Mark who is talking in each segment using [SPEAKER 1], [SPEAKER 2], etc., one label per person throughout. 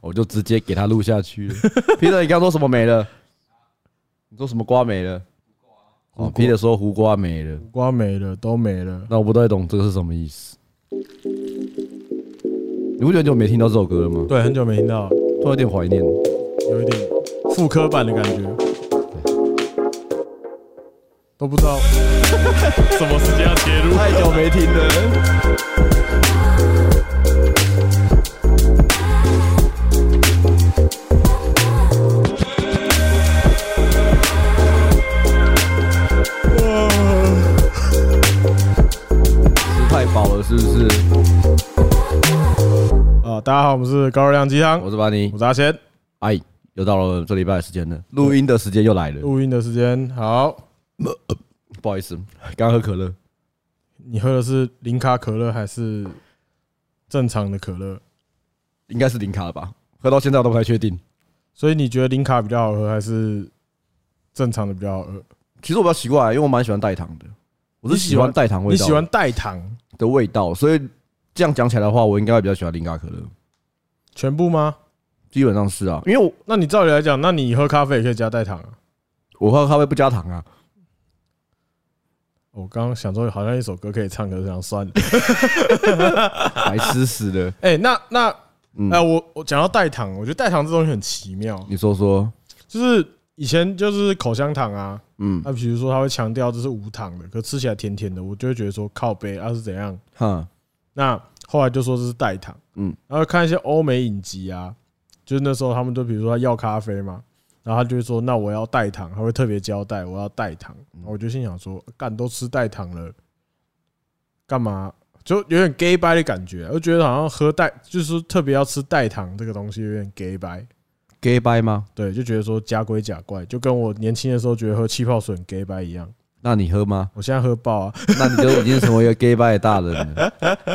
[SPEAKER 1] 我就直接给他录下去了。Peter，你刚 说什么没了？你说什么瓜没了？哦
[SPEAKER 2] 瓜
[SPEAKER 1] ，Peter 说胡瓜没了，
[SPEAKER 2] 瓜没了，都没了。
[SPEAKER 1] 那我不太懂这个是什么意思。你不觉得你有没听到这首歌了吗？
[SPEAKER 2] 对，很久没听到了，
[SPEAKER 1] 突然有点怀念。
[SPEAKER 2] 有一点复刻版的感觉。都不知 道什么时间要切入，
[SPEAKER 1] 太久没听了。吃太饱了是不是？
[SPEAKER 2] 啊！大家好，我们是高热量鸡汤，
[SPEAKER 1] 我是巴尼
[SPEAKER 2] 我。是阿贤。
[SPEAKER 1] 哎，又到了这礼拜的时间了，录音的时间又来了。
[SPEAKER 2] 录音的时间好，
[SPEAKER 1] 不好意思，刚喝可乐。
[SPEAKER 2] 你喝的是零卡可乐还是正常的可乐？
[SPEAKER 1] 应该是零卡了吧？喝到现在我都不太确定。
[SPEAKER 2] 所以你觉得零卡比较好喝还是正常的比较好喝？
[SPEAKER 1] 其实我比较奇怪，因为我蛮喜欢代糖的，我是
[SPEAKER 2] 你喜
[SPEAKER 1] 喜欢
[SPEAKER 2] 欢
[SPEAKER 1] 代糖味道，
[SPEAKER 2] 你喜欢代糖
[SPEAKER 1] 的味道，所以这样讲起来的话，我应该会比较喜欢零卡可乐。
[SPEAKER 2] 全部吗？
[SPEAKER 1] 基本上是啊，因为我
[SPEAKER 2] 那你照理来讲，那你喝咖啡也可以加代糖啊。
[SPEAKER 1] 我喝咖啡不加糖啊，
[SPEAKER 2] 我刚刚想说，好像一首歌可以唱，可是想算了。
[SPEAKER 1] 白痴死的。
[SPEAKER 2] 哎、那那
[SPEAKER 1] 嗯，
[SPEAKER 2] 哎、我我讲到代糖，我觉得代糖这东西很奇妙，
[SPEAKER 1] 你说说，
[SPEAKER 2] 就是以前就是口香糖啊，
[SPEAKER 1] 嗯，
[SPEAKER 2] 那比如说它会强调这是无糖的，可吃起来甜甜的，我就会觉得说靠杯啊是怎样？
[SPEAKER 1] 哈，
[SPEAKER 2] 那后来就说这是代糖，
[SPEAKER 1] 嗯
[SPEAKER 2] 嗯，然后看一些欧美影集啊，就是那时候他们就比如说他要咖啡嘛，然后他就会说那我要代糖，他会特别交代我要代糖，然后我就心想说干都吃代糖了，干嘛？就有点 gay 掰的感觉，我觉得好像喝代就是特别要吃代糖这个东西有点 gay 掰，
[SPEAKER 1] gay bye 吗？
[SPEAKER 2] 对，就觉得说假鬼假怪，就跟我年轻的时候觉得喝气泡水很 gay 掰一样，
[SPEAKER 1] 那你喝吗？
[SPEAKER 2] 我现在喝爆啊，
[SPEAKER 1] 那你就已经成为一个 gay bye 的大人了。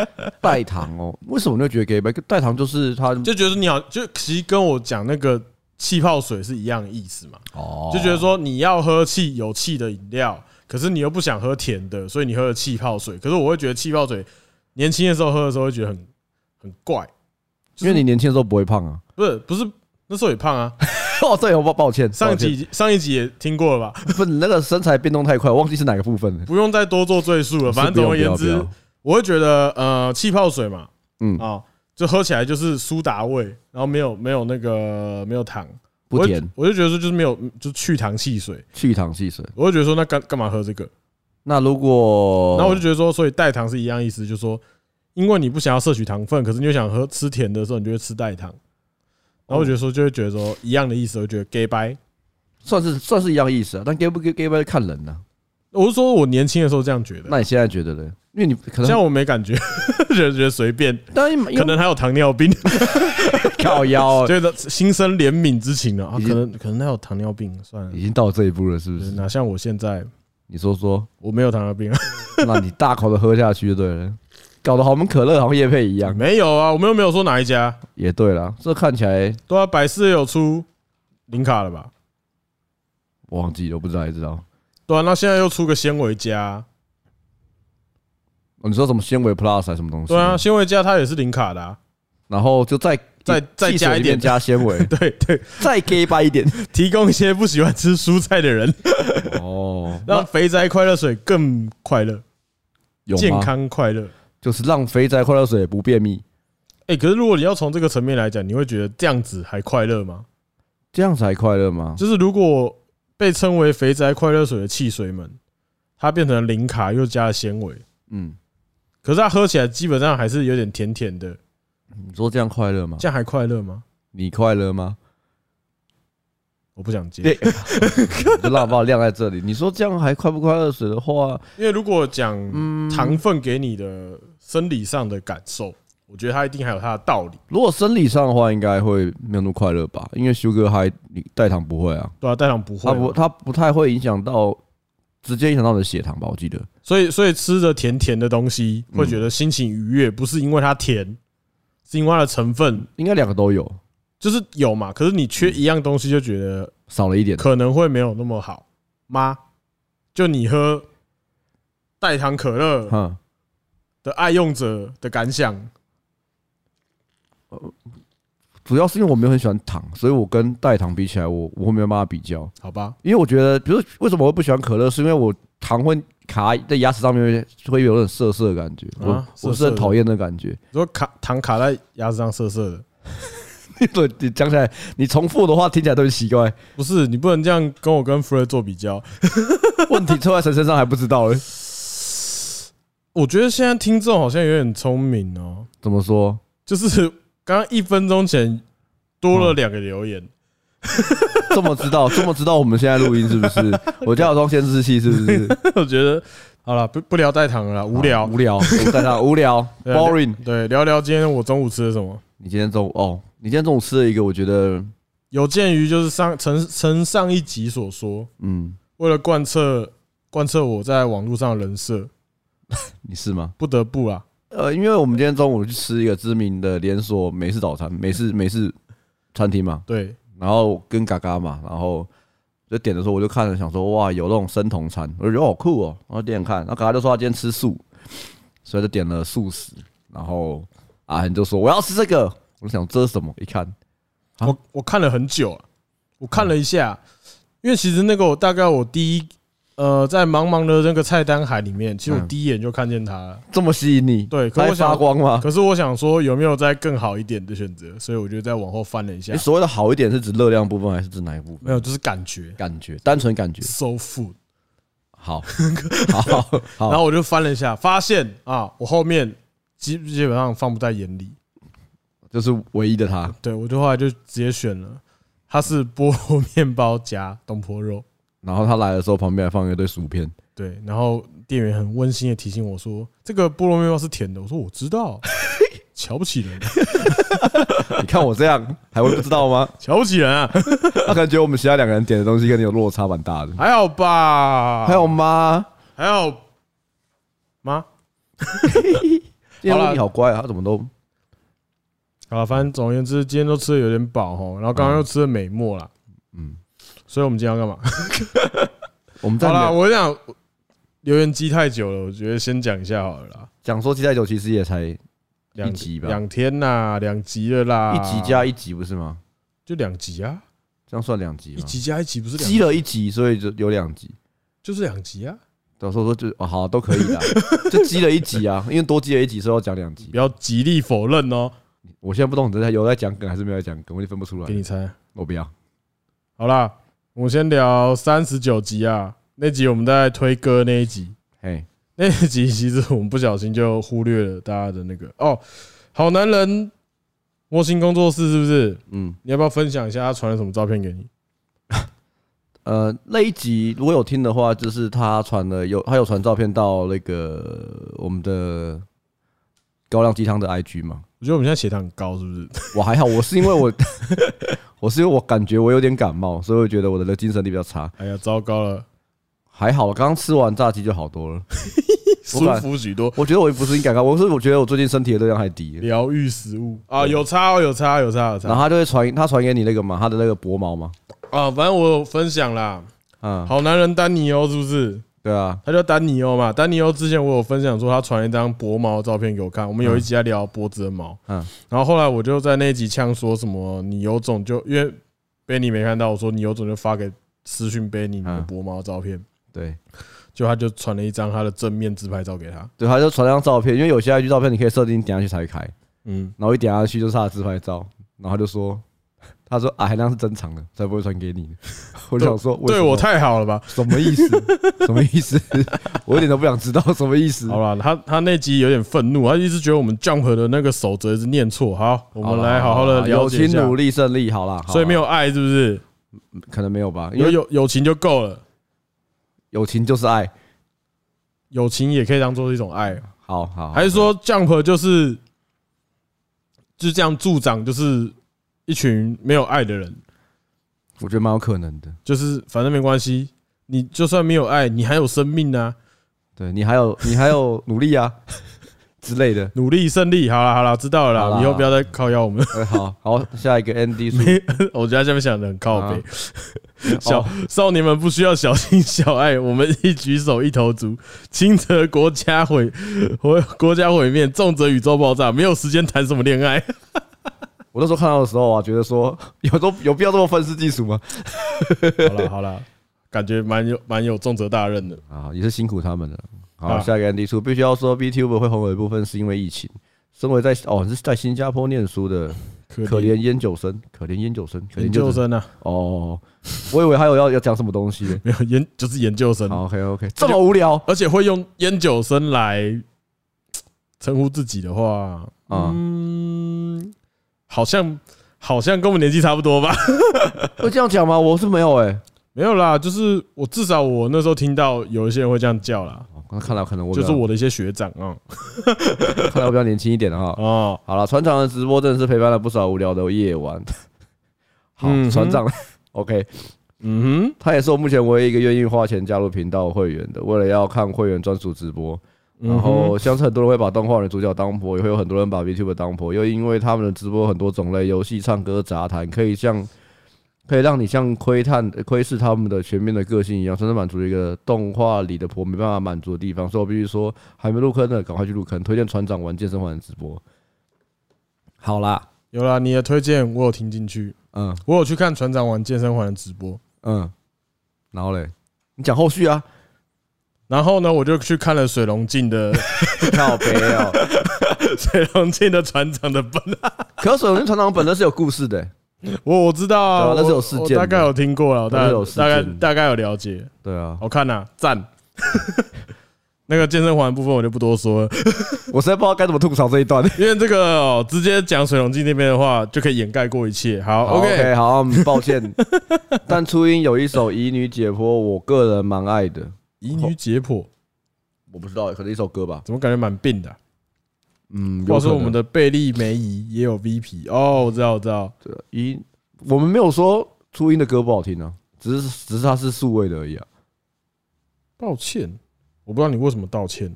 [SPEAKER 1] 代糖哦，为什么你会觉得 gay bye？代糖就是它
[SPEAKER 2] 就觉得你好，就其实跟我讲那个气泡水是一样的意思嘛。
[SPEAKER 1] 哦
[SPEAKER 2] 就觉得说你要喝气有气的饮料，可是你又不想喝甜的，所以你喝了气泡水。可是我会觉得气泡水年轻的时候喝的时候会觉得很很怪，
[SPEAKER 1] 因为你年轻的时候不会胖 啊。
[SPEAKER 2] 不是不是那时候也胖啊。
[SPEAKER 1] 哦，对，我抱抱歉，
[SPEAKER 2] 上一
[SPEAKER 1] 抱歉
[SPEAKER 2] 集上一集也听过了吧，
[SPEAKER 1] 不，你那个身材变动太快，我忘记是哪个部分了。
[SPEAKER 2] 不用再多做赘述了。反正
[SPEAKER 1] 是
[SPEAKER 2] 总
[SPEAKER 1] 不
[SPEAKER 2] 而
[SPEAKER 1] 用
[SPEAKER 2] 言
[SPEAKER 1] 不要
[SPEAKER 2] 之
[SPEAKER 1] 不要，
[SPEAKER 2] 我会觉得呃气泡水嘛，
[SPEAKER 1] 嗯
[SPEAKER 2] 啊，就喝起来就是苏打味，然后没有没有那个没有糖，
[SPEAKER 1] 不
[SPEAKER 2] 我就
[SPEAKER 1] 甜，
[SPEAKER 2] 我就觉得说就是没有就去糖汽水，
[SPEAKER 1] 去糖汽水。
[SPEAKER 2] 我就觉得说那干干嘛喝这个？
[SPEAKER 1] 那如果，
[SPEAKER 2] 然后我就觉得说，所以代糖是一样意思，就是说，因为你不想要摄取糖分，可是你又想喝吃甜的时候，你就会吃代糖。然
[SPEAKER 1] 哦
[SPEAKER 2] 后我觉得说，就会觉得说一样的意思，我觉得 gay 掰。
[SPEAKER 1] 算是算是一样意思啊，但 gay 不 gay gay 不看人呐、
[SPEAKER 2] 我是说我年轻的时候这样觉
[SPEAKER 1] 那
[SPEAKER 2] 得，
[SPEAKER 1] 你现在觉得呢？因为你可
[SPEAKER 2] 现在
[SPEAKER 1] 能，
[SPEAKER 2] 我没感觉， 觉得觉得随便，
[SPEAKER 1] 当然因
[SPEAKER 2] 可
[SPEAKER 1] 为哦
[SPEAKER 2] 能还有糖尿病，
[SPEAKER 1] 靠 腰、啊
[SPEAKER 2] 觉得心生怜悯之情了啊，
[SPEAKER 1] 已
[SPEAKER 2] 可
[SPEAKER 1] 经
[SPEAKER 2] 能可能他有糖尿病，算了
[SPEAKER 1] 已，经到这一步了，是不
[SPEAKER 2] 就是
[SPEAKER 1] 是？
[SPEAKER 2] 哪像我现在
[SPEAKER 1] 你说说，
[SPEAKER 2] 我没有糖尿病啊，
[SPEAKER 1] 那你大口的喝下去就对了，搞得好像可乐好像叶配一样，
[SPEAKER 2] 没有啊，我们又没有说哪一家，
[SPEAKER 1] 也对啦，这看起来
[SPEAKER 2] 对啊，百事也有出零卡了吧？
[SPEAKER 1] 我忘记了，我不知道也知道。
[SPEAKER 2] 对啊，那现在又出个纤维加，
[SPEAKER 1] 哦你说什么纤维 plus 还是什么东西？
[SPEAKER 2] 对啊，纤维加它也是零卡的啊。
[SPEAKER 1] 然后就再
[SPEAKER 2] 再
[SPEAKER 1] 汽
[SPEAKER 2] 再
[SPEAKER 1] 汽水
[SPEAKER 2] 加一
[SPEAKER 1] 里面
[SPEAKER 2] 点，
[SPEAKER 1] 加纤 维
[SPEAKER 2] 对对，
[SPEAKER 1] 再 gay 掰一点。
[SPEAKER 2] 提供一些不喜欢吃蔬菜的 人，
[SPEAKER 1] 哦，那
[SPEAKER 2] 让肥宅快乐水更快乐、
[SPEAKER 1] 有
[SPEAKER 2] 健
[SPEAKER 1] 吗？
[SPEAKER 2] 康快乐。
[SPEAKER 1] 就是让肥宅快乐水不便秘，
[SPEAKER 2] 哎，可是如果你要从这个层面来讲，你会觉得这样子还快乐吗？
[SPEAKER 1] 这样才快乐吗？
[SPEAKER 2] 就是如果被称为肥宅快乐水的汽水们，它变成零卡又加了纤维，
[SPEAKER 1] 嗯，
[SPEAKER 2] 可是它喝起来基本上还是有点甜甜的，
[SPEAKER 1] 你说这样快乐吗？
[SPEAKER 2] 这样还快乐吗？你
[SPEAKER 1] 你快乐吗？
[SPEAKER 2] 我不想接，
[SPEAKER 1] 对， 就让把我晾在这里。你说这样还快不快乐水的话，
[SPEAKER 2] 因为如果讲
[SPEAKER 1] 嗯，
[SPEAKER 2] 糖分给你的生理上的感受，我觉得它一定还有它的道理，
[SPEAKER 1] 如果生理上的话，应该会没有那么快乐吧？因为修哥还你代糖不会啊，
[SPEAKER 2] 对啊，代糖不会
[SPEAKER 1] 他
[SPEAKER 2] 嘛，
[SPEAKER 1] 不他不太会影响到，直接影响到你的血糖吧？我记得
[SPEAKER 2] 所以，所以吃着甜甜的东西
[SPEAKER 1] 嗯
[SPEAKER 2] 会觉得心情愉悦，不是因为它甜，是因为它的成分
[SPEAKER 1] 应该两个都有，
[SPEAKER 2] 就是有嘛。可是你缺一样东西，就觉得
[SPEAKER 1] 少了一点。
[SPEAKER 2] 可能会没有那么好吗？就你喝代糖可乐
[SPEAKER 1] 哼，
[SPEAKER 2] 的爱用者的感想，
[SPEAKER 1] 主要是因为我没有很喜欢糖，所以我跟代糖比起来，我我没有办法比较。
[SPEAKER 2] 好吧，
[SPEAKER 1] 因为我觉得，比如说为什么我会不喜欢可乐，是因为我糖会卡在牙齿上面，会有点涩涩的感觉。我、
[SPEAKER 2] 啊
[SPEAKER 1] 我是
[SPEAKER 2] 涩涩
[SPEAKER 1] 很
[SPEAKER 2] 的
[SPEAKER 1] 讨厌的感觉。
[SPEAKER 2] 如果卡糖卡在牙齿上涩涩的，
[SPEAKER 1] 对，你讲起来，你重复的话听起来都很奇怪。
[SPEAKER 2] 不是你不能这样跟我跟 Fred 做比较。
[SPEAKER 1] 问题出在谁身上还不知道嘞？
[SPEAKER 2] 我觉得现在听众好像有点聪明哦，
[SPEAKER 1] 怎么说？
[SPEAKER 2] 就是刚刚一分钟前多
[SPEAKER 1] 嗯
[SPEAKER 2] 了两个留言，
[SPEAKER 1] 这么知道，这么知道我们现在录音是不是？ 我家有装监视器是不是？
[SPEAKER 2] 我觉得好了，不不聊代糖了啦，无聊
[SPEAKER 1] 好无。聊，我在 那无聊
[SPEAKER 2] 对啊
[SPEAKER 1] ，boring。
[SPEAKER 2] 对，聊聊今天我中午吃的什么。
[SPEAKER 1] 你今天中午哦，你今天中午吃了一个，我觉得，
[SPEAKER 2] 有鉴于就是上承承上一集所说，
[SPEAKER 1] 嗯，
[SPEAKER 2] 为了贯彻贯彻我在网络上的人设，
[SPEAKER 1] 你是吗？
[SPEAKER 2] 不得不啊啦，
[SPEAKER 1] 呃，因为我们今天中午去吃一个知名的连锁美式早餐，美式美式餐厅嘛，
[SPEAKER 2] 对，
[SPEAKER 1] 然后跟嘎嘎嘛，然后就点的时候我就看了，想说哇，有那种生酮餐，我就觉得哦好酷哦，然后点点看，然后嘎嘎就说他今天吃素，所以就点了素食，然后阿恒就说我要吃这个，我就想这是什么？一看啊
[SPEAKER 2] 我我看了很久、啊，我看了一下，因为其实那个我大概我第一呃在茫茫的那个菜单海里面，其实我
[SPEAKER 1] 嗯
[SPEAKER 2] 第一眼就看见它了。
[SPEAKER 1] 这么吸引你，
[SPEAKER 2] 对可
[SPEAKER 1] 它会
[SPEAKER 2] 我想
[SPEAKER 1] 发光吗？
[SPEAKER 2] 可是我想说有没有再更好一点的选择，所以我就再往后翻了一下
[SPEAKER 1] 你，所谓的好一点是指热量部分还是指哪一部分？
[SPEAKER 2] 没有，就是感觉
[SPEAKER 1] 感觉，单纯感觉。
[SPEAKER 2] so food。
[SPEAKER 1] 好，好，
[SPEAKER 2] 然
[SPEAKER 1] 好，
[SPEAKER 2] 后我就翻了一下，发现啊，我后面基基本上放不在眼里，
[SPEAKER 1] 就是唯一的他。
[SPEAKER 2] 对我就后来就直接选了，它是菠萝面包夹东坡肉。
[SPEAKER 1] 然后他来的时候，旁边还放一堆薯片。
[SPEAKER 2] 对，然后店员很温馨的提醒我说：“这个菠萝面包是甜的。”我说：“我知道， 瞧不起人，
[SPEAKER 1] 你看我这样，还会不知道吗？
[SPEAKER 2] 瞧不起人 啊，
[SPEAKER 1] 他可能觉得我们其他两个人点的东西跟你有落差蛮大的。
[SPEAKER 2] 还好吧？
[SPEAKER 1] 还有吗？
[SPEAKER 2] 还啊好吗？
[SPEAKER 1] 今天问你好乖啊，他怎么都
[SPEAKER 2] 好了，反正总而言之，今天都吃的有点饱哦，然后刚刚又吃了美墨啦，
[SPEAKER 1] 嗯，
[SPEAKER 2] 所以我们今天要干嘛？
[SPEAKER 1] 我们
[SPEAKER 2] 好
[SPEAKER 1] 在
[SPEAKER 2] 啦，
[SPEAKER 1] 聊
[SPEAKER 2] 我想留言机太久了，我觉得先讲一下好了啦，
[SPEAKER 1] 讲说七代九其实也才一
[SPEAKER 2] 两
[SPEAKER 1] 一集吧
[SPEAKER 2] 两天呐，两集了啦，
[SPEAKER 1] 集加一集不是吗？
[SPEAKER 2] 就两集啊，
[SPEAKER 1] 这样算两集
[SPEAKER 2] 一
[SPEAKER 1] 吗？
[SPEAKER 2] 集加一集不是两
[SPEAKER 1] 积
[SPEAKER 2] 集，
[SPEAKER 1] 了一集，所以就有两集。
[SPEAKER 2] 就是两集啊，
[SPEAKER 1] 到时候说就哦好都可以的， 就积了一集啊，因为多积了一集，所以要讲两集
[SPEAKER 2] 不。要极力否认哦，
[SPEAKER 1] 我现在不懂你在有在讲梗还是没有在讲梗，我已经分不出来
[SPEAKER 2] 给。你猜。
[SPEAKER 1] 我不要，
[SPEAKER 2] 好啦，我们先聊三十九集啊，那集我们在推歌那一集，
[SPEAKER 1] 嘿，
[SPEAKER 2] 那一集其实我们不小心就忽略了大家的那个哦，好男人摸星工作室是不是？
[SPEAKER 1] 嗯，
[SPEAKER 2] 你要不要分享一下他传了什么照片给你？
[SPEAKER 1] 呃，那一集如果有听的话，就是他传了有他有传照片到那个我们的高亮鸡汤的 IG 嘛。
[SPEAKER 2] 我觉得我们现在血糖很高，是不是？
[SPEAKER 1] 我还好，我是因为我 我是因为我感觉我有点感冒，所以我觉得我的精神力比较差。
[SPEAKER 2] 哎呀，糟糕了，
[SPEAKER 1] 还好，刚刚吃完炸鸡就好多了。
[SPEAKER 2] 舒服许多，
[SPEAKER 1] 我觉得我不是你感冒，我是我觉得我最近身体的热量太低了。
[SPEAKER 2] 疗愈食物啊，有差哦，有差，有差，有
[SPEAKER 1] 然
[SPEAKER 2] 差
[SPEAKER 1] 后他就会传他传给你那个嘛，他的那个薄毛嘛，
[SPEAKER 2] 啊，反正我有分享啦，
[SPEAKER 1] 嗯，
[SPEAKER 2] 好男人丹尼欧是不是？
[SPEAKER 1] 对啊，
[SPEAKER 2] 他叫丹尼欧嘛，丹尼欧之前我有分享说他传一张脖毛的照片给我看，我们有一集在聊脖子的毛，嗯
[SPEAKER 1] 嗯，
[SPEAKER 2] 然后后来我就在那一集呛说什么你有种就因为 Benny 没看到，我说你有种就发给私讯 Benny 你的
[SPEAKER 1] 嗯
[SPEAKER 2] 脖毛的照片，
[SPEAKER 1] 对
[SPEAKER 2] 就他就传了一张他的正面自拍照给他，
[SPEAKER 1] 对，他就传了张照片，因为有些 IG 照片你可以设定你点下去才会开，
[SPEAKER 2] 嗯，
[SPEAKER 1] 然后一点下去就是他的自拍照，然后他就说。他说：“啊，海量是正常的，才不会传给你。” 我就想说，为
[SPEAKER 2] 对
[SPEAKER 1] 什么
[SPEAKER 2] 我太好了吧？
[SPEAKER 1] 什么意思？什么意思？ 我一点都不想知道什么意思。
[SPEAKER 2] 好了，他他那集有点愤怒，他一直觉得我们 Jump 的那个守则一直念错，好，我们来好好的了
[SPEAKER 1] 友
[SPEAKER 2] 解一
[SPEAKER 1] 情
[SPEAKER 2] 下
[SPEAKER 1] 努，力胜利，好啦，好啦
[SPEAKER 2] 所以没有爱是不是？
[SPEAKER 1] 可能没有吧，因
[SPEAKER 2] 有
[SPEAKER 1] 为
[SPEAKER 2] 友友情就够了，
[SPEAKER 1] 友情就是爱，
[SPEAKER 2] 友情也可以当做是一种爱。
[SPEAKER 1] 好好
[SPEAKER 2] 还是说 Jump 就是就这样助长，就是一群没有爱的人，
[SPEAKER 1] 我觉得蛮有可能的。
[SPEAKER 2] 就是反正没关系，你就算没有爱，你还有生命啊，
[SPEAKER 1] 对你还有 你还有努力啊之类的。
[SPEAKER 2] 努力胜利，好了好了，知道了
[SPEAKER 1] 好
[SPEAKER 2] 啦，
[SPEAKER 1] 啦
[SPEAKER 2] 以后不要再靠腰我们，
[SPEAKER 1] 呃好好，下一个 Andy 说
[SPEAKER 2] 没，我觉得他下面想的很靠背
[SPEAKER 1] 啊，
[SPEAKER 2] 小
[SPEAKER 1] 哦
[SPEAKER 2] 少年们不需要小情小爱，我们一举手一投足，轻则国家 毁毁国家毁灭，重则宇宙爆炸，没有时间谈什么恋爱。
[SPEAKER 1] 我那时候看到的时候啊，觉得说 有都有必要这么愤世嫉俗吗？
[SPEAKER 2] 好了好了，感觉蛮有蛮有重责大任的。
[SPEAKER 1] 啊，也是辛苦他们了。好，
[SPEAKER 2] 啊
[SPEAKER 1] 下一个 Andy 说，必须要说 BTuber E 会红的一部分是因为疫情。身为在哦是在新加坡念书的
[SPEAKER 2] 可
[SPEAKER 1] 可怜烟酒生，可怜烟酒生，可怜
[SPEAKER 2] 研究
[SPEAKER 1] 酒
[SPEAKER 2] 生啊，
[SPEAKER 1] 哦，我以为还有要要讲什么东西。
[SPEAKER 2] 没有研就是研究生，
[SPEAKER 1] 好，OK OK，这么无聊
[SPEAKER 2] 而且会用烟酒生来嘖称呼自己的话，
[SPEAKER 1] 啊！
[SPEAKER 2] 嗯，好像好像跟我们年纪差不多吧？
[SPEAKER 1] 会这样讲吗？我是没有哎。
[SPEAKER 2] 没有啦，就是我至少我那时候听到有一些人会这样叫啦，
[SPEAKER 1] 哦那看来可能我比
[SPEAKER 2] 就
[SPEAKER 1] 较
[SPEAKER 2] 是我的一些学长啊，
[SPEAKER 1] 看来我比较年轻一点的 哈。
[SPEAKER 2] 哦，
[SPEAKER 1] 好了，船长的直播真的是陪伴了不少无聊的夜 晚。好
[SPEAKER 2] 嗯，哼
[SPEAKER 1] 船长 ，OK，
[SPEAKER 2] 嗯
[SPEAKER 1] 他也是我目前唯一一个愿意花钱加入频道会员的。为了要看会员专属直播，
[SPEAKER 2] 嗯哼，
[SPEAKER 1] 然后像是很多人会把动画的主角当婆，也会有很多人把 VTuber 当婆，又因为他们的直播很多种类，游戏、唱歌、杂谈，可以像可以让你像窥探、呃窥视他们的全面的个性一样，甚至满足一个动画里的婆没办法满足的地方。所以我必须说，还没入坑的赶快去入坑，推荐船长玩健身环直播。好啦，
[SPEAKER 2] 有啦，你的推荐我有听进去，
[SPEAKER 1] 嗯
[SPEAKER 2] 我有去看船长玩健身环的直播，
[SPEAKER 1] 嗯，然后嘞，你讲后续啊，
[SPEAKER 2] 然后呢，我就去看了水龙 镜的
[SPEAKER 1] 靠北哦。
[SPEAKER 2] 水龙镜的船长的本，
[SPEAKER 1] 可是我们船长本身是有故事的、欸
[SPEAKER 2] 我我知
[SPEAKER 1] 对啊，
[SPEAKER 2] 道啊
[SPEAKER 1] 那是有
[SPEAKER 2] 我
[SPEAKER 1] 事
[SPEAKER 2] 我
[SPEAKER 1] 件的
[SPEAKER 2] 大概有听过了，我大
[SPEAKER 1] 那
[SPEAKER 2] 概
[SPEAKER 1] 是有事
[SPEAKER 2] 大概
[SPEAKER 1] 件的
[SPEAKER 2] 大概有了解，
[SPEAKER 1] 对啊，
[SPEAKER 2] 好看呐，赞。那个健身环的部分我就不多说了，
[SPEAKER 1] 我实在不知道该怎么吐槽这一段。
[SPEAKER 2] 因为这个哦，直接讲水龙镜那边的话就可以掩盖过一切。好
[SPEAKER 1] 好
[SPEAKER 2] OK，
[SPEAKER 1] OK，好， 嗯抱歉。但初音有一首《乙女解剖》，我个人蛮爱的。
[SPEAKER 2] 乙女解剖
[SPEAKER 1] 我不知道，可能一首歌吧。
[SPEAKER 2] 怎么感觉蛮病的啊、
[SPEAKER 1] 嗯，有
[SPEAKER 2] 或者
[SPEAKER 1] 可
[SPEAKER 2] 说
[SPEAKER 1] 能
[SPEAKER 2] 我们的贝利梅姨也有 VP 哦，我知道，我知道，
[SPEAKER 1] 对一，我们没有说初音的歌不好听啊，只是只是它是数位的而已啊。
[SPEAKER 2] 抱歉，我不知道你为什么道歉，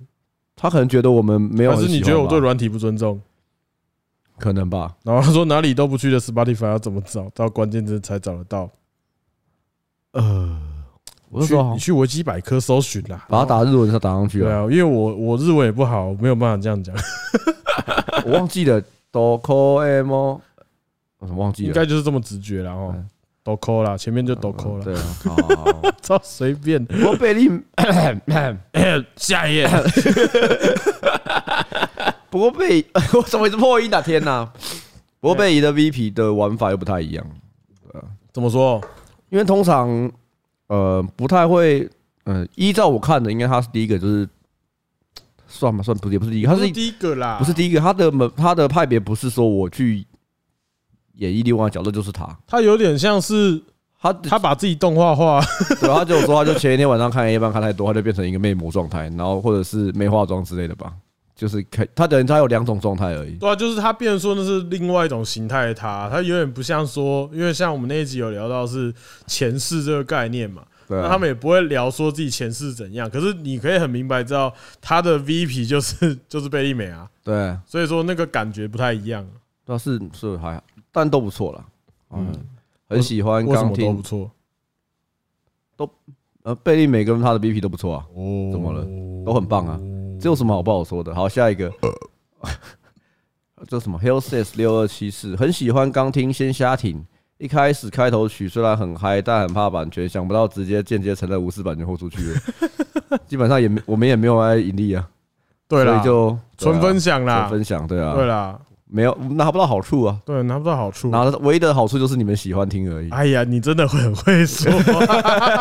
[SPEAKER 1] 他可能觉得我们没有
[SPEAKER 2] 还
[SPEAKER 1] 很喜
[SPEAKER 2] 是
[SPEAKER 1] 欢吧，
[SPEAKER 2] 你觉得我对软体不尊重？
[SPEAKER 1] 可能吧？
[SPEAKER 2] 然后他说哪里都不去的 Spotify 要怎么找到关键字才找得到？呃
[SPEAKER 1] 我就
[SPEAKER 2] 去
[SPEAKER 1] 说好
[SPEAKER 2] 你去维基百科搜寻啦，
[SPEAKER 1] 把它打日文上打上去
[SPEAKER 2] 对
[SPEAKER 1] 啊，
[SPEAKER 2] 啊，因为我我日文也不好，我没有办法这 样讲，啊
[SPEAKER 1] 我忘记了。d 科 M，我怎哦么忘记
[SPEAKER 2] 应
[SPEAKER 1] 了？
[SPEAKER 2] 该就是这么直觉啦哦
[SPEAKER 1] 啊嗯，
[SPEAKER 2] 都扣啦，前面就都扣了，
[SPEAKER 1] 对啊，好好好。
[SPEAKER 2] 超随 便。
[SPEAKER 1] 不过贝利，
[SPEAKER 2] 下一页，
[SPEAKER 1] 不过贝， 我怎么一直破音啊？天 哪！不过贝姨的 VP 的玩法又不太一样，
[SPEAKER 2] 怎么说？
[SPEAKER 1] 因为通常呃不太会，呃，依照我看的，应该他是第一个，就是算吧，算不是也不是第一个，他
[SPEAKER 2] 不
[SPEAKER 1] 是
[SPEAKER 2] 第一个啦，
[SPEAKER 1] 不是第一个？他的门他的派别不是说我去演绎另外一个角色就是他，
[SPEAKER 2] 他有点像是
[SPEAKER 1] 他
[SPEAKER 2] 他把自己动画化，
[SPEAKER 1] 对他就说他就前一天晚上看 A 班看太多，他就变成一个魅魔状态，然后或者是没化妆之类的吧，就是看他等于他有两种状态而已。
[SPEAKER 2] 对啊，就是他变成说那是另外一种形态的他，他有点不像说，因为像我们那一集有聊到是前世这个概念嘛，
[SPEAKER 1] 对
[SPEAKER 2] 那
[SPEAKER 1] 啊，
[SPEAKER 2] 他们也不会聊说自己前世怎样，可是你可以很明白知道他的 VP 就是 就是贝利美啊，
[SPEAKER 1] 对。
[SPEAKER 2] 所以说那个感觉不太一样，
[SPEAKER 1] 那是是还好，但都不错啦。嗯
[SPEAKER 2] 嗯，
[SPEAKER 1] 很喜欢
[SPEAKER 2] 为什
[SPEAKER 1] 刚
[SPEAKER 2] 么都不
[SPEAKER 1] 听
[SPEAKER 2] 错
[SPEAKER 1] 呃贝利每跟他的 BP 都不错啊，
[SPEAKER 2] 哦
[SPEAKER 1] 怎么了都很棒啊，这有什么好不好说的？好，下一个，这什么 Hill Says 六二七四，很喜欢刚听先瞎听。一开始开头曲虽然很嗨，但很怕版权，想不到直接间接成了无视版权豁出去了。 基本上也没我们也没有爱盈利啊，
[SPEAKER 2] 对
[SPEAKER 1] 所
[SPEAKER 2] 啦
[SPEAKER 1] 以，就
[SPEAKER 2] 纯分享
[SPEAKER 1] 对啊
[SPEAKER 2] 啦
[SPEAKER 1] 纯，分享，对
[SPEAKER 2] 对
[SPEAKER 1] 啊，
[SPEAKER 2] 啦，
[SPEAKER 1] 没有拿不到好处啊，
[SPEAKER 2] 对，拿不到好处。
[SPEAKER 1] 拿的唯一的好处就是你们喜欢听而已。
[SPEAKER 2] 哎呀，你真的很会说，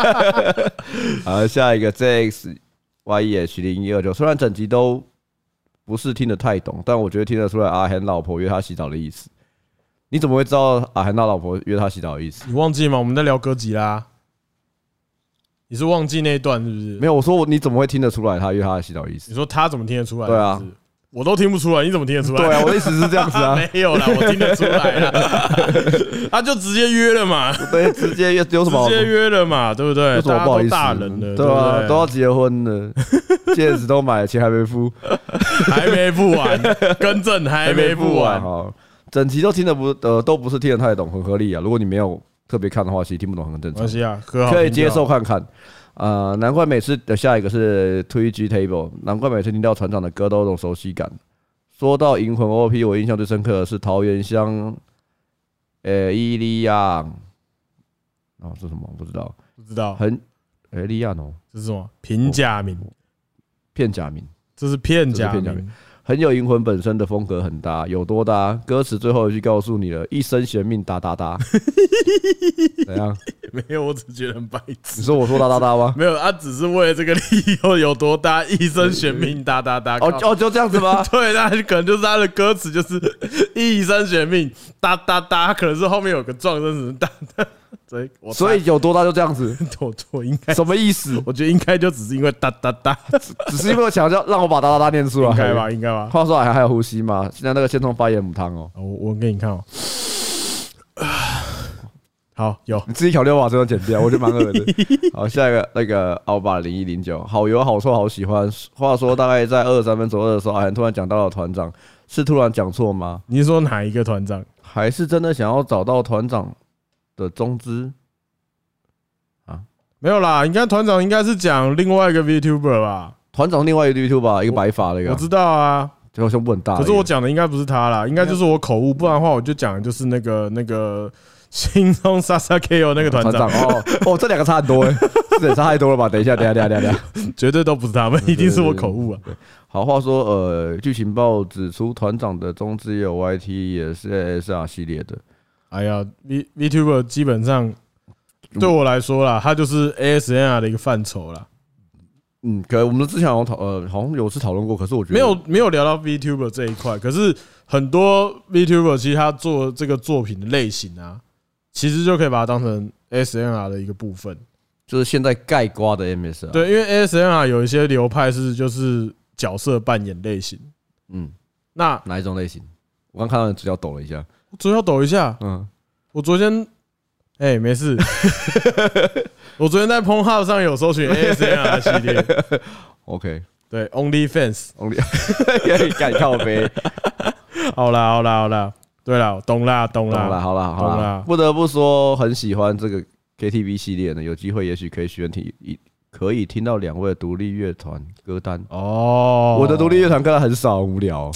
[SPEAKER 1] 好，下一个 ZX YEH E 零一二九，虽然整集都不是听得太懂，但我觉得听得出来阿涵老婆约他洗澡的意思。你怎么会知道阿涵他老婆约他洗澡的意思？
[SPEAKER 2] 你忘记吗？我们在聊歌集啦，你是忘记那一段是不是？
[SPEAKER 1] 没有，我说我你怎么会听得出来他约他洗澡的意思
[SPEAKER 2] 你？说他怎么听得出来？
[SPEAKER 1] 对啊
[SPEAKER 2] 是不是，我都听不出来，你怎么听得出来？
[SPEAKER 1] 对啊，我的意思是这样子啊，
[SPEAKER 2] 没有啦，我听得出 来啦，他就直接约了嘛，
[SPEAKER 1] 对，直接约有什么好
[SPEAKER 2] 直接约了嘛，对不对？
[SPEAKER 1] 有什么
[SPEAKER 2] 大家
[SPEAKER 1] 不好意
[SPEAKER 2] 都
[SPEAKER 1] 思？
[SPEAKER 2] 大人了，
[SPEAKER 1] 对啊，
[SPEAKER 2] 不
[SPEAKER 1] 都要结婚了， 戒指都买了，钱还没付，
[SPEAKER 2] 还没付完， 更正还没付完。
[SPEAKER 1] 好，整集都听得不呃都不是听得太懂，很合理啊。如果你没有特别看的话，其实听不懂很正
[SPEAKER 2] 没
[SPEAKER 1] 常
[SPEAKER 2] 关。系啊，可好
[SPEAKER 1] 可以接受。看看。呃，难怪每次的下一个是 t G Table，难怪每次听到船长的歌都有种熟悉感。说到银魂 OP，我印象最深刻的是桃园乡呃，伊利亚，哦，是什么？不知道，
[SPEAKER 2] 不知道
[SPEAKER 1] 很，哎，利亚诺
[SPEAKER 2] 这是什么平假名，
[SPEAKER 1] 片假名，
[SPEAKER 2] 这是片假
[SPEAKER 1] 这是片假
[SPEAKER 2] 名，
[SPEAKER 1] 很有银魂本身的风格很搭，有多搭？歌词最后一句告诉你了，一生悬命哒哒 哒，怎样？
[SPEAKER 2] 没有，我只觉得很白痴
[SPEAKER 1] 你。说我说哒哒哒吗？
[SPEAKER 2] 没有，他只是为了这个理由有多大，一生悬命，哒哒哒。
[SPEAKER 1] 哦哦，就这样子吗？
[SPEAKER 2] 对，那可能就是他的歌词，就是 一生悬命，哒哒哒，可能是后面有个撞声什么哒哒， 所以我
[SPEAKER 1] 所以有多大就这样 子，
[SPEAKER 2] 我我应该，
[SPEAKER 1] 什么意思？
[SPEAKER 2] 我觉得应该就只是因为哒哒 哒，
[SPEAKER 1] 只是因为想要让我把哒哒哒念出来，
[SPEAKER 2] 应该吧，？应该 吧。
[SPEAKER 1] 话说还还有呼吸吗？现在那个先从发炎母汤哦，
[SPEAKER 2] 我我给你看哦， 好有
[SPEAKER 1] 你自己考虑把这段剪掉，我觉得蛮 恶的。好，下一个那个奥巴零一零九，好油好臭好喜欢。话说大概在二十三分左右的时候，哎，突然讲到了团长，是突然讲错吗？
[SPEAKER 2] 你是说哪一个团长？
[SPEAKER 1] 还是真的想要找到团长的中资？
[SPEAKER 2] 没有啦，应该团长应该是讲另外一个 VTuber 吧？
[SPEAKER 1] 团长另外一个 YouTube 吧，一个白发那个，
[SPEAKER 2] 我知道啊，
[SPEAKER 1] 就好像不很大。
[SPEAKER 2] 可是我讲的应该不是他啦，应该就是我口误，不然的话我就讲的就是那个那个 心中沙沙 KO 那个团
[SPEAKER 1] 团
[SPEAKER 2] 长
[SPEAKER 1] 长，哦哦，这两个差很多，哎，这也差太多了吧？等一下，等一下，等一下，等一下。
[SPEAKER 2] 绝对都不是他们，一定是我口误啊。
[SPEAKER 1] 好，话说，呃，剧情报指出，团长的中资也有 YT，也是 SR 系列的。
[SPEAKER 2] 哎呀，V VTuber 基本上对我来说啦，它就是 ASMR 的一个范畴啦，
[SPEAKER 1] 嗯，可我们之前好像讨，呃，好像有次讨论过，可是我觉得
[SPEAKER 2] 没有没有聊到 VTuber 这一块，可是很多 VTuber 其实他做这个作品的类型啊，其实就可以把它当成 ASMR 的一个部分。
[SPEAKER 1] 就是现在盖瓜的 MS 啊。，
[SPEAKER 2] 对，因为 ASMR 有一些流派是就是角色扮演类型，
[SPEAKER 1] 嗯，
[SPEAKER 2] 那
[SPEAKER 1] 哪一种类型？我刚看到你嘴角抖了一下。
[SPEAKER 2] 我左脚抖一下，
[SPEAKER 1] 嗯，
[SPEAKER 2] 我昨天，哎、没 事，我昨天在 p o n h u b 上有搜寻 ASMR 系列，
[SPEAKER 1] OK，
[SPEAKER 2] 对，OnlyFans，
[SPEAKER 1] 可以盖靠呗。
[SPEAKER 2] 好啦，好啦，好啦，对啦，懂啦， 懂
[SPEAKER 1] 好
[SPEAKER 2] 啦，
[SPEAKER 1] 啦，好啦，好
[SPEAKER 2] 懂
[SPEAKER 1] 啦
[SPEAKER 2] 啦。
[SPEAKER 1] 不得不说，很喜欢这个 KTV 系列呢。有机会也许可以选听一，可以听到两位独立乐团歌单。
[SPEAKER 2] 哦，
[SPEAKER 1] 我的独立乐团歌单很少，很无聊。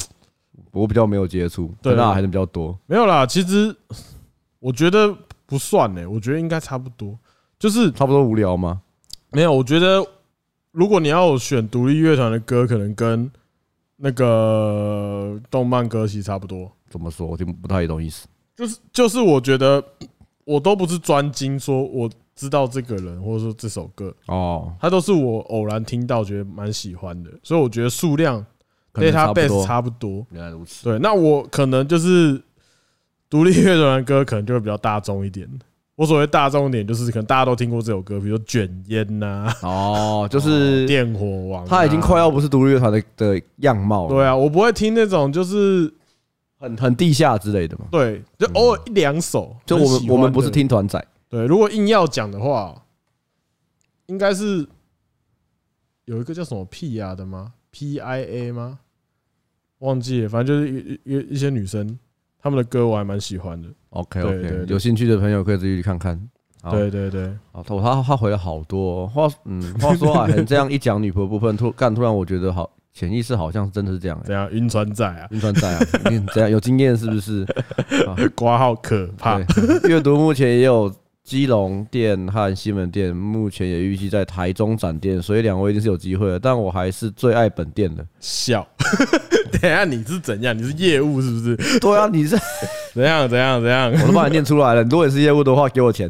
[SPEAKER 1] 我比较没有接触，
[SPEAKER 2] 对
[SPEAKER 1] 那还是比较多。
[SPEAKER 2] 没有啦，其实我觉得不算呢、我觉得应该差不多，就是
[SPEAKER 1] 差不多无聊吗？
[SPEAKER 2] 没有，我觉得如果你要我选独立乐团的歌，可能跟那个动漫歌其实差不多，
[SPEAKER 1] 怎么说？我听不太懂意思。
[SPEAKER 2] 就是就是我觉得我都不是专精说我知道这个人或者说这首歌，
[SPEAKER 1] 哦，
[SPEAKER 2] 它都是我偶然听到觉得蛮喜欢的，所以我觉得数量
[SPEAKER 1] 可能差不
[SPEAKER 2] database
[SPEAKER 1] 多。
[SPEAKER 2] 差不多。
[SPEAKER 1] 原来如此。
[SPEAKER 2] 对，那我可能就是独立乐团的歌，可能就会比较大众一点。我所谓大众一点，就是可能大家都听过这首歌，比如说《卷烟》呐，
[SPEAKER 1] 哦，就
[SPEAKER 2] 《
[SPEAKER 1] 是
[SPEAKER 2] 电火王》，啊
[SPEAKER 1] 他已经快要不是独立乐团的的样貌了。
[SPEAKER 2] 对，啊，我不会听那种就是
[SPEAKER 1] 很很地下之类的嘛。
[SPEAKER 2] 对，就偶尔一两首。
[SPEAKER 1] 嗯就
[SPEAKER 2] 很
[SPEAKER 1] 我们
[SPEAKER 2] 喜
[SPEAKER 1] 我们
[SPEAKER 2] 欢
[SPEAKER 1] 不是
[SPEAKER 2] 的
[SPEAKER 1] 听团仔，
[SPEAKER 2] 对，如果硬要讲的话，应该是有一个叫什么 PIA 的吗？PIA 吗？忘记了，反正就是一一一一些女生，她们的歌我还蛮喜欢的。
[SPEAKER 1] OK
[SPEAKER 2] 对
[SPEAKER 1] OK，
[SPEAKER 2] 对对
[SPEAKER 1] 有兴趣的朋友可以自己去看看。好
[SPEAKER 2] 对对对，
[SPEAKER 1] 好，他他他回了好多哦话，嗯，话说啊，很这样一讲女仆的部分，突干突然我觉得好，潜意识好像真的是这 样欸。
[SPEAKER 2] 怎样晕船仔啊？
[SPEAKER 1] 晕船仔啊，你这样有经验是不是？
[SPEAKER 2] 挂号可怕。
[SPEAKER 1] 对， 阅读目前也有基隆店和西门店，目前也预计在台中展店，所以两位一定是有机会的。但我还是最爱本店的。
[SPEAKER 2] 笑， 等一下你是怎样？你是业务是不 是？
[SPEAKER 1] 对啊，你这
[SPEAKER 2] 怎样怎样怎样
[SPEAKER 1] ？我都帮你念出来了。如果你是业务的话，给我钱。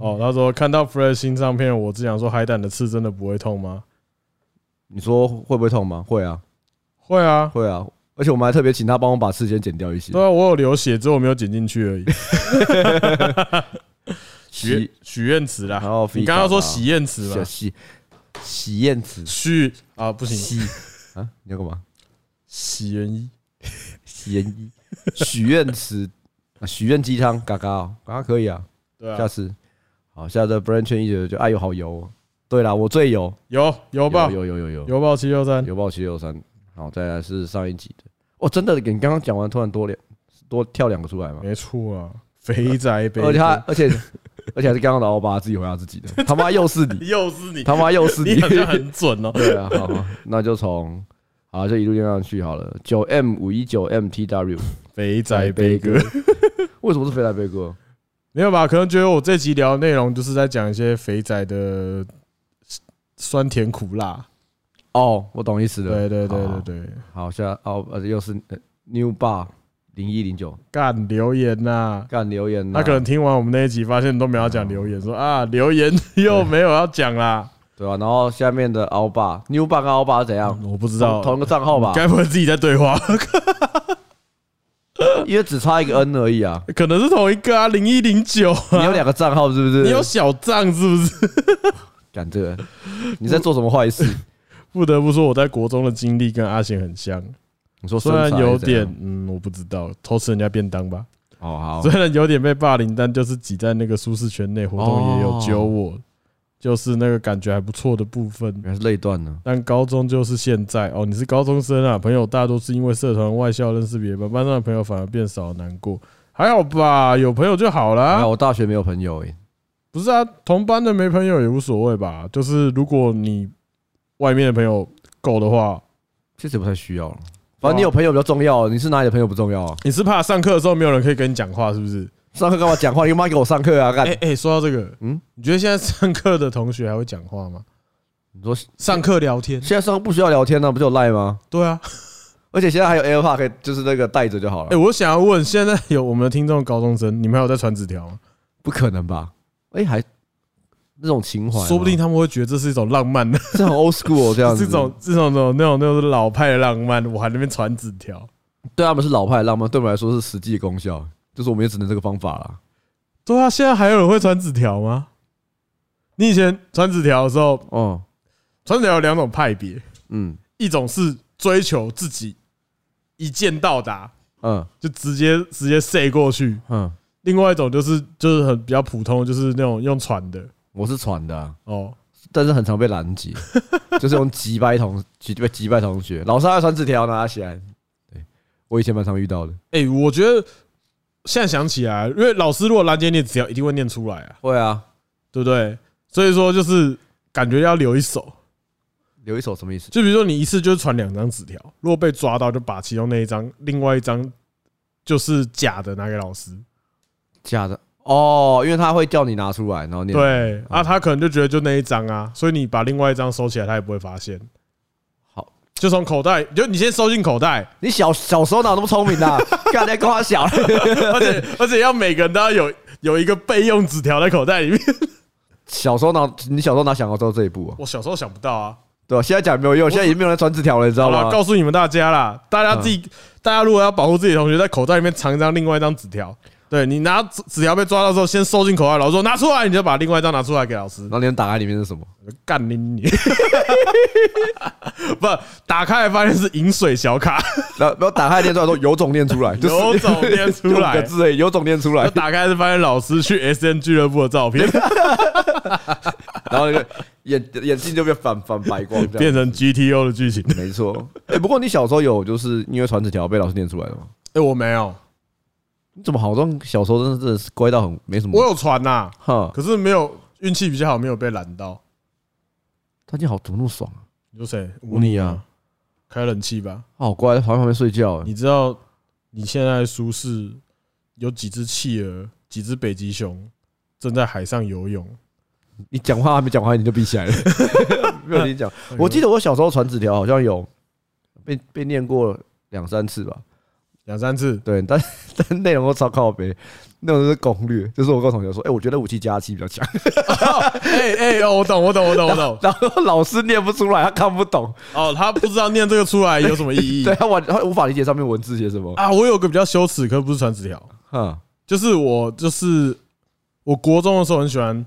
[SPEAKER 2] 哦，他说看到 Fred 新唱片，我只想说海胆的刺真的不会痛吗？
[SPEAKER 1] 你说会不会痛吗？会啊，
[SPEAKER 2] 会啊，
[SPEAKER 1] 会啊。而且我们还特别请他帮我把刺先剪掉一些
[SPEAKER 2] 对。啊，我有流血，只是我没有剪进 去而已。许愿
[SPEAKER 1] 喜
[SPEAKER 2] 许愿词啦
[SPEAKER 1] 然，后
[SPEAKER 2] 你刚刚说
[SPEAKER 1] 喜
[SPEAKER 2] 许愿词
[SPEAKER 1] 喜
[SPEAKER 2] 嘛？
[SPEAKER 1] 喜喜宴词
[SPEAKER 2] 许啊，不行，
[SPEAKER 1] 喜啊，你要干嘛？
[SPEAKER 2] 许愿一
[SPEAKER 1] 喜宴一 许愿词啊，许愿鸡汤，嘎嘎哦，嘎嘎可以啊。
[SPEAKER 2] 对
[SPEAKER 1] 下
[SPEAKER 2] 啊，
[SPEAKER 1] 次好，下次 Brand 圈一九就哎呦好油、哦。对啦，我最油，
[SPEAKER 2] 有有报
[SPEAKER 1] 有有有有
[SPEAKER 2] 有报七六三，
[SPEAKER 1] 油爆七六三。好，再来是上一集的。哦，真的，你刚刚讲完，突然多两多跳两个出来嘛？
[SPEAKER 2] 没错啊，肥宅杯，
[SPEAKER 1] 而且他，而且 而且还是刚刚的欧巴自己回答自己的，他妈又是 你，
[SPEAKER 2] 又是你，
[SPEAKER 1] 他妈又是
[SPEAKER 2] 你
[SPEAKER 1] 你
[SPEAKER 2] 好。像很准哦。
[SPEAKER 1] 对啊，好，那就从好就一路念上去好了。九 M 五一九 MTW
[SPEAKER 2] 肥宅杯哥，
[SPEAKER 1] 为什么是肥仔悲歌？
[SPEAKER 2] 没有吧？可能觉得我这集聊的内容就是在讲一些肥仔的酸甜苦辣。
[SPEAKER 1] 哦，我懂意思了。
[SPEAKER 2] 对对对
[SPEAKER 1] 好
[SPEAKER 2] 对对，
[SPEAKER 1] 好，现在哦，呃，又是呃 New Bar 零一零九
[SPEAKER 2] 干留言呐、
[SPEAKER 1] 干留言啊，
[SPEAKER 2] 他可能听完我们那一集，发现都没有要讲留言，说
[SPEAKER 1] 嗯
[SPEAKER 2] 啊留言又没有要讲啦。
[SPEAKER 1] 对吧、啊然后下面的 a 爸 New Bar 跟 a 爸是怎样？
[SPEAKER 2] 我不知
[SPEAKER 1] 同
[SPEAKER 2] 道，嗯
[SPEAKER 1] 同一个账号吧，
[SPEAKER 2] 该不会自己在对话？
[SPEAKER 1] 因为只差一个 N 而已 啊。
[SPEAKER 2] 可能是同一个啊，零一零九
[SPEAKER 1] 你
[SPEAKER 2] 啊
[SPEAKER 1] 有。两个账号是不是？
[SPEAKER 2] 你有小账是不是？
[SPEAKER 1] 干这个，你在做什么坏 事？
[SPEAKER 2] 不得不说，我在国中的经历跟阿贤很像，
[SPEAKER 1] 你说
[SPEAKER 2] 虽然
[SPEAKER 1] 身材是
[SPEAKER 2] 有
[SPEAKER 1] 怎样
[SPEAKER 2] 点嗯，我不知道偷吃人家便当吧，
[SPEAKER 1] 哦好
[SPEAKER 2] 虽然有点被霸凌，但就是挤在那个舒适圈内，活动也有揪我，就是那个感觉还不错的部分。
[SPEAKER 1] 原来是累断了。
[SPEAKER 2] 但高中就是现在哦，你是高中生啊，朋友大多是因为社团外校认识别人，班上的朋友反而变少，难过。还好吧，有朋友就好
[SPEAKER 1] 哎，
[SPEAKER 2] 啦。
[SPEAKER 1] 我大学没有朋友哎、
[SPEAKER 2] 不是啊，同班的没朋友也无所谓吧。就是如果你外面的朋友够的话，
[SPEAKER 1] 其实也不太需要
[SPEAKER 2] 哦
[SPEAKER 1] 了。反正你有朋友比较重要，啊你是哪里的朋友不重要 啊？
[SPEAKER 2] 你是怕上课的时候没有人可以跟你讲话，是不是？
[SPEAKER 1] 上课干嘛讲话？你妈给我上课啊！干
[SPEAKER 2] 哎，哎，说到这个，嗯
[SPEAKER 1] 嗯，
[SPEAKER 2] 你觉得现在上课的同学还会讲话吗？
[SPEAKER 1] 你说现
[SPEAKER 2] 上课聊天，
[SPEAKER 1] 在上课不需要聊天呢、不就有赖吗？
[SPEAKER 2] 对啊，
[SPEAKER 1] 而且现在还有 AirPod 可以，就是那个带着就好
[SPEAKER 2] 哎、
[SPEAKER 1] 了。
[SPEAKER 2] 我想要问，现在有我们的听众高中生，你们还有在传纸条吗？
[SPEAKER 1] 不可能吧？哎，还那种情怀吗，
[SPEAKER 2] 说不定他们会觉得这是一种浪漫的，
[SPEAKER 1] 这很 old school 哦啊这样子。
[SPEAKER 2] 这种这种那种那种那种老派的浪漫，我还在那边传纸条。
[SPEAKER 1] 对他们是老派的浪漫，对我们来说是实际的功效，就是我们也只能这个方法啦。
[SPEAKER 2] 对啊，现在还有人会传纸条吗？你以前传纸条的时候，
[SPEAKER 1] 哦，
[SPEAKER 2] 传纸条有两种派别，
[SPEAKER 1] 嗯
[SPEAKER 2] 一种是追求自己一键到达，
[SPEAKER 1] 嗯
[SPEAKER 2] 就直接直接塞过去；
[SPEAKER 1] 嗯，
[SPEAKER 2] 另外一种就是就是很比较普通，就是那种用传的
[SPEAKER 1] 我是传的啊、
[SPEAKER 2] 哦。
[SPEAKER 1] 但是很常被拦截， 就是用击败同击被击败同学，老师还传纸条拿起来。对我以前蛮常遇到的。
[SPEAKER 2] 哎、我觉得现在想起来，因为老师如果拦截你，只要一定会念出来啊，
[SPEAKER 1] 会啊，
[SPEAKER 2] 对不对？所以说就是感觉要留一手，
[SPEAKER 1] 留一手什么意思？
[SPEAKER 2] 就比如说你一次就是传两张纸条，如果被抓到就把其中那一张，另外一张就是假的拿给老师。
[SPEAKER 1] 假的哦，因为他会叫你拿出来，然后念。，
[SPEAKER 2] 对啊，
[SPEAKER 1] 嗯
[SPEAKER 2] 他可能就觉得就那一张啊，所以你把另外一张收起来，他也不会发现。
[SPEAKER 1] 好，
[SPEAKER 2] 就从口袋，就你先收进口袋，
[SPEAKER 1] 你小小时候哪有那么聪明啊？干在夸小，
[SPEAKER 2] 而且而且要每个人都要有有一个备用纸条在口袋里面。
[SPEAKER 1] 小时候哪你小时候哪想到做这一步啊？
[SPEAKER 2] 我小时候想不到啊，
[SPEAKER 1] 对吧、现在讲没有用，现在已经没有人传纸条了，你知道
[SPEAKER 2] 好嗯了，
[SPEAKER 1] 吗？
[SPEAKER 2] 告诉你们大家啦，大家自己，大家如果要保护自己的同学，在口袋里面藏一张另外一张纸条。对你拿纸纸条被抓到之后，先收进口袋，老师说拿出来，你就把另外一张拿出来给老师
[SPEAKER 1] 然，后连打开里面是什么？
[SPEAKER 2] 干你你！ 不，打开来发现是饮水小 卡，
[SPEAKER 1] 然后然后打开念出来说有种念出来，就是
[SPEAKER 2] 有种念出来
[SPEAKER 1] 六个字而已有种念出来
[SPEAKER 2] 就，打开是发现老师去 S N 俱乐部的照 片，
[SPEAKER 1] 然后那个眼眼睛就变反反白光这
[SPEAKER 2] 变
[SPEAKER 1] 样。
[SPEAKER 2] 成 G T O 的剧情。
[SPEAKER 1] 没错，哎，不过你小时候有就是因为传纸条被老师念出来的吗？
[SPEAKER 2] 哎，我没有，
[SPEAKER 1] 你怎么好像小时候真的真的是乖到很没什
[SPEAKER 2] 我
[SPEAKER 1] 么？
[SPEAKER 2] 有传呐，
[SPEAKER 1] 哈，
[SPEAKER 2] 可是没有运气比较好，没有被拦到。
[SPEAKER 1] 他今天好怎么那么爽啊？
[SPEAKER 2] 你说谁？
[SPEAKER 1] 吴尼啊，
[SPEAKER 2] 开冷气吧。
[SPEAKER 1] 好哦乖，在旁边旁边睡觉欸。
[SPEAKER 2] 你知道你现在的舒适有几只企鹅、几只北极熊正在海上游泳？
[SPEAKER 1] 你讲话还没讲完你就闭起来 了，没有你讲。我记
[SPEAKER 2] 得
[SPEAKER 1] 得我小时候传纸条好像有被被念过两三次吧，
[SPEAKER 2] 两三次，
[SPEAKER 1] 对，但但内容都超靠背，内容都是攻略，就是我跟我同学说，哎、我觉得武器加七比较强，
[SPEAKER 2] 哎哎哦，我懂，我懂，我懂，我懂。
[SPEAKER 1] 然后老师念不出来，他看不懂，
[SPEAKER 2] 哦，他不知道念这个出来有什么意义
[SPEAKER 1] 对他完他无法理解上面文字写什么，
[SPEAKER 2] 啊？我有个比较羞耻，可不是传纸条，
[SPEAKER 1] 哼，
[SPEAKER 2] 就是我就是我国中的时候很喜欢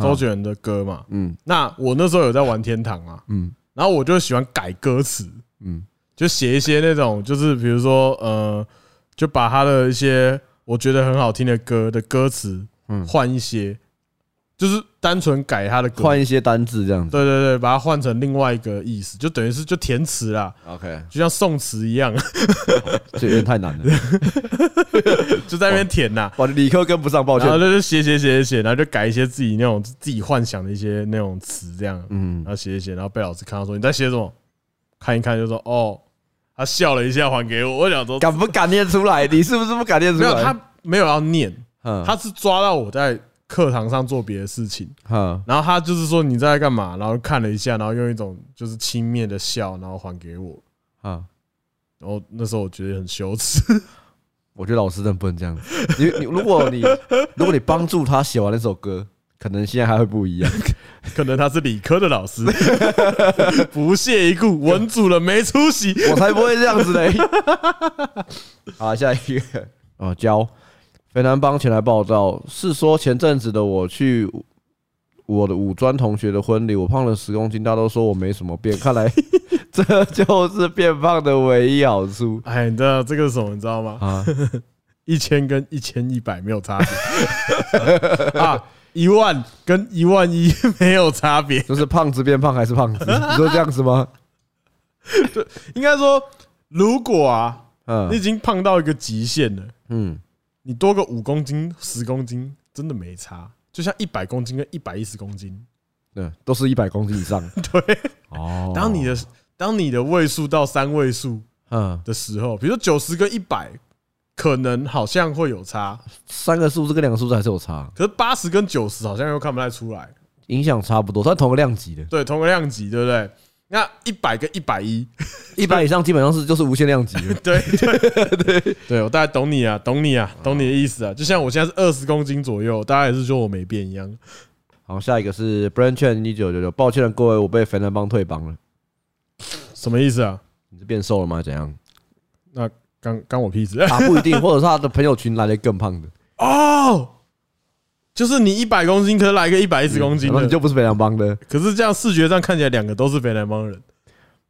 [SPEAKER 2] 周杰伦的歌嘛，
[SPEAKER 1] 嗯
[SPEAKER 2] 那我那时候有在玩天堂嘛，
[SPEAKER 1] 嗯
[SPEAKER 2] 然后我就喜欢改歌词，
[SPEAKER 1] 嗯，
[SPEAKER 2] 就写一些那种，就是比如说，呃，就把他的一些我觉得很好听的歌的歌词，
[SPEAKER 1] 嗯
[SPEAKER 2] 换一些，就是单纯改他的歌，
[SPEAKER 1] 换一些单字这样子
[SPEAKER 2] 对对对，把它换成另外一个意思，就等于是就填词啦，
[SPEAKER 1] ，OK，
[SPEAKER 2] 就像宋词一样，
[SPEAKER 1] 这有点太难了，
[SPEAKER 2] 就在那边填呐，
[SPEAKER 1] 哇，理科跟不上，抱歉
[SPEAKER 2] 然后，就就写写写写写，然后就改一些自己那种自己幻想的一些那种词这样，
[SPEAKER 1] 嗯
[SPEAKER 2] 然，后写一写，然后被老师看到说你在写什么，看一看就说哦，他笑了一下还给我，我想说
[SPEAKER 1] 敢不敢念出来？你是不是不敢念出
[SPEAKER 2] 没有
[SPEAKER 1] 来
[SPEAKER 2] 他？没有要念，
[SPEAKER 1] 哼
[SPEAKER 2] 他是抓到我在课堂上做别的事情，
[SPEAKER 1] 哼，
[SPEAKER 2] 然后他就是说你在干嘛，然后看了一下，然后用一种就是轻蔑的笑，然后还给我。
[SPEAKER 1] 哼，
[SPEAKER 2] 然后那时候我觉得很羞耻，
[SPEAKER 1] 我觉得老师真的不能这样子。你你如果你如果你帮助他写完那首歌，可能现在还会不一样。
[SPEAKER 2] 可能他是理科的 老师，不屑一顾，文组了没出息。
[SPEAKER 1] 我才不会这样子嘞。 好，下一个哦，教肥南帮前来报道，是说前阵子的我去我的五专同学的婚礼，我胖了十公斤，大家都说我没什么变，看来 这就是变胖的唯一好处
[SPEAKER 2] 哎，你知道这个是什么？你知道吗？
[SPEAKER 1] 啊。
[SPEAKER 2] 一千跟一千一百没有差别 啊，一万跟一万一 没有差别。
[SPEAKER 1] 就是胖子变胖还是胖子，你说这样子吗？
[SPEAKER 2] 应该说，如果啊，你已
[SPEAKER 1] 嗯
[SPEAKER 2] 经胖到一个极限了，
[SPEAKER 1] 嗯，
[SPEAKER 2] 你多个五公斤、十公斤，真的没差。就像一百公斤跟一百一十公斤，
[SPEAKER 1] 对，都是一百公斤以上。
[SPEAKER 2] 对，
[SPEAKER 1] 哦，
[SPEAKER 2] 当你的当你的位数到三位数
[SPEAKER 1] 嗯
[SPEAKER 2] 的时候，比如说九十跟一百，可能好像会有差，
[SPEAKER 1] 三个数字跟两个数字还是有差，
[SPEAKER 2] 可是八十跟九十好像又看不太出来。
[SPEAKER 1] 影响差不多，算同个量级的。
[SPEAKER 2] 对，同个量级，对不对？那一百跟一百一，
[SPEAKER 1] 一百以上基本上是就是无限量级了。
[SPEAKER 2] 对对对，对我大概懂你啊，懂你啊，懂你的意思啊。就像我现在是二十公斤左右，大家也是说我没变一样。
[SPEAKER 1] 好，下一个是 Brand Chen 一九九九，抱歉了各位，我被肥南帮退帮了。
[SPEAKER 2] 什么意思啊？
[SPEAKER 1] 你是变瘦了吗？还是怎样？
[SPEAKER 2] 干干我屁事
[SPEAKER 1] 啊，不一定，或者是他的朋友群来了更胖的，
[SPEAKER 2] 哦！就是你一百公斤，可是来个一百一十公斤
[SPEAKER 1] 嗯然后
[SPEAKER 2] 的
[SPEAKER 1] 你，就不是肥南帮的。
[SPEAKER 2] 可是这样视觉上看起来两个都是肥南帮人，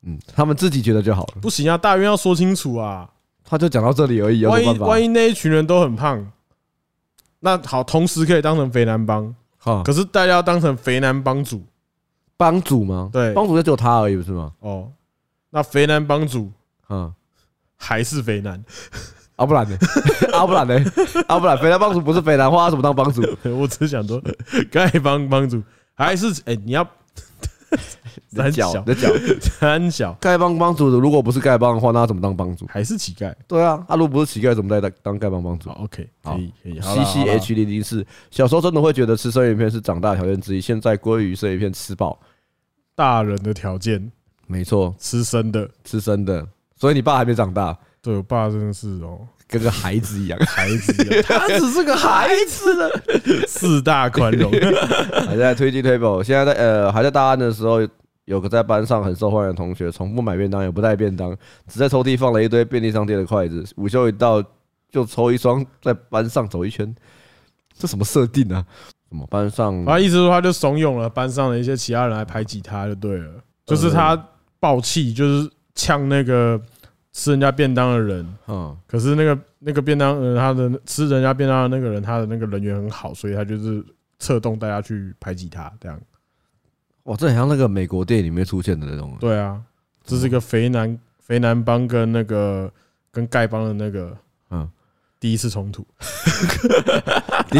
[SPEAKER 1] 嗯，他们自己觉得就好了。
[SPEAKER 2] 不行啊！大冤要说清楚啊！
[SPEAKER 1] 他就讲到这里而已，有
[SPEAKER 2] 万
[SPEAKER 1] 什
[SPEAKER 2] 一
[SPEAKER 1] 么办
[SPEAKER 2] 万一那一群人都很胖，那好，同时可以当成肥南帮，
[SPEAKER 1] 法？哈，
[SPEAKER 2] 可是大家要当成肥南帮主
[SPEAKER 1] 帮主吗？
[SPEAKER 2] 对
[SPEAKER 1] 帮主就只有他而已，不是吗？
[SPEAKER 2] 哦。那肥南帮主
[SPEAKER 1] 嗯，
[SPEAKER 2] 还是肥南，
[SPEAKER 1] 啊不然呢？ 啊不然呢？啊不然，肥南帮主不是肥南花，他怎么当帮主？
[SPEAKER 2] 我只想说，丐帮帮主还是哎、你 要
[SPEAKER 1] 你的
[SPEAKER 2] 三
[SPEAKER 1] 脚，
[SPEAKER 2] 小
[SPEAKER 1] 你的脚。
[SPEAKER 2] 三小
[SPEAKER 1] 丐帮帮主如果不是丐帮的话，那他怎么当帮主？
[SPEAKER 2] 还是乞丐？
[SPEAKER 1] 对啊，他如果不是乞丐，怎么在当丐帮帮主
[SPEAKER 2] 好？，OK，
[SPEAKER 1] 好
[SPEAKER 2] 可以可以。好啦
[SPEAKER 1] C C H 零零四，小时候真的会觉得吃生鱼片是长大的条件之一，现在鲑鱼生鱼片吃饱，
[SPEAKER 2] 大人的条件，
[SPEAKER 1] 没错，
[SPEAKER 2] 吃生的。
[SPEAKER 1] 吃生的，所以你爸还没长大，
[SPEAKER 2] 对我爸真的是哦，
[SPEAKER 1] 跟个孩子一样，
[SPEAKER 2] 孩子一样，
[SPEAKER 1] 他只是个孩子了。
[SPEAKER 2] 四大宽容。
[SPEAKER 1] 还在推进推保，现在在呃还在大安的时候，有个在班上很受欢迎的同学，从不买便当，也不带便当，只在抽屉放了一堆便利商店的筷子，午休一到就抽一双，在班上走一圈，这什么设定啊？什么班上
[SPEAKER 2] 他意思说他就怂恿了班上的一些其他人来排挤他，就对了，就是他暴气，就是呛那个吃人家便当的人。
[SPEAKER 1] 嗯
[SPEAKER 2] 可是那个那个便当人，他的吃人家便当的那个人，他的那个人缘很好，所以他就是策动大家去排挤他，这样。
[SPEAKER 1] 哇，这很像那个美国电影里面出现的那种
[SPEAKER 2] 对啊，这是一个肥男肥男帮跟那个跟丐帮的那个
[SPEAKER 1] 嗯
[SPEAKER 2] 第一次冲突，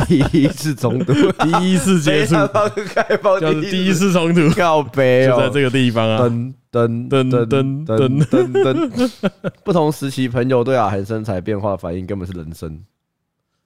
[SPEAKER 1] 第一次中 毒
[SPEAKER 2] 第一次 接触
[SPEAKER 1] 非常棒开放
[SPEAKER 2] 叫是第一次冲突，
[SPEAKER 1] 告白
[SPEAKER 2] 就
[SPEAKER 1] 哦，
[SPEAKER 2] 在这个地方啊。
[SPEAKER 1] 噔噔噔
[SPEAKER 2] 噔
[SPEAKER 1] 噔
[SPEAKER 2] 噔噔
[SPEAKER 1] 噔噔噔，不同时期朋友对阿恒身材变化的反应根本是人生，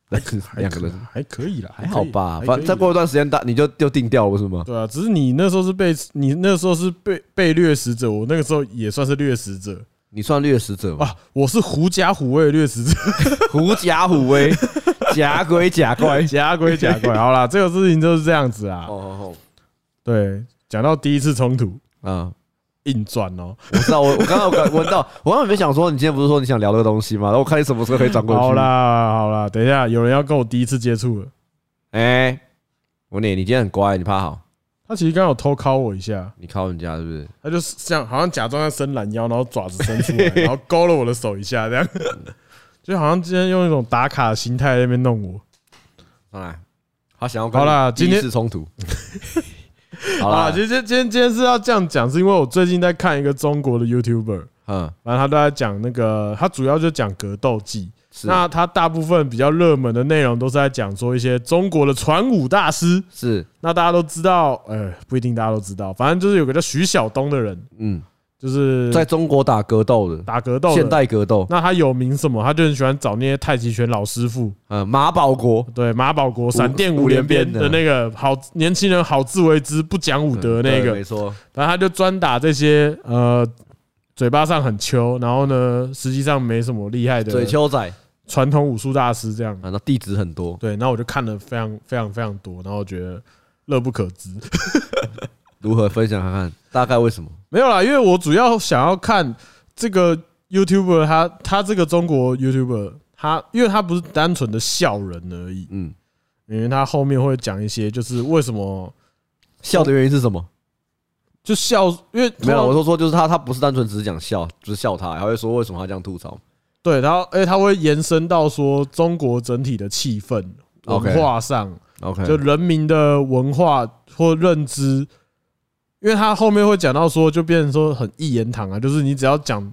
[SPEAKER 1] 那是哎两个人
[SPEAKER 2] 还可以啦，
[SPEAKER 1] 还好吧？
[SPEAKER 2] 还可以
[SPEAKER 1] 反正再过一段时间大你就就定掉了，不是吗？
[SPEAKER 2] 对啊，只是你那时候是被你那时候是被被掠食者，我那个时候也算是掠食者
[SPEAKER 1] 你算掠食者吗？
[SPEAKER 2] 啊，我是狐假虎威的掠食者，
[SPEAKER 1] 狐假虎威， 假鬼假怪。
[SPEAKER 2] 假鬼假怪。好啦，这个事情就是这样子啊
[SPEAKER 1] 哦。哦
[SPEAKER 2] 对，讲到第一次冲突，
[SPEAKER 1] 哦，啊！
[SPEAKER 2] 硬转哦。
[SPEAKER 1] 我知道，我我刚刚有感闻到，我刚刚没想说，你今天不是说你想聊这个东西吗？然后我看你什么时候可以转过去。
[SPEAKER 2] 好，啦好啦，等一下有人要跟我第一次接触了，
[SPEAKER 1] 哎，我你你今天很乖，你怕好，
[SPEAKER 2] 他其实刚好偷敲我一下，
[SPEAKER 1] 你靠人家是不是？
[SPEAKER 2] 他就是这样，好像假装在伸懒腰，然后爪子伸出来， 然后勾了我的手一下，这样，就好像今天用一种打卡的心态在那边弄我。
[SPEAKER 1] 上来，他想要跟
[SPEAKER 2] 好啦
[SPEAKER 1] 你第一
[SPEAKER 2] 今天
[SPEAKER 1] 次冲 突。好
[SPEAKER 2] 啊，
[SPEAKER 1] 啦，
[SPEAKER 2] 其实今天今天是要这样讲，是因为我最近在看一个中国的 YouTuber，
[SPEAKER 1] 嗯，
[SPEAKER 2] 然后他都在讲那个，他主要就讲格斗技。
[SPEAKER 1] 是
[SPEAKER 2] 那他大部分比较热门的内容都是在讲说一些中国的传武大师。
[SPEAKER 1] 是，
[SPEAKER 2] 那大家都知道，呃，不一定大家都知道，反正就是有个叫徐晓东的人，
[SPEAKER 1] 嗯，
[SPEAKER 2] 就是
[SPEAKER 1] 在中国打格斗的，
[SPEAKER 2] 打格斗
[SPEAKER 1] 现
[SPEAKER 2] 的。
[SPEAKER 1] 代格斗，
[SPEAKER 2] 那他有名什么？他就很喜欢找那些太极拳老师傅，
[SPEAKER 1] 呃，马保国
[SPEAKER 2] 对马保国闪电
[SPEAKER 1] 五
[SPEAKER 2] 五连
[SPEAKER 1] 连
[SPEAKER 2] 鞭
[SPEAKER 1] 鞭
[SPEAKER 2] 的
[SPEAKER 1] 的
[SPEAKER 2] 那个好年轻人好自为之，不讲武德
[SPEAKER 1] 嗯
[SPEAKER 2] 那
[SPEAKER 1] 对
[SPEAKER 2] 个
[SPEAKER 1] 没。错，
[SPEAKER 2] 然后他就专打这些呃，嘴巴上很秋，然后呢，实际上没什么厉害
[SPEAKER 1] 嘴
[SPEAKER 2] 的
[SPEAKER 1] 丘仔，
[SPEAKER 2] 传统武术大师这样。
[SPEAKER 1] 啊，那地址很多，
[SPEAKER 2] 对，然后我就看了非常非常非常多，然后觉得乐不可支。
[SPEAKER 1] 如何分享看看？大概为什么？
[SPEAKER 2] 没有啦，因为我主要想要看这个 YouTuber，他他这个中国 YouTuber，他因为他不是单纯的笑人而已，
[SPEAKER 1] 嗯，
[SPEAKER 2] 因为他后面会讲一些就是为什么
[SPEAKER 1] 笑的原因是什么？
[SPEAKER 2] 就笑，因为
[SPEAKER 1] 没有，我
[SPEAKER 2] 说
[SPEAKER 1] 说说就是他，他不是单纯只是讲笑，只是笑他，还会说为什么他这样吐槽。
[SPEAKER 2] 对，然后哎，他会延伸到说中国整体的气氛、
[SPEAKER 1] OK
[SPEAKER 2] 文化上。
[SPEAKER 1] OK，
[SPEAKER 2] 就人民的文化或认知，因为他后面会讲到说，就变成说很一言堂啊，就是你只要讲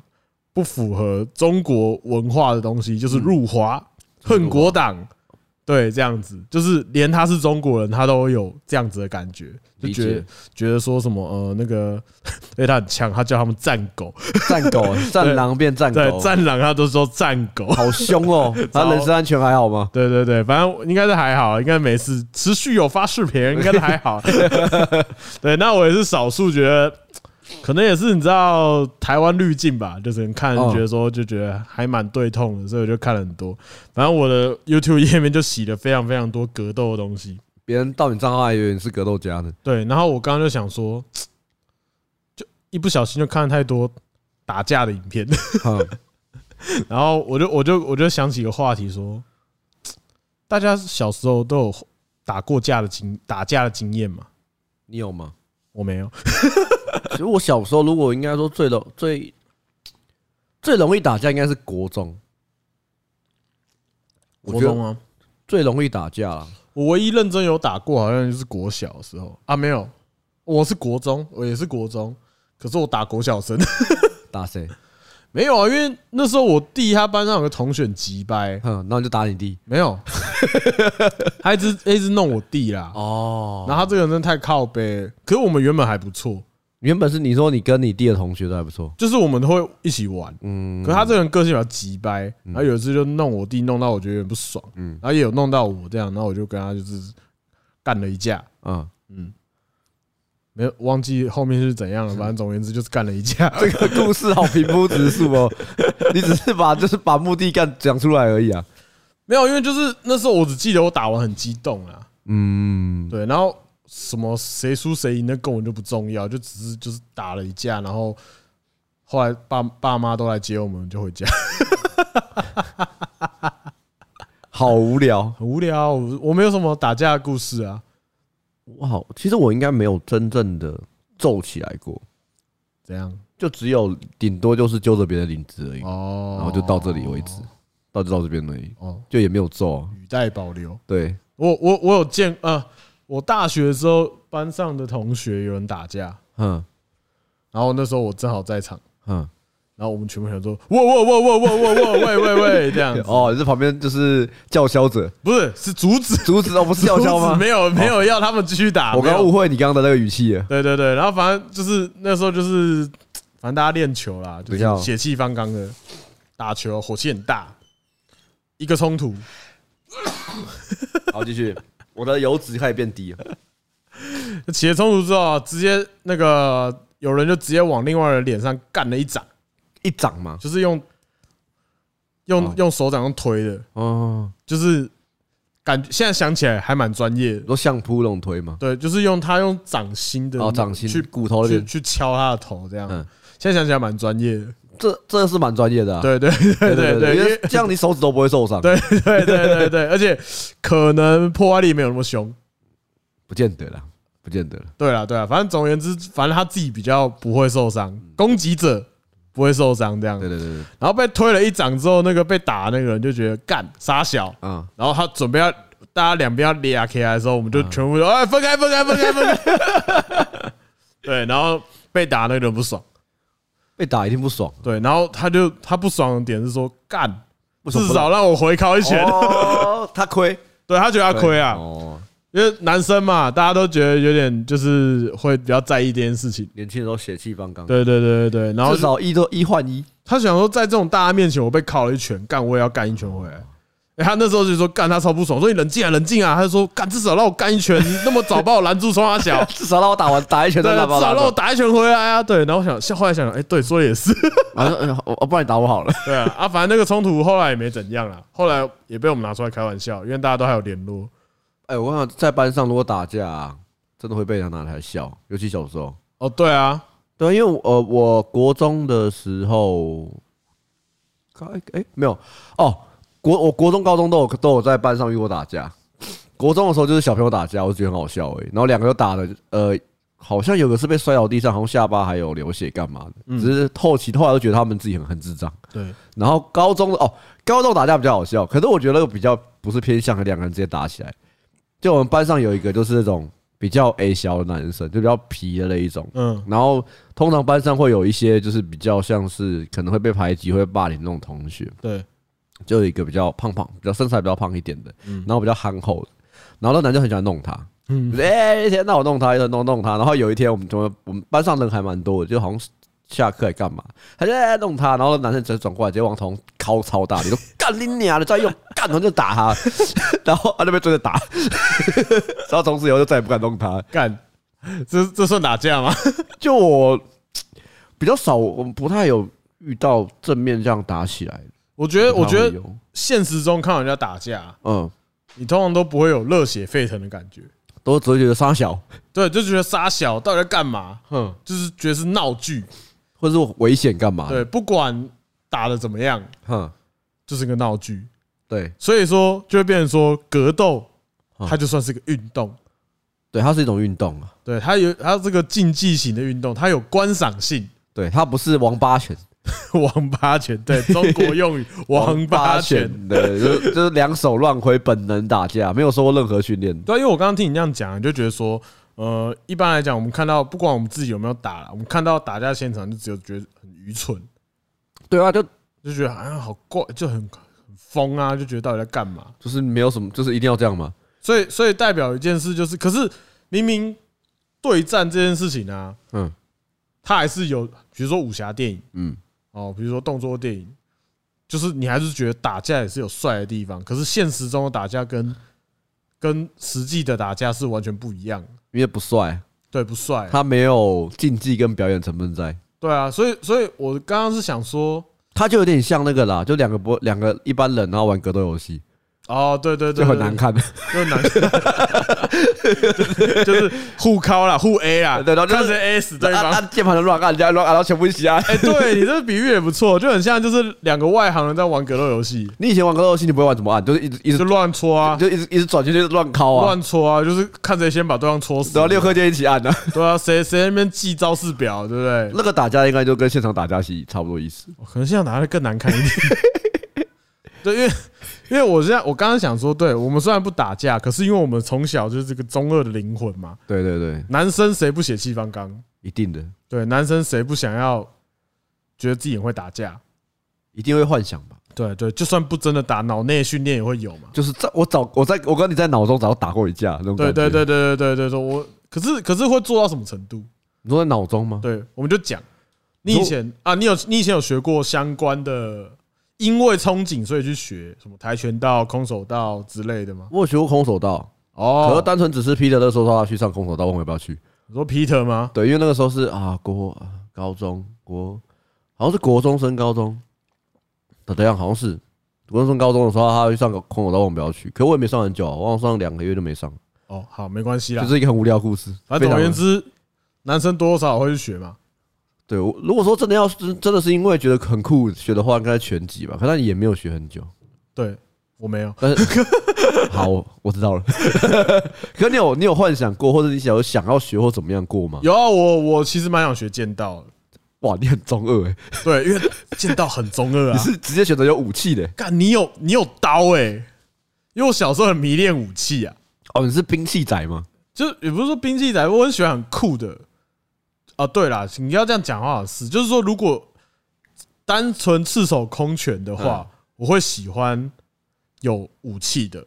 [SPEAKER 2] 不符合中国文化的东西，就是
[SPEAKER 1] 嗯
[SPEAKER 2] 入华、恨国党，对，这样子，就是连他是中国人，他都有这样子的感觉，就
[SPEAKER 1] 理
[SPEAKER 2] 觉
[SPEAKER 1] 解
[SPEAKER 2] 得觉得说什么呃那个， 因为他很强，他叫他们战狗，
[SPEAKER 1] 战 狗、战狼变战
[SPEAKER 2] 对，
[SPEAKER 1] 狗，
[SPEAKER 2] 战狼他都说战狗，
[SPEAKER 1] 好凶 哦！他人身安全还好吗？
[SPEAKER 2] 对对对，反正应该是还好，应该没事。持续有发视频，应该是还好。对，那我也是少数觉得，可能也是你知道台湾滤镜吧，就是看
[SPEAKER 1] 哦
[SPEAKER 2] 觉得说就觉得还蛮对痛的，所以我就看了很多。反正我的 YouTube 页面就洗了非常非常多格斗的东西。
[SPEAKER 1] 别人盗你账号还以为你是格斗家呢。
[SPEAKER 2] 对，然后我刚刚就想说，就一不小心就看了太多打架的影片，
[SPEAKER 1] 哈
[SPEAKER 2] 然后我就我就我就想起一个话题说，大家小时候都有打过架的经打架的经验嘛？
[SPEAKER 1] 你有吗？
[SPEAKER 2] 我没有，
[SPEAKER 1] 其实我小时候，如果应该说最容最最容易打架，应该是国中。我
[SPEAKER 2] 国
[SPEAKER 1] 觉
[SPEAKER 2] 中
[SPEAKER 1] 得
[SPEAKER 2] 吗？
[SPEAKER 1] 最容易打架了。
[SPEAKER 2] 我唯一认真有打过，好像就是国小的时候啊，没有，我是国中，我也是国中，可是我打国小生
[SPEAKER 1] 打谁？
[SPEAKER 2] 没有啊，因为那时候我弟他班上有个同学很急掰，
[SPEAKER 1] 哼，那你就打你弟。
[SPEAKER 2] 没有， 他一直一直弄我弟啦，
[SPEAKER 1] 哦，
[SPEAKER 2] 然后他这个人真的太靠背，可是我们原本还不错，
[SPEAKER 1] 原本是你说你跟你弟的同学都还不错。
[SPEAKER 2] 就是我们会一起玩。
[SPEAKER 1] 嗯
[SPEAKER 2] 可是他这个人个性比较急掰，然后有一次就弄我弟，弄到我觉得有点不爽，
[SPEAKER 1] 嗯
[SPEAKER 2] 然后也有弄到我这样，然后我就跟他就是干了一架，
[SPEAKER 1] 嗯，
[SPEAKER 2] 没有忘记后面是怎样
[SPEAKER 1] 嗯
[SPEAKER 2] 了，反正总而言之就是干了一架。
[SPEAKER 1] 这个故事好平铺直述哦。 你只是把就是把目的干讲出来而已啊。
[SPEAKER 2] 没有，因为就是那时候我只记得我打完很激动啊，
[SPEAKER 1] 嗯，
[SPEAKER 2] 对，然后什么谁输谁赢那根本就不重要，就只是就是打了一架，然后后来爸爸妈都来接我们就回家，
[SPEAKER 1] 好无聊。
[SPEAKER 2] 很无聊，我我没有什么打架的故事啊，
[SPEAKER 1] 我好，其实我应该没有真正的皱起来过，
[SPEAKER 2] 怎样？
[SPEAKER 1] 就只有顶多就是揪着别人领子而已，
[SPEAKER 2] 哦，
[SPEAKER 1] 然后就到这里为止，哦到就到这边而已，
[SPEAKER 2] 哦，
[SPEAKER 1] 就也没有皱、啊。
[SPEAKER 2] 语带保留。
[SPEAKER 1] 对，
[SPEAKER 2] 我我我有见呃，我大学的时候班上的同学有人打架，
[SPEAKER 1] 哼
[SPEAKER 2] 然后那时候我正好在场，
[SPEAKER 1] 哼，
[SPEAKER 2] 然后我们全部人说，哇哇哇哇哇哇哇喂喂喂，这样子，
[SPEAKER 1] 哦，你是旁边就是叫嚣者，
[SPEAKER 2] 不是是阻止，
[SPEAKER 1] 阻止哦，不是叫嚣
[SPEAKER 2] 阻止
[SPEAKER 1] 吗？
[SPEAKER 2] 没有没有要他们继续打，
[SPEAKER 1] 我刚刚
[SPEAKER 2] 没
[SPEAKER 1] 误
[SPEAKER 2] 有
[SPEAKER 1] 会你刚刚的那个语气了。
[SPEAKER 2] 对对对，然后反正就是那时候就是，反正大家练球啦，就
[SPEAKER 1] 等一下哦
[SPEAKER 2] 是血气方刚的打球，火气很大，一个冲突，
[SPEAKER 1] 好，继续，我的油脂开始变低了。
[SPEAKER 2] 起了冲突之后啊，直接那个有人就直接往另外人脸上干了一掌。
[SPEAKER 1] 一掌嘛，
[SPEAKER 2] 就是用用
[SPEAKER 1] 哦
[SPEAKER 2] 用手掌用推的，
[SPEAKER 1] 哦，
[SPEAKER 2] 就是感觉现在想起来还蛮专业的
[SPEAKER 1] 你。说相扑那种推吗？
[SPEAKER 2] 对，就是用他用掌心的
[SPEAKER 1] 哦，掌心
[SPEAKER 2] 去
[SPEAKER 1] 骨头那
[SPEAKER 2] 去
[SPEAKER 1] 边，
[SPEAKER 2] 去敲他的头，这样
[SPEAKER 1] 嗯。
[SPEAKER 2] 现在想起来蛮专业的。
[SPEAKER 1] 这这是蛮专业的啊。
[SPEAKER 2] 对对对对对，因
[SPEAKER 1] 因
[SPEAKER 2] 为
[SPEAKER 1] 为这样你手指都不会受伤。
[SPEAKER 2] 对对对对对，而且可能破坏力没有那么凶。
[SPEAKER 1] 不见得啦，不见得了。
[SPEAKER 2] 对了对了，反正总而言之，反正他自己比较不会受伤，攻击者不会受伤这样
[SPEAKER 1] 嗯对。对对对，
[SPEAKER 2] 然后被推了一掌之后，那个被打的那个人就觉得干傻小，
[SPEAKER 1] 啊。
[SPEAKER 2] 然后他准备要大家两边要俩起来的时候，我们就全部说：“
[SPEAKER 1] 嗯
[SPEAKER 2] 哎，分开，分开，分开，分开。” 对，然后被打那个人不爽，
[SPEAKER 1] 被打一定不爽，
[SPEAKER 2] 对，然后他就他不爽的点是说：“干，
[SPEAKER 1] 为什么
[SPEAKER 2] 至
[SPEAKER 1] 不
[SPEAKER 2] 少让我回敲一拳。
[SPEAKER 1] 哦，他亏，
[SPEAKER 2] 对他觉得他亏啊，
[SPEAKER 1] 哦，
[SPEAKER 2] 因为男生嘛，大家都觉得有点就是会比较在意这件事情。
[SPEAKER 1] 年轻的时候血气方刚，
[SPEAKER 2] 对对对对对，然后
[SPEAKER 1] 至少一都一换一，，
[SPEAKER 2] 他想说，在这种大家面前，我被铐了一拳，干我也要干一拳回来。哎，他那时候就说干他超不爽，说你冷静啊，冷静啊。他就说干至少让我干一拳，你那么早把我拦住冲他小
[SPEAKER 1] 至少让我打完打一拳
[SPEAKER 2] 对，啊
[SPEAKER 1] 再
[SPEAKER 2] 至
[SPEAKER 1] 打吧。
[SPEAKER 2] 少让我打一拳回来啊。对，然后我想后来想想，哎，对，说的也是，
[SPEAKER 1] 啊，嗯我我不然你打我好了。
[SPEAKER 2] 对 啊，啊，反正那个冲突后来也没怎样啦，后来也被我们拿出来开玩笑，因为大家都还有联络。
[SPEAKER 1] 哎，我想在班上如果打架啊，真的会被人家拿来笑，尤其小时候。
[SPEAKER 2] 哦，对啊，
[SPEAKER 1] 对，因为我呃，我国中的时候，高哎、诶没有哦，国我国中、高中都有都有在班上遇过打架。国中的时候就是小朋友打架，我就觉得很好笑哎、然后两个就打的，呃，好像有个是被摔倒地上，好像下巴还有流血干嘛的，只是后期后来都觉得他们自己很很智障。
[SPEAKER 2] 对，
[SPEAKER 1] 然后高中的哦，高中打架比较好笑，可是我觉得比较不是偏向两个人直接打起来。就我们班上有一个就是那种比较 A 小的男生，就比较皮的那一种，
[SPEAKER 2] 嗯，
[SPEAKER 1] 然后通常班上会有一些就是比较像是可能会被排挤、会被霸凌那种同学，
[SPEAKER 2] 对，
[SPEAKER 1] 就有一个比较胖胖、比较身材比较胖一点的，
[SPEAKER 2] 嗯
[SPEAKER 1] 然后比较憨厚的，然后那男就很喜欢弄他，嗯，就是哎、一天那我弄他，一天弄弄他，然后有一天我们怎么我们班上人还蛮多的，就好像下课还干嘛，他就哎、弄他，然后那男生直接转过来，直接往头敲超大力，说干你娘的，再用干，然后就打他， 然后他就被追着打， 然后从此以后就再也不敢弄他了。
[SPEAKER 2] 干，这这算打架吗？
[SPEAKER 1] 就我比较少，我不太有遇到正面这样打起来的。
[SPEAKER 2] 我觉呃得，我觉
[SPEAKER 1] 不太会
[SPEAKER 2] 得
[SPEAKER 1] 有
[SPEAKER 2] 现实中看到人家打架，
[SPEAKER 1] 嗯，
[SPEAKER 2] 你通常都不会有热血沸腾的感觉，
[SPEAKER 1] 都只会觉得杀小，
[SPEAKER 2] 对，就觉得傻小到底在干嘛，
[SPEAKER 1] 哼，
[SPEAKER 2] 就是觉得是闹剧，
[SPEAKER 1] 或者是危险干嘛？
[SPEAKER 2] 对，，不管打的怎么样，
[SPEAKER 1] 哼，
[SPEAKER 2] 就是个闹剧，
[SPEAKER 1] 对
[SPEAKER 2] 所以说就会变成说格斗，
[SPEAKER 1] 嗯
[SPEAKER 2] 它就算是个运动。
[SPEAKER 1] 对，它是一种运动啊，
[SPEAKER 2] 对它有它这个竞技型的运动，它有观赏性。
[SPEAKER 1] 对，它不是王八拳，
[SPEAKER 2] 王八拳，对中国用 语王八拳。
[SPEAKER 1] 对， 就是就是两手乱挥，本能打架，没有受过任何训练。
[SPEAKER 2] 对啊，因为我刚刚听你这样讲，就觉得说，呃，一般来讲，我们看到不管我们自己有没有打啦，我们看到打架现场就只有觉得很愚蠢，
[SPEAKER 1] 对啊，就
[SPEAKER 2] 就觉得好像好怪，就很很疯啊，就觉得到底在干嘛？
[SPEAKER 1] 就是没有什么，就是一定要这样嘛。
[SPEAKER 2] 所以，所以代表一件事就是，可是明明对战这件事情啊，
[SPEAKER 1] 嗯
[SPEAKER 2] 它还是有，比如说武侠电影
[SPEAKER 1] 嗯，
[SPEAKER 2] 哦，比如说动作电影，就是你还是觉得打架也是有帅的地方，可是现实中的打架跟跟实际的打架是完全不一样的，
[SPEAKER 1] 因为不帅，
[SPEAKER 2] 对，不帅。
[SPEAKER 1] 他没有竞技跟表演成分在。
[SPEAKER 2] 对啊，所以所以我刚刚是想说，
[SPEAKER 1] 他就有点像那个啦，就两个不两个一般人，然后玩格斗游戏，
[SPEAKER 2] 哦，对对对，
[SPEAKER 1] 就很难，看。
[SPEAKER 2] 就很难看， 就是互敲啦，互 A 啦，
[SPEAKER 1] 对然后就是
[SPEAKER 2] 看谁 A 死对
[SPEAKER 1] 按
[SPEAKER 2] 方。
[SPEAKER 1] 按啊键盘就乱按，人家乱按，然后全部一起 按。
[SPEAKER 2] 哎，对你这个比喻也不错，就很像就是两个外行人在玩格斗游戏，
[SPEAKER 1] 你以前玩格斗游戏，你不会玩怎么按，就是一直一直
[SPEAKER 2] 就乱戳啊，
[SPEAKER 1] 就一直一直转圈圈乱敲啊，
[SPEAKER 2] 乱戳啊，就是看谁先把对方戳死。
[SPEAKER 1] 然后六颗键一起按啊。
[SPEAKER 2] 对啊，谁谁在那边记招式表，对不对？
[SPEAKER 1] 那个打架应该就跟现场打架戏差不多意思。
[SPEAKER 2] 哦 可能现在拿的更难看一点。 对，因为因为我现在我刚刚想说，对我们虽然不打架，可是因为我们从小就是这个中二的灵魂嘛，
[SPEAKER 1] 对对对，
[SPEAKER 2] 男生谁不血气方刚？
[SPEAKER 1] 一定的，
[SPEAKER 2] 对，男生谁不想要觉得自己很会打架？
[SPEAKER 1] 一定会幻想吧。
[SPEAKER 2] 对对，就算不真的打，脑内训练也会有嘛。
[SPEAKER 1] 就是在我早我在我跟你在脑中早打过一架那种感觉。
[SPEAKER 2] 对对对对对对对对，我可是可是会做到什么程度？
[SPEAKER 1] 你说在脑中吗？
[SPEAKER 2] 对，我们就讲，你以前啊，你有你以前有学过相关的，因为憧憬所以去学什么跆拳道、空手道之类的吗？
[SPEAKER 1] 我有学过空手道，可是
[SPEAKER 2] 哦，
[SPEAKER 1] 单纯只是 Peter 那时候说他去上空手道，问我要不要去。
[SPEAKER 2] 你说 Peter 吗？
[SPEAKER 1] 对，因为那个时候是啊国啊高中国，好像是国中升高中的这样，好像是国中升高中的时候，他去上个空手道，我们不要去。可我也没上很久啊，我好像上两个月就没上，
[SPEAKER 2] 哦，好，没关系
[SPEAKER 1] 就
[SPEAKER 2] 啦，
[SPEAKER 1] 是一个很无聊的故事。
[SPEAKER 2] 反正总而
[SPEAKER 1] 非常
[SPEAKER 2] 言之，男生多多少少会去学嘛。
[SPEAKER 1] 对我如果说真的要真真的是因为觉得很酷学的话，应该拳击吧，可那也没有学很久。
[SPEAKER 2] 对我没有，
[SPEAKER 1] 但是好，我我知道了。 可你有你有幻想过，或者你想有想要学或怎么样过吗？
[SPEAKER 2] 有啊，我我其实蛮想学剑道的。
[SPEAKER 1] 哇，你很中二哎、
[SPEAKER 2] 对，因为剑道很中
[SPEAKER 1] 你
[SPEAKER 2] 二啊。
[SPEAKER 1] 是直接选择有武器的欸、
[SPEAKER 2] 干，你有你有刀哎、因为我小时候很迷恋武器啊，
[SPEAKER 1] 哦，你是兵器仔吗？
[SPEAKER 2] 就是也不是说兵器仔，我很喜欢很酷的。啊，对啦，你要这样讲话是，就是说如果单纯
[SPEAKER 1] 嗯
[SPEAKER 2] 赤手空拳的话，我会喜欢有武器的。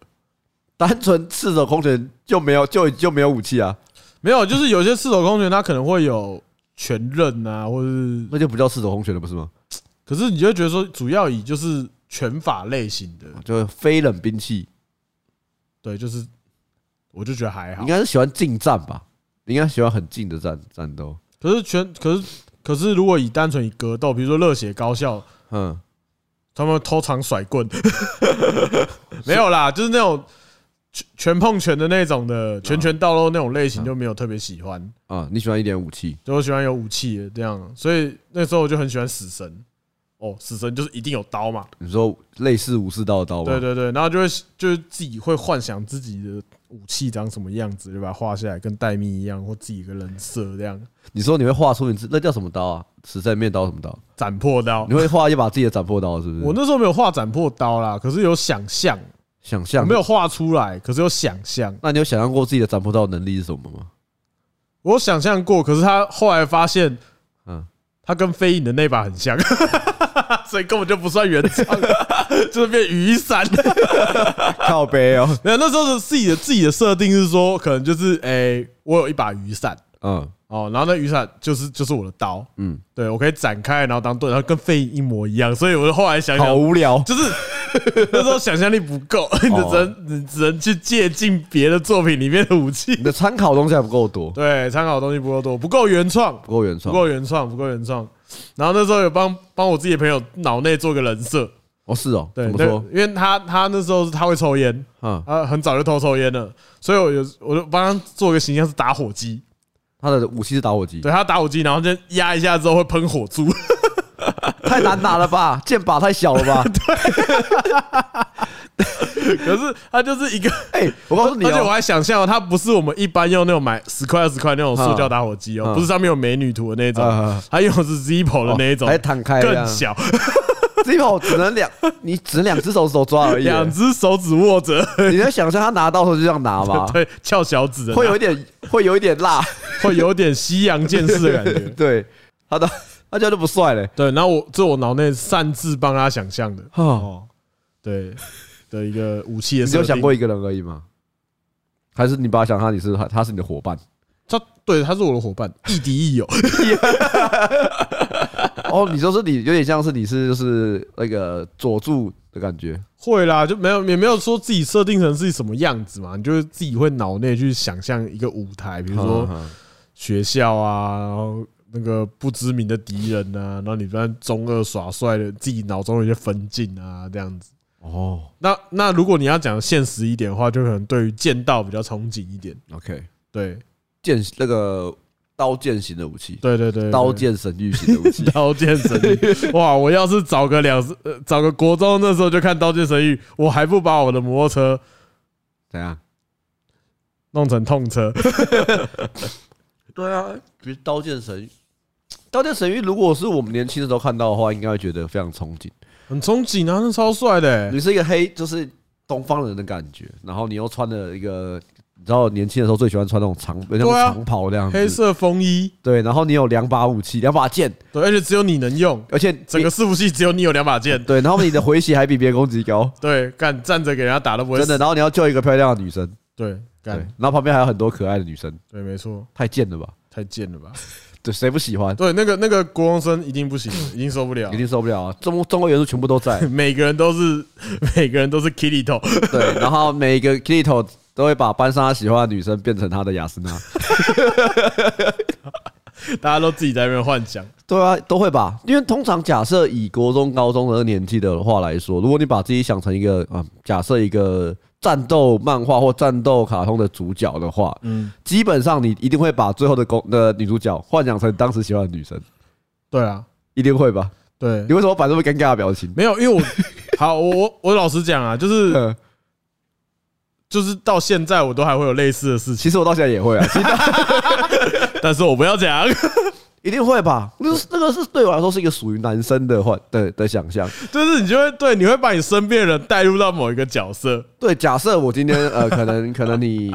[SPEAKER 1] 单纯赤手空拳就没有就就没有武器啊，
[SPEAKER 2] 没有，就是有些赤手空拳，它可能会有拳刃啊，或者是，
[SPEAKER 1] 那就不叫赤手空拳了，不是吗？
[SPEAKER 2] 可是你就会觉得说，主要以就是拳法类型的，
[SPEAKER 1] 就非冷兵器，
[SPEAKER 2] 对，就是我就觉得还好
[SPEAKER 1] 应。该是喜欢近战吧？你应该喜欢很近的战战斗。
[SPEAKER 2] 可是拳，可是可是如果以单纯以格斗，比如说热血高校，
[SPEAKER 1] 嗯，
[SPEAKER 2] 他们偷藏甩棍， 没有啦，就是那种拳拳碰拳的那种的，拳拳到肉那种类型就没有特别喜欢，
[SPEAKER 1] 啊，你喜欢一点武器，
[SPEAKER 2] 就我喜欢有武器的这样，所以那时候我就很喜欢死神。哦，死神就是一定有刀嘛，
[SPEAKER 1] 你说类似武士刀的刀吗？
[SPEAKER 2] 对对对，然后就会就是自己会幻想自己的武器长什么样子，就把它画下来，跟待命一样，或自己一个人设这样，
[SPEAKER 1] 你说你会画出你自那叫什么刀啊？实在面刀什么刀？
[SPEAKER 2] 斩破刀
[SPEAKER 1] 你。会画一把自己的斩破刀是不是？
[SPEAKER 2] 我那时候没有画斩破刀啦，可是有想象，
[SPEAKER 1] 想
[SPEAKER 2] 我
[SPEAKER 1] 象
[SPEAKER 2] 没有，画出来，可是有想象。
[SPEAKER 1] 那你有想象过自己的斩破刀的能力是什么 吗？
[SPEAKER 2] 我有想象过，可是他后来发现，嗯
[SPEAKER 1] 嗯，
[SPEAKER 2] 他跟飞影的那把很像， 所以根本就不算原创， 就是变雨伞。
[SPEAKER 1] 靠背哦，
[SPEAKER 2] 没有，那时候的自己的自己的设定是说，可能就是诶、我有一把雨伞
[SPEAKER 1] 嗯
[SPEAKER 2] 哦，然后那雨伞就是就是我的刀，
[SPEAKER 1] 嗯，
[SPEAKER 2] 对我可以展开然后当盾，然后跟飞影一模一样，所以我后来想想
[SPEAKER 1] 好。哦无聊。
[SPEAKER 2] 就是那时候想象力不 够，你只能你只能去借鉴别的作品里面的武器
[SPEAKER 1] 你。的参考东西还不够多，
[SPEAKER 2] 对，参考的东西不够多，不够原创，
[SPEAKER 1] 不够原
[SPEAKER 2] 不
[SPEAKER 1] 创。
[SPEAKER 2] 够原创，不够原创。然后那时候有帮帮我自己的朋友脑内做个人设，
[SPEAKER 1] 哦，是哦，
[SPEAKER 2] 对，
[SPEAKER 1] 怎么
[SPEAKER 2] 那
[SPEAKER 1] 说？
[SPEAKER 2] 因为他他那时候他会抽烟，
[SPEAKER 1] 嗯，
[SPEAKER 2] 他很早就偷抽烟了，所以我有我就帮他做个形象是打火机，
[SPEAKER 1] 他的武器是打火机，
[SPEAKER 2] 对他打火机，然后就压一下之后会喷火珠，
[SPEAKER 1] 太难打了吧？剑靶太小了 吧？
[SPEAKER 2] 可是他就是一个，
[SPEAKER 1] 哎，我 告诉你
[SPEAKER 2] 而且我
[SPEAKER 1] 哦，
[SPEAKER 2] 还想象哦，他不是我们一般用那种买十块二十块那种塑胶打火机哦，
[SPEAKER 1] 嗯
[SPEAKER 2] 不是上面有美女图的那
[SPEAKER 1] 嗯
[SPEAKER 2] 种
[SPEAKER 1] 嗯，
[SPEAKER 2] 他用的是 Zippo 的那一种，
[SPEAKER 1] 哦还弹开啊
[SPEAKER 2] 更小，
[SPEAKER 1] 这把我只能两，你只能两只手手抓而已。
[SPEAKER 2] 两只手指握着，，
[SPEAKER 1] 你在想象他拿到的时候就这样拿吧
[SPEAKER 2] 对，翘小指的那
[SPEAKER 1] 会有一点，会有一点辣。。
[SPEAKER 2] 会有点西洋剑士的感觉
[SPEAKER 1] 对，他的他这样就不帅嘞。
[SPEAKER 2] 对，然后我这我脑内擅自帮他想象的
[SPEAKER 1] 哈，
[SPEAKER 2] 哦，对的一个武器的
[SPEAKER 1] 你只
[SPEAKER 2] 设
[SPEAKER 1] 有
[SPEAKER 2] 定
[SPEAKER 1] 想过一个人而已吗？还是你把他想象你是他，他是你的伙 伴？
[SPEAKER 2] 他，对，他是我的伙伴，亦敌亦友。
[SPEAKER 1] 哦，你说是你有点像是你是就是那个佐助的感觉，
[SPEAKER 2] 会啦，就没有也没有说自己设定成是什么样子嘛，你就是自己会脑内去想象一个舞台，比
[SPEAKER 1] 比
[SPEAKER 2] 如说学校啊，然后那个不知名的敌人啊，然后你在中二耍帅的，自己脑中有一些分镜啊，这样子。
[SPEAKER 1] 哦
[SPEAKER 2] 那那如果你要讲现实一点的话，就可能对于剑道比较憧憬一点。
[SPEAKER 1] 哦，OK，
[SPEAKER 2] 对
[SPEAKER 1] 剑那个刀剑型的武器，
[SPEAKER 2] 对对对，对，
[SPEAKER 1] 刀剑神域型的武器
[SPEAKER 2] 刀剑 神域，哇！我要是找个两呃找个国中那时候就看刀剑神域，我还不把我的摩托车
[SPEAKER 1] 怎样？
[SPEAKER 2] 弄成痛车？
[SPEAKER 1] 对啊，比如刀剑神域，刀剑神域如果是我们年轻的时候看到的话，应该会觉得非常憧憬。
[SPEAKER 2] 很憧憬啊，那超帅的欸、
[SPEAKER 1] 你是一个黑，就是东方人的感觉，然后你又穿了一个，你知道年轻的时候最喜欢穿那种长，有点像
[SPEAKER 2] 对啊
[SPEAKER 1] 长袍那样
[SPEAKER 2] 黑
[SPEAKER 1] 子，
[SPEAKER 2] 色风衣，
[SPEAKER 1] 对，然后你有两把武器，两把剑，
[SPEAKER 2] 对，而且只有你能用，
[SPEAKER 1] 而 且
[SPEAKER 2] 整个伺服器只有你有两把剑，
[SPEAKER 1] 对，然后你的回血还比别人攻击高，
[SPEAKER 2] 对，干站着给人家打都不会
[SPEAKER 1] 真的，
[SPEAKER 2] 死，
[SPEAKER 1] 然后你要救一个漂亮的女生，
[SPEAKER 2] 对，
[SPEAKER 1] 对，
[SPEAKER 2] 干，
[SPEAKER 1] 然后旁边还有很多可爱的女生，
[SPEAKER 2] 对，没错，
[SPEAKER 1] 太贱了吧？
[SPEAKER 2] 太贱了吧？
[SPEAKER 1] 对，谁不喜欢？
[SPEAKER 2] 对，啊那个那个国王生一定不行，一定受不了
[SPEAKER 1] 一，定受不了啊！中中国元素全部都在，
[SPEAKER 2] 每个人都是 每个人都是 Kitty 头，
[SPEAKER 1] 对，然后每一个 Kito 都会把班上他喜欢的女生变成他的雅诗娜，
[SPEAKER 2] 大家都自己在那边幻想，
[SPEAKER 1] 对啊，都会吧？因为通常假设以国中、高中的年纪的话来说，如果你把自己想成一个啊、假设一个战斗漫画或战斗卡通的主角的话，
[SPEAKER 2] 嗯，
[SPEAKER 1] 基本上你一定会把最后的公的女主角幻想成当时喜欢的女生，
[SPEAKER 2] 对啊，
[SPEAKER 1] 一定会吧？
[SPEAKER 2] 对
[SPEAKER 1] 你，为什么摆这么尴尬的表情？
[SPEAKER 2] 没有，因为我好，我我我老实讲啊，就是
[SPEAKER 1] 呃，
[SPEAKER 2] 就是到现在我都还会有类似的事情，
[SPEAKER 1] 其实我到现在也会啊，其实
[SPEAKER 2] 但是我不要讲，
[SPEAKER 1] 一定会吧？那是那个是对我来说是一个属于男生的幻的的想象。
[SPEAKER 2] 就是你就会对，你会把你身边的人带入到某一个角色，
[SPEAKER 1] 对，假设我今天呃，可能可能你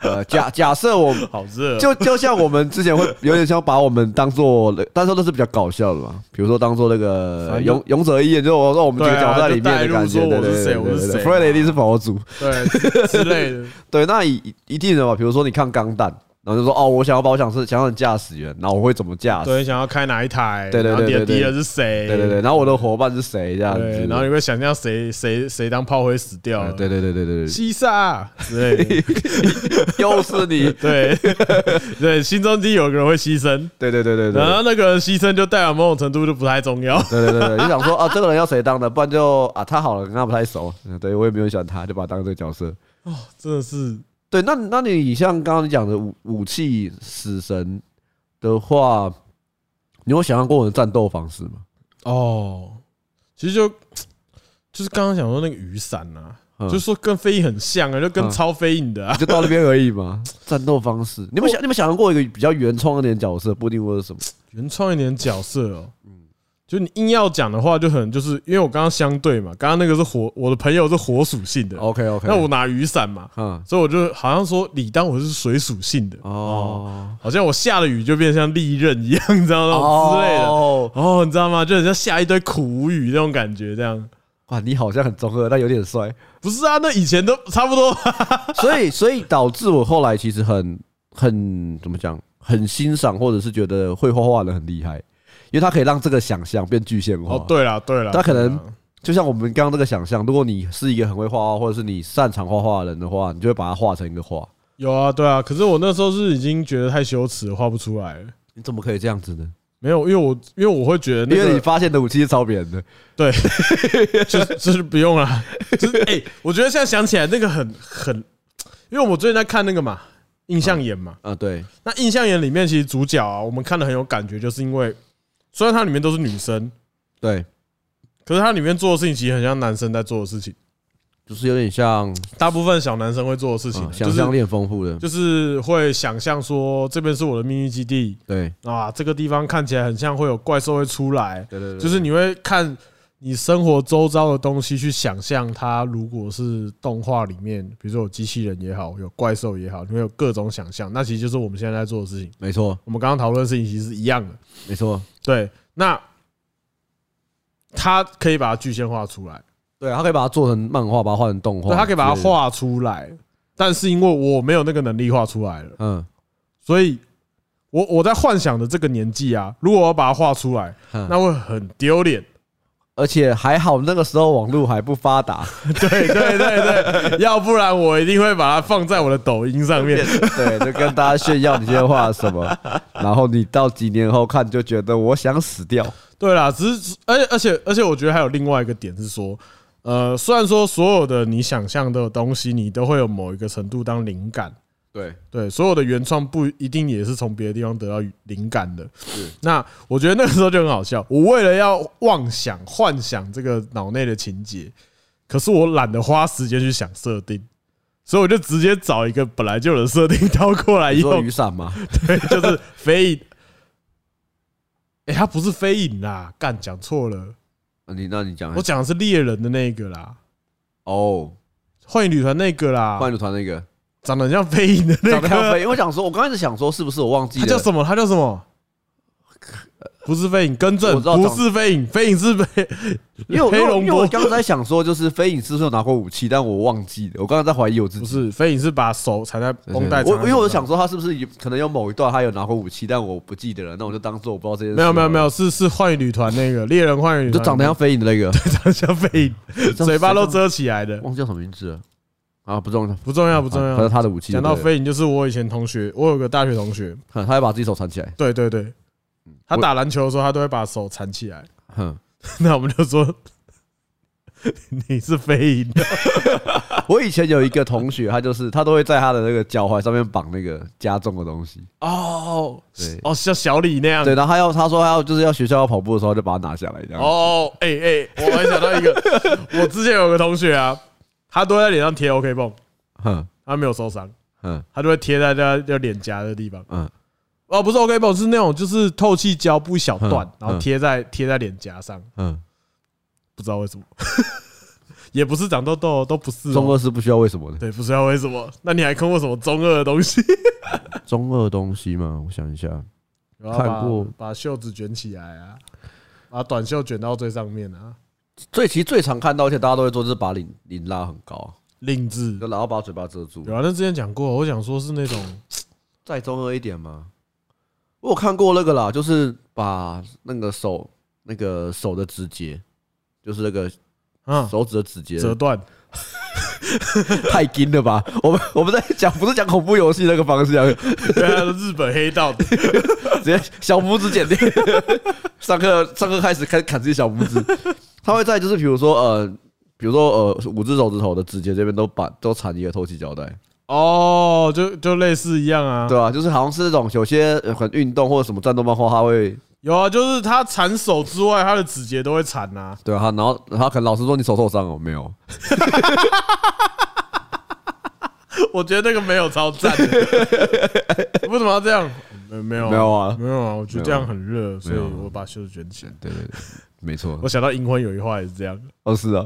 [SPEAKER 1] 呃，假假设我
[SPEAKER 2] 好热 哦，
[SPEAKER 1] 就就像我们之前会有点像把我们当做，但是都是比较搞笑的嘛，比如说当做那个
[SPEAKER 2] 反正
[SPEAKER 1] 勇勇者一眼，就我说我们几个
[SPEAKER 2] 对啊
[SPEAKER 1] 角色在里面的感觉，
[SPEAKER 2] 就
[SPEAKER 1] 对
[SPEAKER 2] 带入说我是
[SPEAKER 1] 对
[SPEAKER 2] 谁
[SPEAKER 1] 对
[SPEAKER 2] 我是
[SPEAKER 1] 对对
[SPEAKER 2] 谁啊
[SPEAKER 1] ，Fred 一定是佛祖，
[SPEAKER 2] 对之类 的，
[SPEAKER 1] 对，那一一定的嘛，比如说你看钢弹，然后就说哦，我想要把我想是想要驾驶员，然后我会怎么驾驶，
[SPEAKER 2] 对，想要开哪一台，
[SPEAKER 1] 对对
[SPEAKER 2] 然后你的
[SPEAKER 1] 对对
[SPEAKER 2] 敌人是谁，
[SPEAKER 1] 对对对，然后我的伙伴是谁这样
[SPEAKER 2] 对
[SPEAKER 1] 子，
[SPEAKER 2] 然后你会想象谁谁谁当炮灰死掉
[SPEAKER 1] 呃
[SPEAKER 2] 了，
[SPEAKER 1] 对对对对对 对，
[SPEAKER 2] 西萨之 类的，
[SPEAKER 1] 又是你，
[SPEAKER 2] 对 对，心中一定有个人会牺牲，
[SPEAKER 1] 对对对对对。
[SPEAKER 2] 然后那个人牺牲就代表某种程度就不太重要，
[SPEAKER 1] 对对对对，就想说啊，这个人要谁当的，不然就啊他好了，跟他不太熟，嗯对我也没有喜欢他，就把他当这个角色。
[SPEAKER 2] 真的是
[SPEAKER 1] 对，那那你像刚刚你讲的武武器死神的话，你有想象过我的战斗方式吗？
[SPEAKER 2] 哦，其实就就是刚刚想说那个雨伞啊，
[SPEAKER 1] 嗯
[SPEAKER 2] 就是说跟飞影很像啊，就跟
[SPEAKER 1] 嗯
[SPEAKER 2] 超飞影的啊，
[SPEAKER 1] 就到那边而已 嘛。战斗方式，你们想你们想象过一个比较原创一点的角色，不一定会是什么？
[SPEAKER 2] 原创一点角色哦。
[SPEAKER 1] 嗯
[SPEAKER 2] 就你硬要讲的话，就很就是因为我刚刚相对嘛，刚刚那个是火，我的朋友是火属性的，
[SPEAKER 1] OK 哦 OK，
[SPEAKER 2] 那我拿雨伞嘛，
[SPEAKER 1] 嗯
[SPEAKER 2] 所以我就好像说你当我是水属性的，
[SPEAKER 1] 哦
[SPEAKER 2] 好像我下了雨就变得像利刃一样，你知道那种之类的。
[SPEAKER 1] 哦，
[SPEAKER 2] 哦，你知道吗？就很像下一堆苦雨那种感觉，这样
[SPEAKER 1] 哇，你好像很中二，但有点帅。
[SPEAKER 2] 不是啊？那以前都差不多。
[SPEAKER 1] 所以所以导致我后来其实很很怎么讲，很欣赏或者是觉得会画画的人很厉害，因为他可以让这个想象变具现化。
[SPEAKER 2] 哦，对了，对了，
[SPEAKER 1] 他可能
[SPEAKER 2] 对啦
[SPEAKER 1] 就像我们刚刚这个想象，如果你是一个很会画画，或者是你擅长画画的人的话，你就会把它画成一个画。
[SPEAKER 2] 有啊，对啊。可是我那时候是已经觉得太羞耻，画不出来了。
[SPEAKER 1] 你怎么可以这样子呢？
[SPEAKER 2] 没有，因为我因为我会觉得那
[SPEAKER 1] 因为你
[SPEAKER 2] 个
[SPEAKER 1] 发现的武器是抄别人的，
[SPEAKER 2] 就是就是不用了， 就是哎、我觉得现在想起来那个很很，因为我最近在看那个嘛印象眼嘛，
[SPEAKER 1] 啊，对，
[SPEAKER 2] 那印象眼里面其实主角啊，我们看的很有感觉，就是因为虽然它里面都是女生，
[SPEAKER 1] 对，
[SPEAKER 2] 可是它里面做的事情其实很像男生在做的事情，
[SPEAKER 1] 嗯就是有点像、
[SPEAKER 2] 大部分小男生会做的事情
[SPEAKER 1] 啊
[SPEAKER 2] 啊，就
[SPEAKER 1] 想
[SPEAKER 2] 是
[SPEAKER 1] 象力很丰富的，
[SPEAKER 2] 就是会想象说这边是我的秘密基地
[SPEAKER 1] 对，
[SPEAKER 2] 啊，这个地方看起来很像会有怪兽会出来，
[SPEAKER 1] 对对对
[SPEAKER 2] 就是你会看你生活周遭的东西去想象它，如果是动画里面，比如说有机器人也好，有怪兽也好，你会有各种想象，那其实就是我们现在在做的事情。
[SPEAKER 1] 没错，
[SPEAKER 2] 我们刚刚讨论的事情其实是一样的，
[SPEAKER 1] 没错，
[SPEAKER 2] 对，那他可以把它具象化出来，
[SPEAKER 1] 对，他可以把它做成漫画，把它画成动
[SPEAKER 2] 对，
[SPEAKER 1] 画，
[SPEAKER 2] 他可以把它，画出来，但是因为我没有那个能力画出来了，
[SPEAKER 1] 嗯，
[SPEAKER 2] 所以我我在幻想的这个年纪啊，如果我要把它画出来，
[SPEAKER 1] 那
[SPEAKER 2] 那会很丢脸。
[SPEAKER 1] 而且还好那个时候网络还不发达，
[SPEAKER 2] 对对对 对，要不然我一定会把它放在我的抖音上面。
[SPEAKER 1] 对，就跟大家炫耀你今天画了什么，然后你到几年后看就觉得我想死掉，
[SPEAKER 2] 对啦，只是而且而且而且，我觉得还有另外一个点是说，呃，虽然说所有的你想象的东西，你都会有某一个程度当灵感。
[SPEAKER 1] 对，
[SPEAKER 2] 对，所有的原创不一定也是从别的地方得到灵感的。那我觉得那个时候就很好笑。我为了要妄想、幻想这个脑内的情节，可是我懒得花时间去想设定，所以我就直接找一个本来就有的设定套过来
[SPEAKER 1] 你说
[SPEAKER 2] 用
[SPEAKER 1] 雨，伞吗？
[SPEAKER 2] 对， 就是飞影。哎，他不是飞影啦，干讲错了，
[SPEAKER 1] 呃你那你讲
[SPEAKER 2] 我讲的是猎人的那个啦，
[SPEAKER 1] 哦，
[SPEAKER 2] 幻影旅团那个啦，
[SPEAKER 1] 幻影团那个
[SPEAKER 2] 长得很像飞影的那
[SPEAKER 1] 长得像
[SPEAKER 2] 个，
[SPEAKER 1] 飞，我想说，我刚开始想说是不是我忘记
[SPEAKER 2] 他叫
[SPEAKER 1] 了，
[SPEAKER 2] 什么？他叫什么？不是飞影，更正
[SPEAKER 1] 我，知道
[SPEAKER 2] 不
[SPEAKER 1] 长
[SPEAKER 2] 是飞影，飞影是飞
[SPEAKER 1] 因为我
[SPEAKER 2] 黑
[SPEAKER 1] 因为我
[SPEAKER 2] 龙
[SPEAKER 1] 因为我
[SPEAKER 2] 波，
[SPEAKER 1] 刚才想说就是飞影是不是有拿过武器，但我忘记了，我刚刚在怀疑我自己
[SPEAKER 2] 不。是飞影是把手缠在绷带上。
[SPEAKER 1] 我因为我想说他是不是有可能有某一段他有拿过武器，但我不记得了，那我就当做我不知道这件事。
[SPEAKER 2] 没有没有没有，是是幻影旅团那个猎人幻影旅
[SPEAKER 1] 就
[SPEAKER 2] 团，
[SPEAKER 1] 长得像飞影的那个，
[SPEAKER 2] 长得像飞影，嘴巴都遮起来的，
[SPEAKER 1] 忘记叫什么名字了 啊，不重要
[SPEAKER 2] 不重要不重
[SPEAKER 1] 反正
[SPEAKER 2] 要。
[SPEAKER 1] 他的武器。
[SPEAKER 2] 讲到，飞影，就是我以前同学，我有个大学同学，
[SPEAKER 1] 他还把自己手缠起来，
[SPEAKER 2] 对对对，他
[SPEAKER 1] 嗯我
[SPEAKER 2] 打篮球的时候，他都会把手缠起来。
[SPEAKER 1] 哼，
[SPEAKER 2] 那我们就说 你是飞影，
[SPEAKER 1] 我以前有一个同学，他就是他都会在他的那个脚踝上面绑那个加重的东西，
[SPEAKER 2] 哦
[SPEAKER 1] 对
[SPEAKER 2] 哦，像小李那样
[SPEAKER 1] 对，，然后他要他说他要就是要学校要跑步的时候就把它拿下来这样。
[SPEAKER 2] 哦，哎哎，我还想到一个， 我之前有个同学啊，他都会在脸上贴 OK 绷，
[SPEAKER 1] 哼
[SPEAKER 2] 他没有受伤，
[SPEAKER 1] 哼
[SPEAKER 2] 他就会贴在他的脸颊的地方。
[SPEAKER 1] 嗯，
[SPEAKER 2] 哦，不是 OK 绷，是那种就是透气胶布一小段
[SPEAKER 1] 嗯，
[SPEAKER 2] 然后贴在贴在脸颊上，
[SPEAKER 1] 嗯，
[SPEAKER 2] 不知道为什么。 也不是长痘痘，都不是哦、
[SPEAKER 1] 中二是不需要为什么的。
[SPEAKER 2] 对，不知道为什么。那你还看过什么中二的东西？
[SPEAKER 1] 中二东西嘛，我想一下，
[SPEAKER 2] 有啊把
[SPEAKER 1] 看过
[SPEAKER 2] 把袖子卷起来啊，把短袖卷到最上面啊，
[SPEAKER 1] 最其实最常看到，而且大家都会做，就是把领领拉很高啊，
[SPEAKER 2] 领子
[SPEAKER 1] 就然后把嘴巴遮住
[SPEAKER 2] 有。啊。那之前讲过，我想说是那种
[SPEAKER 1] 再中二一点嘛，我有看过那个啦，就是把那个手那个手的指节，就是那个
[SPEAKER 2] 啊
[SPEAKER 1] 手指的指节
[SPEAKER 2] 折断，
[SPEAKER 1] 太硬了吧？我们我们在讲不是讲恐怖游戏那个方向，
[SPEAKER 2] 对啊，日本黑道的，
[SPEAKER 1] 直接小拇指剪掉。 上课上课开始开始砍自己小拇指，他会在就是比如说呃，比如说呃，五只手指头的指节这边都把都缠一个透气胶带，
[SPEAKER 2] 哦，就就类似一样啊。
[SPEAKER 1] 对啊，就是好像是那种有些呃很运动或者什么战斗漫画，他会
[SPEAKER 2] 有啊，就是他缠手之外，他的指节都会缠啊。
[SPEAKER 1] 对啊，他然后然后可能老师说你手受伤了没有？
[SPEAKER 2] 我觉得那个没有超赞的， 为什么要这样？没没有啊
[SPEAKER 1] 没有啊
[SPEAKER 2] 没有啊，我觉得这样很热，所以
[SPEAKER 1] 没有啊
[SPEAKER 2] 我把袖子卷起来。
[SPEAKER 1] 对对对，没错
[SPEAKER 2] 我，想到银魂有一话也是这样，
[SPEAKER 1] 哦是啊，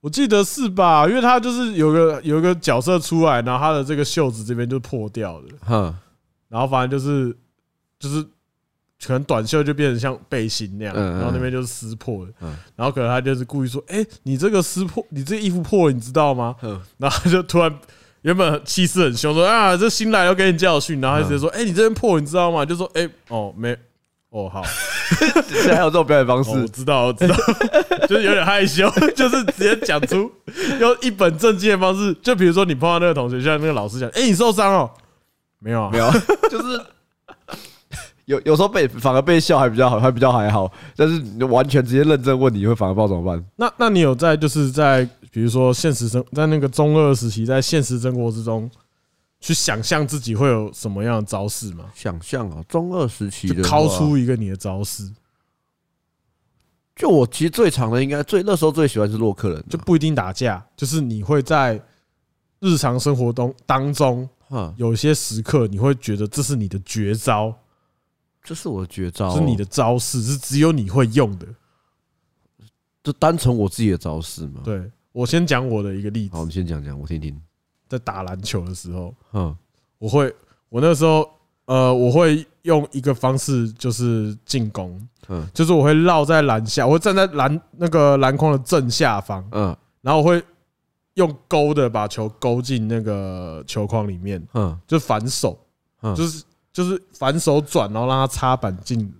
[SPEAKER 2] 我记得是吧？因为他就是有个有一个角色出来，然后他的这个袖子这边就破掉了，
[SPEAKER 1] 哼，
[SPEAKER 2] 然后反正就是就是可能短袖就变成像背心那样，
[SPEAKER 1] 嗯嗯嗯
[SPEAKER 2] 然后那边就是撕破的
[SPEAKER 1] 嗯，
[SPEAKER 2] 然后可能他就是故意说：“哎，你这个撕破，你这衣服破了，你知道吗
[SPEAKER 1] 嗯？”
[SPEAKER 2] 然后他就突然。原本气势很凶，说啊，这新来要给你教训，然后他直接
[SPEAKER 1] 嗯
[SPEAKER 2] 说，哎、你这边破了，你知道吗？就说，哎、哦，没，哦，好，
[SPEAKER 1] 现在还有这种表演方
[SPEAKER 2] 哦我
[SPEAKER 1] 式，
[SPEAKER 2] 知道，我知道， 就是有点害羞， 就是直接讲出用一本正经的方式。就比如说你碰到那个同学，像那个老师讲，哎、你受伤哦？没有啊，
[SPEAKER 1] 没有， 就是有有时候被反而被笑还比较好，还比较还好，但是你完全直接认真问你会反而不知道怎么办。
[SPEAKER 2] 那那你有在就是在比如说现实生在那个中二时期，在现实生活之中去想象自己会有什么样的招式吗？
[SPEAKER 1] 想象啊，中二时期
[SPEAKER 2] 就
[SPEAKER 1] 的
[SPEAKER 2] 掏
[SPEAKER 1] 话
[SPEAKER 2] 出一个你的招式，
[SPEAKER 1] 就我其实最长的应该最那时候最喜欢是洛克人啊，
[SPEAKER 2] 就不一定打架，就是你会在日常生活中当中
[SPEAKER 1] 哈，
[SPEAKER 2] 有些时刻，你会觉得这是你的绝招。
[SPEAKER 1] 这是我的绝招哦，哦
[SPEAKER 2] 是你的招式，是只有你会用的。
[SPEAKER 1] 就单纯我自己的招式嘛。
[SPEAKER 2] 对我先讲我的一个例
[SPEAKER 1] 好，我
[SPEAKER 2] 子
[SPEAKER 1] 们，先讲讲，我听 听。
[SPEAKER 2] 在打篮球的时候，
[SPEAKER 1] 嗯
[SPEAKER 2] 我会，我那时候，呃，我会用一个方式就是进攻，
[SPEAKER 1] 嗯
[SPEAKER 2] 就是我会绕在篮下，我会站在篮那个篮筐的正下方，
[SPEAKER 1] 嗯
[SPEAKER 2] 然后我会用勾的把球勾进那个球框里面，
[SPEAKER 1] 嗯
[SPEAKER 2] 就反手，
[SPEAKER 1] 嗯
[SPEAKER 2] 就是就是反手转，然后让它插板进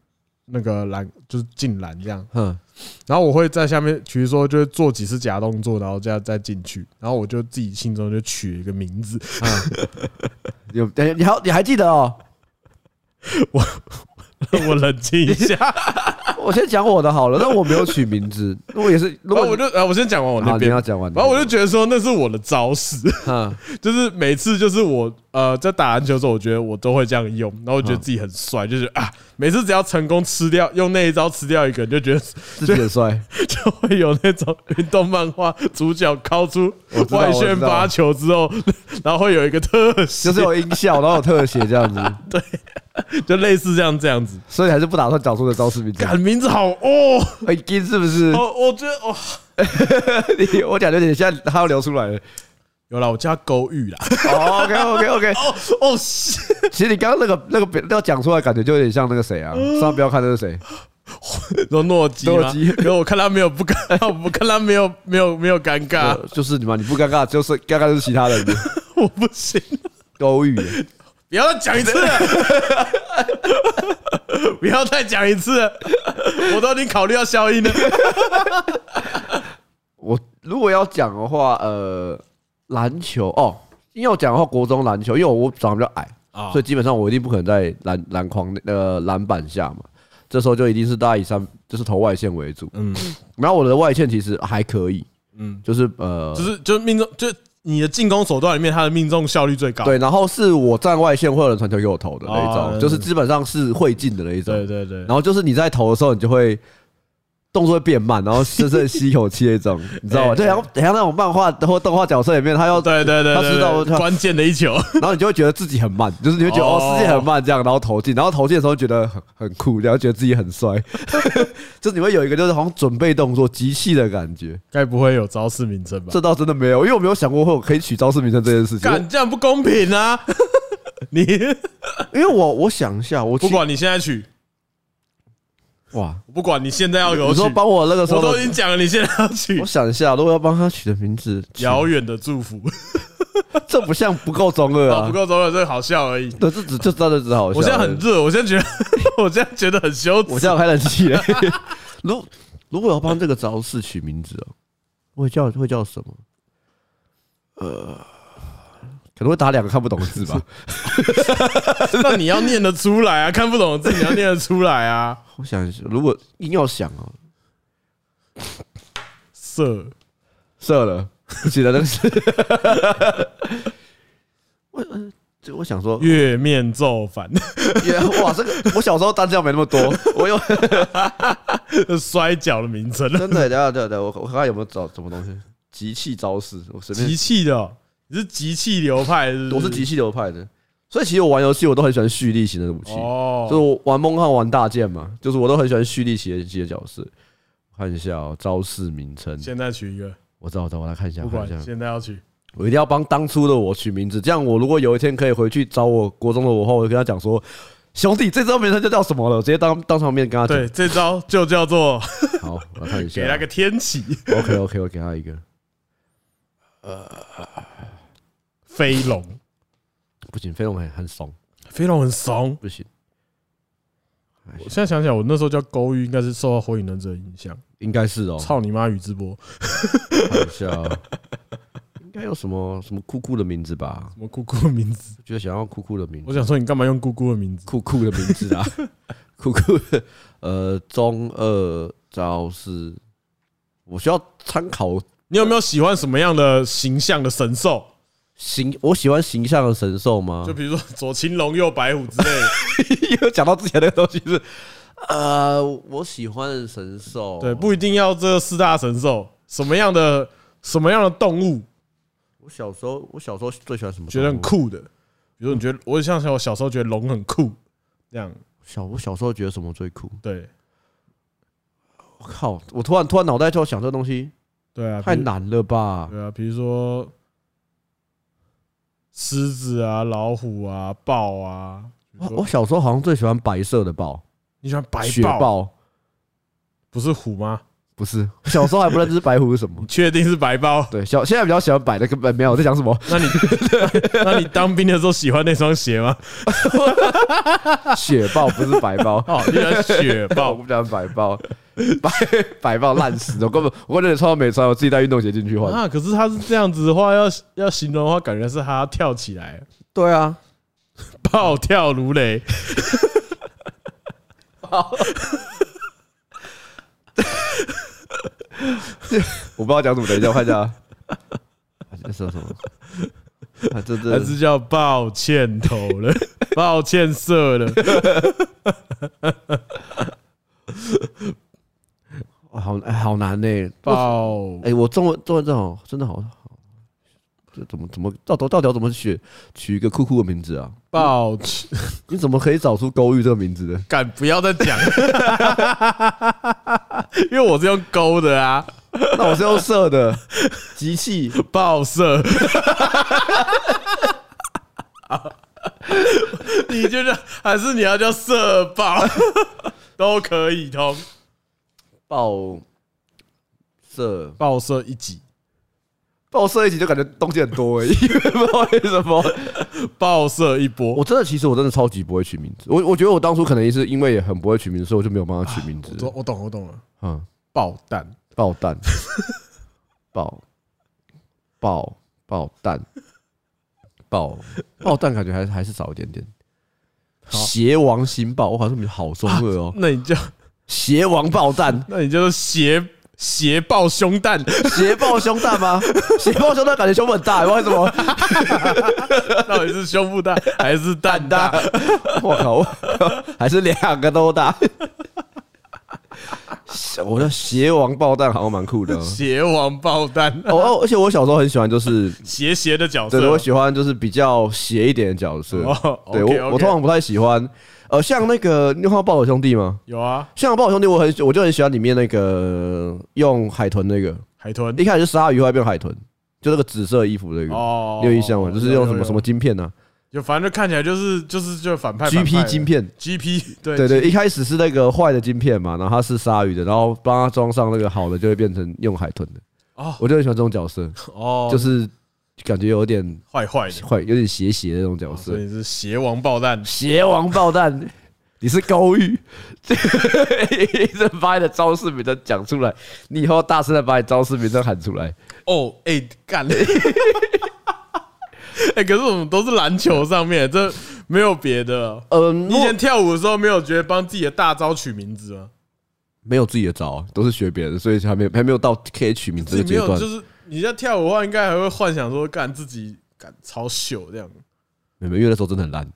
[SPEAKER 2] 那个篮，就是进篮这样。
[SPEAKER 1] 嗯
[SPEAKER 2] 然后我会在下面，比如说就是做几次假动作，然后这样再进去，然后我就自己心中就取了一个名字，
[SPEAKER 1] 嗯， 有哎你还你还记得哦？
[SPEAKER 2] 我冷静一下，
[SPEAKER 1] 我先讲我的好了，但我没有取名字， 我也是，如
[SPEAKER 2] 然
[SPEAKER 1] 果
[SPEAKER 2] 后 我就，呃，我先讲完我那
[SPEAKER 1] 好你
[SPEAKER 2] 边，
[SPEAKER 1] 要讲完，
[SPEAKER 2] 然后我就觉得说那是我的招式，
[SPEAKER 1] 嗯
[SPEAKER 2] 就是每次就是我呃在打篮球的时候，我觉得我都会这样用，然后我觉得自己很帅，就是啊，每次只要成功吃掉用那一招吃掉一个，就觉得
[SPEAKER 1] 自己很帅，
[SPEAKER 2] 就会有那种运动漫画主角掏出
[SPEAKER 1] 我知道
[SPEAKER 2] 外旋发球之后， 然后会有一个特写，
[SPEAKER 1] 就是有音效，然后有特写这样子，
[SPEAKER 2] 就类似这样这样子。
[SPEAKER 1] 所以还是不打算讲出的招式名字。
[SPEAKER 2] 改名字好哦，
[SPEAKER 1] 很金是不是？
[SPEAKER 2] 我我觉得 哦，
[SPEAKER 1] 你我感觉你现在他要流出来了。
[SPEAKER 2] 有啦，我叫他勾玉啦。
[SPEAKER 1] OK OK OK，
[SPEAKER 2] 哦哦，是
[SPEAKER 1] 其实你刚刚那个那个要讲出来，感觉就有点像那个谁啊，上不要看那个谁，
[SPEAKER 2] 说诺基吗
[SPEAKER 1] 诺基
[SPEAKER 2] 可我看他没有不尴尬，我看他没有没有没有尴尬，
[SPEAKER 1] 呃就是你嘛，你不尴尬，就是尴尬就是其他人 的
[SPEAKER 2] 我不行，
[SPEAKER 1] 勾玉，
[SPEAKER 2] 不要再 讲一次了，不要再讲一次了，我都已经考虑要消音了。
[SPEAKER 1] 我如果要讲的话，呃，篮球哦，因为我讲的话，国中篮球，因为我长得比较矮，
[SPEAKER 2] 啊
[SPEAKER 1] 所以基本上我一定不可能在篮篮筐内呃篮板下嘛。这时候就一定是大家以上就是投外线为主，
[SPEAKER 2] 嗯
[SPEAKER 1] 然后我的外线其实还可以，
[SPEAKER 2] 嗯，
[SPEAKER 1] 就是呃，
[SPEAKER 2] 就是就是命中，就你的进攻手段里面，他的命中效率最高。
[SPEAKER 1] 对，然后是我站外线会有人传球给我投的那一
[SPEAKER 2] 哦
[SPEAKER 1] 种，就是基本上是会进的那一种。
[SPEAKER 2] 对对对，
[SPEAKER 1] 然后就是你在投的时候，你就会动作会变慢，然后深深地吸一口气那 种，你知道吗？
[SPEAKER 2] 对
[SPEAKER 1] 就像像那种漫画或动画角色里面， 他要，
[SPEAKER 2] 对对对，
[SPEAKER 1] 他
[SPEAKER 2] 对
[SPEAKER 1] 知道
[SPEAKER 2] 对
[SPEAKER 1] 他
[SPEAKER 2] 关键的一球，
[SPEAKER 1] 然后你就会觉得自己很慢，就是你会觉得
[SPEAKER 2] 哦
[SPEAKER 1] 哦，世界很慢这样，然后投进，然后投进的时候觉得很很酷，然后觉得自己很 帅，就是你会有一个就是好像准备动作机器的感觉。
[SPEAKER 2] 该不会有招式名称吧？
[SPEAKER 1] 这倒真的没有，因为我没有想过会有可以取招式名称这件事情。
[SPEAKER 2] 干这样不公平啊！ 你
[SPEAKER 1] 因为我我想一下，我
[SPEAKER 2] 不
[SPEAKER 1] 其
[SPEAKER 2] 管你现在取，
[SPEAKER 1] 哇，
[SPEAKER 2] 不管你现在要给我
[SPEAKER 1] 你
[SPEAKER 2] 取，
[SPEAKER 1] 说帮我那个时
[SPEAKER 2] 我
[SPEAKER 1] 候的
[SPEAKER 2] 都已经讲了，你现在要取
[SPEAKER 1] 我想一下，如果要帮他取的名字，
[SPEAKER 2] 遥远的祝福，
[SPEAKER 1] 这不像不够中二
[SPEAKER 2] 啊，不
[SPEAKER 1] 啊。
[SPEAKER 2] 够中了，这个好笑而已。
[SPEAKER 1] 对，这只这真的只好笑。
[SPEAKER 2] 我现在很，热，我现在觉 得，我现在觉得很羞
[SPEAKER 1] 我
[SPEAKER 2] 耻
[SPEAKER 1] 现。在有开冷气 了。如如果要帮这个招式取名字哦，会叫会叫什么？呃，可能会打两个看不懂的字 吧。
[SPEAKER 2] 那你要念得出来啊，看不懂的字你要念得出来啊。
[SPEAKER 1] 我想一下，如果硬要想哦，
[SPEAKER 2] 色
[SPEAKER 1] 射了，不记得那个是。 我呃这我想说，
[SPEAKER 2] 月面奏反，
[SPEAKER 1] 也哇，这个我小时候单调没那么多，我有
[SPEAKER 2] 摔跤的名称，
[SPEAKER 1] 真的，等一下等一下等一下，我我看看有没有找什么东西，集气招式，我随便
[SPEAKER 2] 集气的哦，你是集气流派是不
[SPEAKER 1] 我
[SPEAKER 2] 是，
[SPEAKER 1] 是极气流派的，所以其实我玩游戏我都很喜欢蓄力型的武器，
[SPEAKER 2] 哦，
[SPEAKER 1] 就是我玩梦幻玩大剑嘛，就是我都很喜欢蓄力型的一些角色。看一下、哦、招式名称，
[SPEAKER 2] 现在取一个，
[SPEAKER 1] 我知道，我知道，我来看一下，
[SPEAKER 2] 不
[SPEAKER 1] 看
[SPEAKER 2] 管
[SPEAKER 1] 一下，
[SPEAKER 2] 现在要取，
[SPEAKER 1] 我一定要帮当初的我取名字，这样我如果有一天可以回去找我国中的我的话，我就跟他讲说。兄弟，这招名称就叫什么了？我直接当当场面跟他
[SPEAKER 2] 对，这招就叫做
[SPEAKER 1] 讲。好，我来看一下。
[SPEAKER 2] 给他个天启
[SPEAKER 1] OK OK，我给他一个。
[SPEAKER 2] 飞龙，
[SPEAKER 1] 不行，飞龙很很怂，
[SPEAKER 2] 飞龙很怂。
[SPEAKER 1] 不行。哎
[SPEAKER 2] 我现在想起来，我那时候叫勾玉，应该是受到火影忍者的影响。
[SPEAKER 1] 应该是 哦。
[SPEAKER 2] 操你妈，宇智波，
[SPEAKER 1] 看一下哦，应该有什么什么酷酷的名字吧？
[SPEAKER 2] 什么姑姑的名字？
[SPEAKER 1] 我觉得想要酷酷的名
[SPEAKER 2] 我
[SPEAKER 1] 字，
[SPEAKER 2] 想说，你干嘛用姑姑的名字？
[SPEAKER 1] 酷酷的名字啊， 酷酷的呃中二招式，我需要参考
[SPEAKER 2] 你有没有喜欢什么样的形象的神兽？
[SPEAKER 1] 形，我喜欢形象的神兽吗
[SPEAKER 2] 就？比
[SPEAKER 1] 嗯
[SPEAKER 2] 如说左青龙、右白虎之 类的。
[SPEAKER 1] 有讲到之前那个东西是。呃，我喜欢的神兽，
[SPEAKER 2] 对，不一定要这四大神兽，什么样的什么样的动物
[SPEAKER 1] 我小时候，我小时候最喜欢什么？
[SPEAKER 2] 觉得很。酷的？比如说你觉得，我像我小时候觉得龙很酷，这样
[SPEAKER 1] 小我小时候觉得什么最酷？
[SPEAKER 2] 对
[SPEAKER 1] 我靠！我突然突然脑袋就想这东西
[SPEAKER 2] 对啊，
[SPEAKER 1] 太
[SPEAKER 2] 比如
[SPEAKER 1] 难了吧？
[SPEAKER 2] 对啊，比如说狮子啊、老虎啊、豹啊，比如
[SPEAKER 1] 我
[SPEAKER 2] 说
[SPEAKER 1] 我小时候好像最喜欢白色的豹，
[SPEAKER 2] 你喜欢白
[SPEAKER 1] 哦雪
[SPEAKER 2] 豹，
[SPEAKER 1] 豹
[SPEAKER 2] 不是虎吗？
[SPEAKER 1] 不是，小时候还不认知白虎是什么
[SPEAKER 2] 你。确定是白豹？
[SPEAKER 1] 对，小现在比较喜欢白的，根本没有我在讲什么
[SPEAKER 2] 那你 那你当兵的时候喜欢那双鞋吗？
[SPEAKER 1] 雪豹，不是白豹
[SPEAKER 2] 。哦，你喜欢雪
[SPEAKER 1] 豹，
[SPEAKER 2] 豹
[SPEAKER 1] 我不喜欢白豹，白白豹烂死了，我根本我根本连穿都没穿，我自己带运动鞋进去换。
[SPEAKER 2] 啊？可是他是这样子的话，要要形容的话，感觉是他跳起来。
[SPEAKER 1] 对啊，
[SPEAKER 2] 暴跳如雷，
[SPEAKER 1] 我不知道讲什么，等一下我看一下 啊。这是什么？ 啊，这
[SPEAKER 2] 还
[SPEAKER 1] 这
[SPEAKER 2] 是叫抱歉头了， 抱歉色 了，
[SPEAKER 1] 哇好哎好难呢。
[SPEAKER 2] 啊抱
[SPEAKER 1] 哎，我中文中文真的好，真的好好，这怎么怎么到头到底要怎么取取一个酷酷的名字啊？
[SPEAKER 2] 抱歉，
[SPEAKER 1] 你怎么可以找出勾玉这个名字的？
[SPEAKER 2] 敢不要再讲， 因为我是用勾的啊，
[SPEAKER 1] 那我是用射的，集气
[SPEAKER 2] 爆色。 你就叫还是你要叫色 爆，都可以通。
[SPEAKER 1] 爆射，
[SPEAKER 2] 爆色一级，
[SPEAKER 1] 爆射一集就感觉东西很多哎、因为 不知道为什么。
[SPEAKER 2] 爆色一波。
[SPEAKER 1] 我
[SPEAKER 2] 我
[SPEAKER 1] 真的其实我真的超级不会取名字，我我觉得我当初可能也是因为也很不会取名啊字，所以我就没有帮他取名字。
[SPEAKER 2] 我懂，我懂了。
[SPEAKER 1] 嗯，
[SPEAKER 2] 爆弹，
[SPEAKER 1] 爆 蛋，爆爆爆蛋，爆爆蛋感觉还还是少一点点。
[SPEAKER 2] 好
[SPEAKER 1] 邪王星爆，我好像比较好中二 哦。
[SPEAKER 2] 那你就
[SPEAKER 1] 邪王爆蛋，
[SPEAKER 2] 那你就是斜斜爆胸 蛋，
[SPEAKER 1] 邪爆胸蛋 吗？邪爆胸蛋感觉胸部很大，为什么？
[SPEAKER 2] 到底是胸部大还是蛋大？
[SPEAKER 1] 我靠，我还是两个都大。我的邪王爆弹好像蛮酷 的。
[SPEAKER 2] 邪王爆弹，
[SPEAKER 1] 哦哦，而且我小时候很喜欢，就是
[SPEAKER 2] 邪邪的角色。
[SPEAKER 1] 对，我喜欢就是比较邪一点的角色。
[SPEAKER 2] 啊哦
[SPEAKER 1] 对
[SPEAKER 2] OK，
[SPEAKER 1] 我，我
[SPEAKER 2] OK
[SPEAKER 1] 通常不太喜欢。呃，像那个《你有看过《暴走兄弟》吗？
[SPEAKER 2] 有啊，
[SPEAKER 1] 像《暴走兄弟》，我很我就很喜欢里面那个用海豚那个，
[SPEAKER 2] 海豚
[SPEAKER 1] 一开始是鲨鱼，后来变海豚，就那个紫色衣服那个，
[SPEAKER 2] 哦，
[SPEAKER 1] 你有印象吗？就是用什么什么
[SPEAKER 2] 么，
[SPEAKER 1] 晶片啊呢
[SPEAKER 2] 有反正就看起来就是就是就是反派
[SPEAKER 1] ？GP 晶片。
[SPEAKER 2] GP 对
[SPEAKER 1] 对对，一开始是那个坏的晶片嘛，然后它是鲨鱼的，然后帮它装上那个好的，就会变成用海豚的。
[SPEAKER 2] 哦
[SPEAKER 1] 我就很喜欢这种角色，
[SPEAKER 2] 哦，
[SPEAKER 1] 就是感觉有点
[SPEAKER 2] 坏坏的，
[SPEAKER 1] 坏，有点邪邪的那种角
[SPEAKER 2] 哦
[SPEAKER 1] 色
[SPEAKER 2] 所。以是邪王爆弹。
[SPEAKER 1] 邪王爆弹， 你是高玉， 一直把你的招式名称讲出来，你以后大声的把你招式名称喊出来。
[SPEAKER 2] 哦，哎、干！ 哎、可是我们都是篮球上面，这没有别的。
[SPEAKER 1] 嗯，
[SPEAKER 2] 你以前跳舞的时候没有觉得帮自己的大招取名字吗？
[SPEAKER 1] 没有自己的招，啊都是学别人的，所以还没有还没有到可以取名这
[SPEAKER 2] 自
[SPEAKER 1] 个
[SPEAKER 2] 己
[SPEAKER 1] 阶
[SPEAKER 2] 没有，
[SPEAKER 1] 段
[SPEAKER 2] 就。是你在跳舞的话，应该还会幻想说，干自己干超秀这样。
[SPEAKER 1] 没有，因为那时候真的很烂，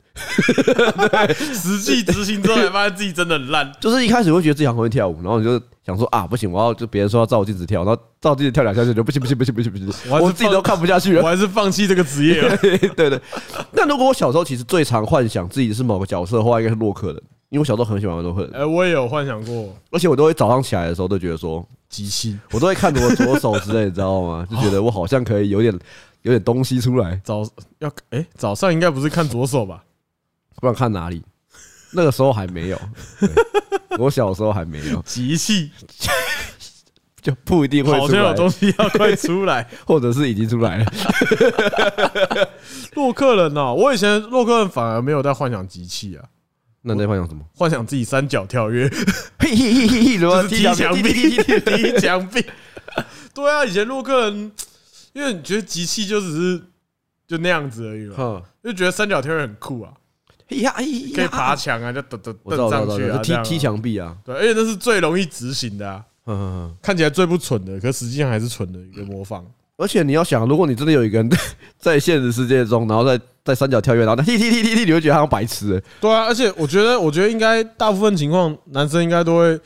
[SPEAKER 2] 实际执行之 后才发现自己真的很烂。
[SPEAKER 1] 就是一开始会觉得自己很会跳舞，然后你就想说啊，不行，我要就别人说要照我镜子跳，然后照镜子跳两下就觉哦得不行不行不行不行不行，
[SPEAKER 2] 我还是
[SPEAKER 1] 我自己都看不下去了。
[SPEAKER 2] 我还是放弃这个职业了。
[SPEAKER 1] 对 对对。那如果我小时候其实最常幻想自己是某个角色的话，应该是洛克人，因为我小时候很喜欢玩洛克人，
[SPEAKER 2] 哎，我也有幻想过
[SPEAKER 1] 而且我都会早上起来的时候都觉得说，
[SPEAKER 2] 极限。
[SPEAKER 1] 我都会看着我左手之类，你知道吗？就觉得我好像可以有点有点东西出来，
[SPEAKER 2] 早要哎、早上应该不是看左 手吧？
[SPEAKER 1] 不然看哪里。 那个时候还没有， 对我小时候还没有，
[SPEAKER 2] 极气，
[SPEAKER 1] 就不一定会
[SPEAKER 2] 好
[SPEAKER 1] 出
[SPEAKER 2] 像有东
[SPEAKER 1] 来，
[SPEAKER 2] 西要快出 来。
[SPEAKER 1] 或者是已经出来了。
[SPEAKER 2] 洛克人哦，我以前洛克人反而没有在幻想机器啊，
[SPEAKER 1] 那你在幻想什么？
[SPEAKER 2] 幻想自己三角 跳跃，
[SPEAKER 1] 嘿嘿嘿嘿嘿，什
[SPEAKER 2] 就
[SPEAKER 1] 么
[SPEAKER 2] 是踢墙壁，
[SPEAKER 1] 哦踢踢踢 踢
[SPEAKER 2] 踢墙壁。对啊，以前洛克人，因为你觉得机器就只是就那样子而已 嘛，
[SPEAKER 1] 哼
[SPEAKER 2] 就觉得三角跳跃很酷啊，
[SPEAKER 1] 嘿呀嘿呀
[SPEAKER 2] 哦可以爬墙啊，就蹬蹬
[SPEAKER 1] 我知道，
[SPEAKER 2] 蹬
[SPEAKER 1] 我知道我
[SPEAKER 2] 上
[SPEAKER 1] 知
[SPEAKER 2] 去
[SPEAKER 1] 道，
[SPEAKER 2] 啊，
[SPEAKER 1] 就
[SPEAKER 2] 这样啊
[SPEAKER 1] 踢踢。墙壁啊。
[SPEAKER 2] 对，而且那是最容易执行的啊，
[SPEAKER 1] 哼哼哼。
[SPEAKER 2] 看起来最不蠢的，可实际上还是蠢的一个模仿。
[SPEAKER 1] 而且你要想，如果你真的有一个人在现实世界中，然后在在三角跳跃，然后他踢踢踢踢踢，你会觉得他像白痴欸。
[SPEAKER 2] 对啊，而且我觉得，我觉得应该大部分情况，男生应该都会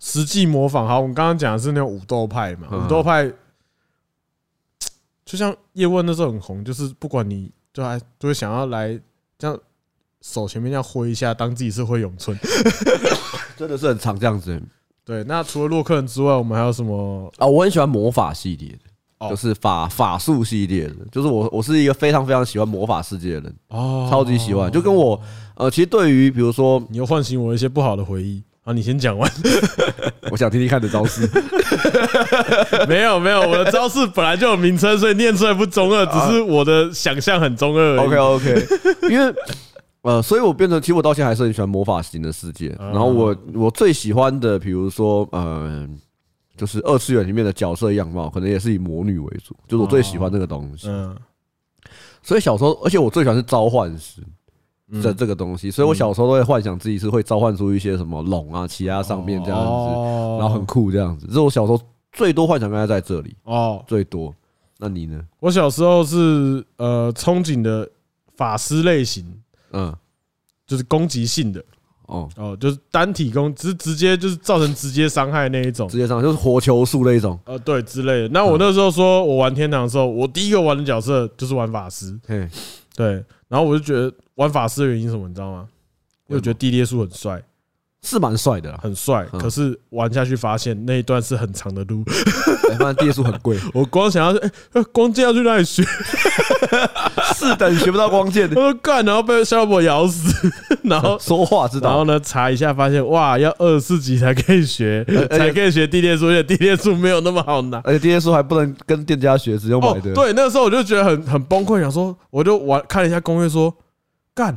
[SPEAKER 2] 实际模仿。好，我们刚刚讲的是那种武斗派嘛，
[SPEAKER 1] 嗯
[SPEAKER 2] 武斗派就像叶问那时候很红，就是不管你就还就会想要来这样手前面这样挥一下，当自己是挥咏春。
[SPEAKER 1] 真的是很常这样子欸。
[SPEAKER 2] 对，那除了洛克人之外，我们还有什么？
[SPEAKER 1] 啊，我很喜欢魔法系列的，
[SPEAKER 2] 哦
[SPEAKER 1] 就是法法术系列的，就是我我是一个非常非常喜欢魔法世界的人，
[SPEAKER 2] 哦，
[SPEAKER 1] 超级喜欢。就跟我呃，其实对于比如说，
[SPEAKER 2] 你又唤醒我一些不好的回忆啊！你先讲完，
[SPEAKER 1] 我想听听看你的招式，
[SPEAKER 2] 没有没有，我的招式本来就有名称，所以念出来不中 二，只是我的想象很中二而已。
[SPEAKER 1] 啊 OK OK，因 为呃，所以我变成其实我到现在还是很喜欢魔法型的世界。然后我我最喜欢的，比如说呃，就是二次元里面的角色样貌，可能也是以魔女为主，就是我最喜欢这个东西。
[SPEAKER 2] 嗯，
[SPEAKER 1] 所以小时候，而且我最喜欢是召唤师。这这个东西，所以我小时候都会幻想自己是会召唤出一些什么龙啊、奇亚上面这样子，
[SPEAKER 2] 哦
[SPEAKER 1] 然后很酷这样子。这是我小时候最多幻想，应该在这里
[SPEAKER 2] 哦，
[SPEAKER 1] 最多。那你呢？
[SPEAKER 2] 我小时候是呃憧憬的法师类型，
[SPEAKER 1] 嗯，
[SPEAKER 2] 就是攻击性的
[SPEAKER 1] 哦，
[SPEAKER 2] 哦，就是单体攻，直直接就是造成直接伤害那一种
[SPEAKER 1] 直，嗯接上就是火球术那一种。
[SPEAKER 2] 呃，对之类的。那我那时候说我玩天堂的时候，我第一个玩的角色就是玩法师，
[SPEAKER 1] 嘿，
[SPEAKER 2] 对，然后我就觉得玩法师的原因是什么，你知道吗？因为我觉得地列术很帅，
[SPEAKER 1] 是蛮帅的啦。
[SPEAKER 2] 很帅，
[SPEAKER 1] 嗯
[SPEAKER 2] 可是玩下去发现那一段是很长的路，
[SPEAKER 1] 哎，反正地数很贵，
[SPEAKER 2] 我光想要，哎，哎光这样去那里学，
[SPEAKER 1] 四等学不到光剑
[SPEAKER 2] 我，说干，然后被小宝咬死， 然后
[SPEAKER 1] 说话知
[SPEAKER 2] 然
[SPEAKER 1] 道。
[SPEAKER 2] 后呢，查一下发现，哇，要二十四级才可以学，
[SPEAKER 1] 而且
[SPEAKER 2] 才可以学地列数，而且地列数没有那么好 拿。
[SPEAKER 1] 而且这些书还不能跟店家学，只有
[SPEAKER 2] 哦
[SPEAKER 1] 买，的。，
[SPEAKER 2] 对，那时候我就觉得很很崩溃，想说，我就玩看了一下攻略，说，干，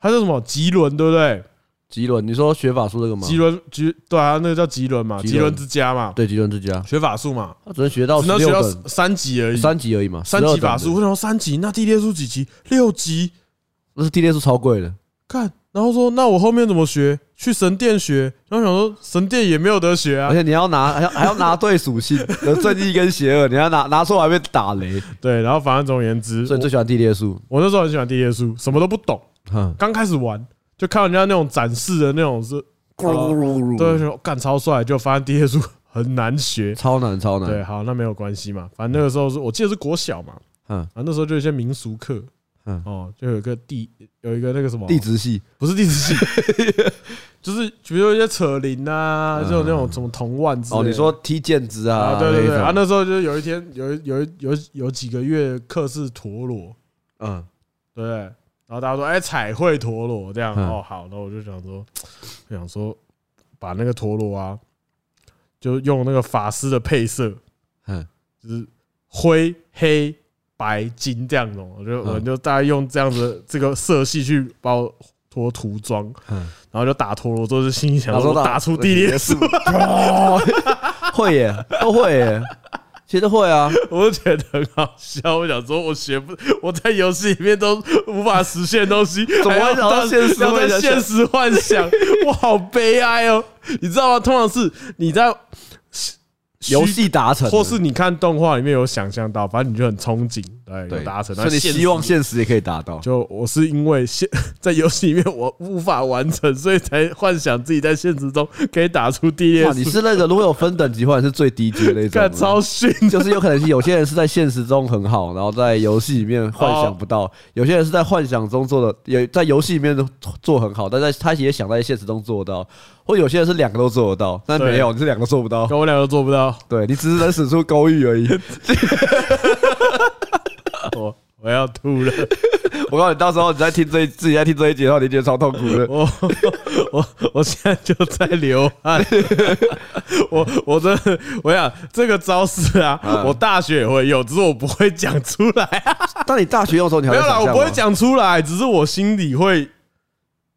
[SPEAKER 2] 它叫什么棘轮，对不对？
[SPEAKER 1] 吉伦，你说学法术这个吗？
[SPEAKER 2] 棘轮棘，对啊，那个叫棘轮嘛，
[SPEAKER 1] 棘轮
[SPEAKER 2] 棘轮之家嘛，
[SPEAKER 1] 对，吉伦之家，
[SPEAKER 2] 学法术嘛，
[SPEAKER 1] 他只能学到
[SPEAKER 2] 只
[SPEAKER 1] 十
[SPEAKER 2] 能学
[SPEAKER 1] 六
[SPEAKER 2] 到
[SPEAKER 1] 等，
[SPEAKER 2] 三级而已，
[SPEAKER 1] 三级而已嘛。
[SPEAKER 2] 三
[SPEAKER 1] 12等
[SPEAKER 2] 级
[SPEAKER 1] 的
[SPEAKER 2] 法术，，我想说三级，那地列数几级？六级，
[SPEAKER 1] 那是地列数超贵的。
[SPEAKER 2] 干，然后说，那我后面怎么学？去神殿学，然后想说神殿也没有得学啊
[SPEAKER 1] 而，且你要拿，还要还要拿对属 性，有正义跟邪恶，你要拿拿出来被打雷。
[SPEAKER 2] 对，然后反正总而言之，
[SPEAKER 1] 所以你最喜欢地列数，
[SPEAKER 2] 我那时候很喜欢地列术，什么都不懂，
[SPEAKER 1] 哼，
[SPEAKER 2] 刚开始玩就看人家那种展示的那种是
[SPEAKER 1] 咕噜咕噜咕噜，
[SPEAKER 2] 哦对，，就干超帅，就发现第一书很难学。
[SPEAKER 1] 超难超
[SPEAKER 2] 对，啊
[SPEAKER 1] 难，
[SPEAKER 2] 好，那没有关系嘛，反正那个时候是我记得是国小嘛，
[SPEAKER 1] 嗯，
[SPEAKER 2] 啊，那时候就有一些民俗课，
[SPEAKER 1] 嗯
[SPEAKER 2] 哦，就有一个地有一个那个什么
[SPEAKER 1] 地质系，
[SPEAKER 2] 不是地址系， 就是比如说一些扯铃啊，
[SPEAKER 1] 嗯
[SPEAKER 2] 就那种什么铜腕之类
[SPEAKER 1] 哦，
[SPEAKER 2] 的
[SPEAKER 1] 你说踢毽子啊，
[SPEAKER 2] 啊，对对对，啊，
[SPEAKER 1] 那一种
[SPEAKER 2] 那时候就是有一天有一有一有一有几个月课是陀螺，
[SPEAKER 1] 嗯，
[SPEAKER 2] 对不对？然后大家说，哎，彩绘陀螺这样，
[SPEAKER 1] 嗯
[SPEAKER 2] 哦，好，那我就想说，我想说把那个陀螺啊，就用那个法师的配色，
[SPEAKER 1] 嗯，
[SPEAKER 2] 就是灰、黑、白、金这样子哦，我就
[SPEAKER 1] 嗯
[SPEAKER 2] 我就大概用这样子的这个色系去把我陀涂装，
[SPEAKER 1] 嗯
[SPEAKER 2] 然后就打陀螺之后就心里想
[SPEAKER 1] 打
[SPEAKER 2] 说，
[SPEAKER 1] 说
[SPEAKER 2] 我打出地裂
[SPEAKER 1] 数，哇 会耶，都会耶，其实都会啊，
[SPEAKER 2] 我就觉得很好笑。我想说，我学不，我在游戏里面都无法实现的 东西，
[SPEAKER 1] 么
[SPEAKER 2] 还
[SPEAKER 1] 会
[SPEAKER 2] 要
[SPEAKER 1] 想到
[SPEAKER 2] 到
[SPEAKER 1] 现实
[SPEAKER 2] 要
[SPEAKER 1] 会想
[SPEAKER 2] 在现实幻 想，我好悲哀哦。你知道吗？通常是你在虚
[SPEAKER 1] 游戏达成了，
[SPEAKER 2] 或是你看动画里面有想象到，反正你就很憧憬，对，
[SPEAKER 1] 对
[SPEAKER 2] 有达成。
[SPEAKER 1] 所以你
[SPEAKER 2] 但现实
[SPEAKER 1] 希望现实也可以达到，
[SPEAKER 2] 就我是因为现 在游戏里面我无法完成，所以才幻想自己在现实中可以打出地
[SPEAKER 1] 哇，
[SPEAKER 2] 裂
[SPEAKER 1] 你
[SPEAKER 2] 数，
[SPEAKER 1] 是那个如果有分等级，或者是最低级的那
[SPEAKER 2] 干
[SPEAKER 1] 种，
[SPEAKER 2] 超逊。
[SPEAKER 1] 就是有可能是有些人是在现实中很好，然后在游戏里面幻想不到；有些人是在幻想中做的，也在游戏里面做很好，但在他也想在现实中做到；或有些人是两个都做得到，但没有，你是两个都做不到。
[SPEAKER 2] 跟我两个做不到，
[SPEAKER 1] 对你只是能使出勾玉 而已。
[SPEAKER 2] 我我要吐了，
[SPEAKER 1] 我告诉你，到时候你在听这一自己在听这一集的话，你觉得超痛苦的。
[SPEAKER 2] 我我 我现在就在流汗， 我我真的我想这个招式啊，
[SPEAKER 1] 嗯
[SPEAKER 2] 我大学也会用，只是我不会讲出来，
[SPEAKER 1] 当你大学用的时候，你还
[SPEAKER 2] 没
[SPEAKER 1] 会
[SPEAKER 2] 有啦，
[SPEAKER 1] 想
[SPEAKER 2] 我
[SPEAKER 1] 象
[SPEAKER 2] 不会
[SPEAKER 1] 吗，
[SPEAKER 2] 讲出来，只是我心里会。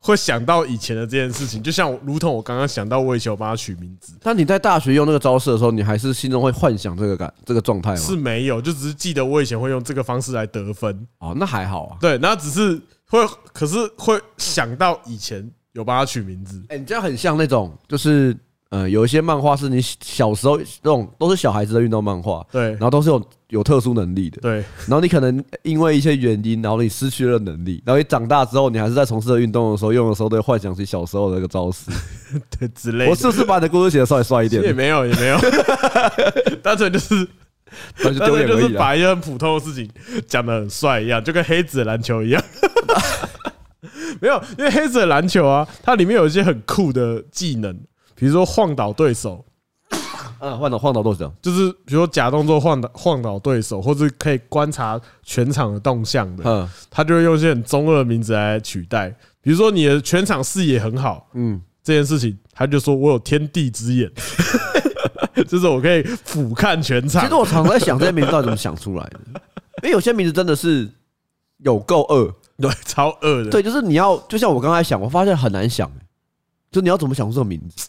[SPEAKER 2] 会想到以前的这件事情，就像我如同我刚刚想到我以前我帮他取名字，
[SPEAKER 1] 但你在大学用那个招式的时候，你还是心中会幻想这个感这个状态吗？
[SPEAKER 2] 是没有，就只是记得我以前会用这个方式来得分，
[SPEAKER 1] 哦，那还好啊。
[SPEAKER 2] 对，然后只是会，可是会想到以前有帮他取名字，
[SPEAKER 1] 哎、你这样很像那种，就是呃，有一些漫画是你小时候那种都是小孩子的运动漫画，
[SPEAKER 2] 对
[SPEAKER 1] 然，后都是有有特殊能力的，
[SPEAKER 2] 对，
[SPEAKER 1] 然后你可能因为一些原因，然后你失去了能力，然后你长大之后，你还是在从事的运动的时候，用的时候都会幻想起小时候的那个招 式。
[SPEAKER 2] 对之类
[SPEAKER 1] 我
[SPEAKER 2] 的，
[SPEAKER 1] 是不是把你的故事写的稍微帅一
[SPEAKER 2] 也
[SPEAKER 1] 点？
[SPEAKER 2] 没有，也没有， 单纯就是
[SPEAKER 1] 那就
[SPEAKER 2] 单
[SPEAKER 1] 丢
[SPEAKER 2] 纯
[SPEAKER 1] 脸
[SPEAKER 2] 就
[SPEAKER 1] 而
[SPEAKER 2] 是
[SPEAKER 1] 已啊啦。
[SPEAKER 2] 把一些很普通的事情讲的很帅一样，就跟黑子的篮球一样。 没有，因为黑子的篮球啊，它里面有一些很酷的技能，比如说晃倒对手，
[SPEAKER 1] 嗯，换倒换倒多少？
[SPEAKER 2] 就是比如说假动作晃倒晃倒对手，或是可以观察全场的动向的，
[SPEAKER 1] 嗯
[SPEAKER 2] 他就会用一些很中二的名字来取代。比如说你的全场视野很好
[SPEAKER 1] 嗯，
[SPEAKER 2] 这件事情，他就说我有天地之眼， 就是我可以俯瞰全
[SPEAKER 1] 其
[SPEAKER 2] 场
[SPEAKER 1] 实。我常常在想这些名字到底怎么想出来 的，因为有些名字真的是有够恶。
[SPEAKER 2] 对，超恶的。
[SPEAKER 1] 对，就是你要，就像我刚才想，我发现很难想、欸，就你要怎么想出这个名字。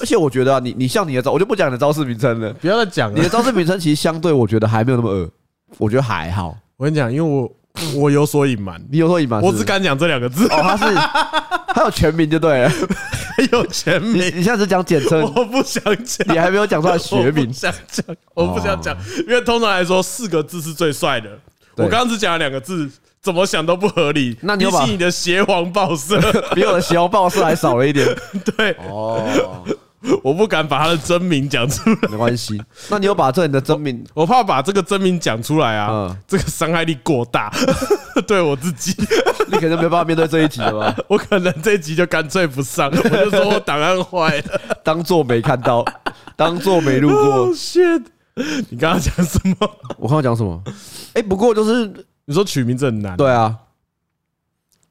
[SPEAKER 1] 而且我觉得啊，你你像你的招，我就不讲你的招式名称 了。
[SPEAKER 2] 不要再讲
[SPEAKER 1] 你
[SPEAKER 2] 了
[SPEAKER 1] 的。招式名称其实相对，我觉得还没有那么恶，我觉得还好。
[SPEAKER 2] 我跟你讲，因为我我有所隐瞒，
[SPEAKER 1] 你有时候隐瞒，
[SPEAKER 2] 我只敢讲这两个字，
[SPEAKER 1] 哦，他 是他有全名就对了。
[SPEAKER 2] 有全
[SPEAKER 1] 你
[SPEAKER 2] 名，
[SPEAKER 1] 你现在只讲简称，
[SPEAKER 2] 我不想讲。
[SPEAKER 1] 你还没有讲出来学
[SPEAKER 2] 我
[SPEAKER 1] 名
[SPEAKER 2] 不。想讲，我不想讲，因为通常来说四个字是最帅的。
[SPEAKER 1] 哦
[SPEAKER 2] 我
[SPEAKER 1] 对
[SPEAKER 2] 刚刚只讲了两个字，怎么想都不合理。
[SPEAKER 1] 那你
[SPEAKER 2] 比
[SPEAKER 1] 有把
[SPEAKER 2] 起你的邪皇报 社，
[SPEAKER 1] 比我的邪报是还少了一点
[SPEAKER 2] 对，
[SPEAKER 1] 哦，
[SPEAKER 2] 我不敢把他的真名讲出来，
[SPEAKER 1] 没关系。那你有把这你的真名
[SPEAKER 2] 我怕把这个真名讲出来啊
[SPEAKER 1] 嗯，
[SPEAKER 2] 这个伤害力过大， 对我自己。
[SPEAKER 1] 你可能没办法面对这一集了吧？
[SPEAKER 2] 我可能这一集就干脆不上，我就说我档案坏 了。
[SPEAKER 1] 当做没看到，当做没路过
[SPEAKER 2] Oh。shit！你刚刚讲什么？
[SPEAKER 1] 我刚刚讲什么？哎，不过就是
[SPEAKER 2] 你说取名字很难，
[SPEAKER 1] 对，啊，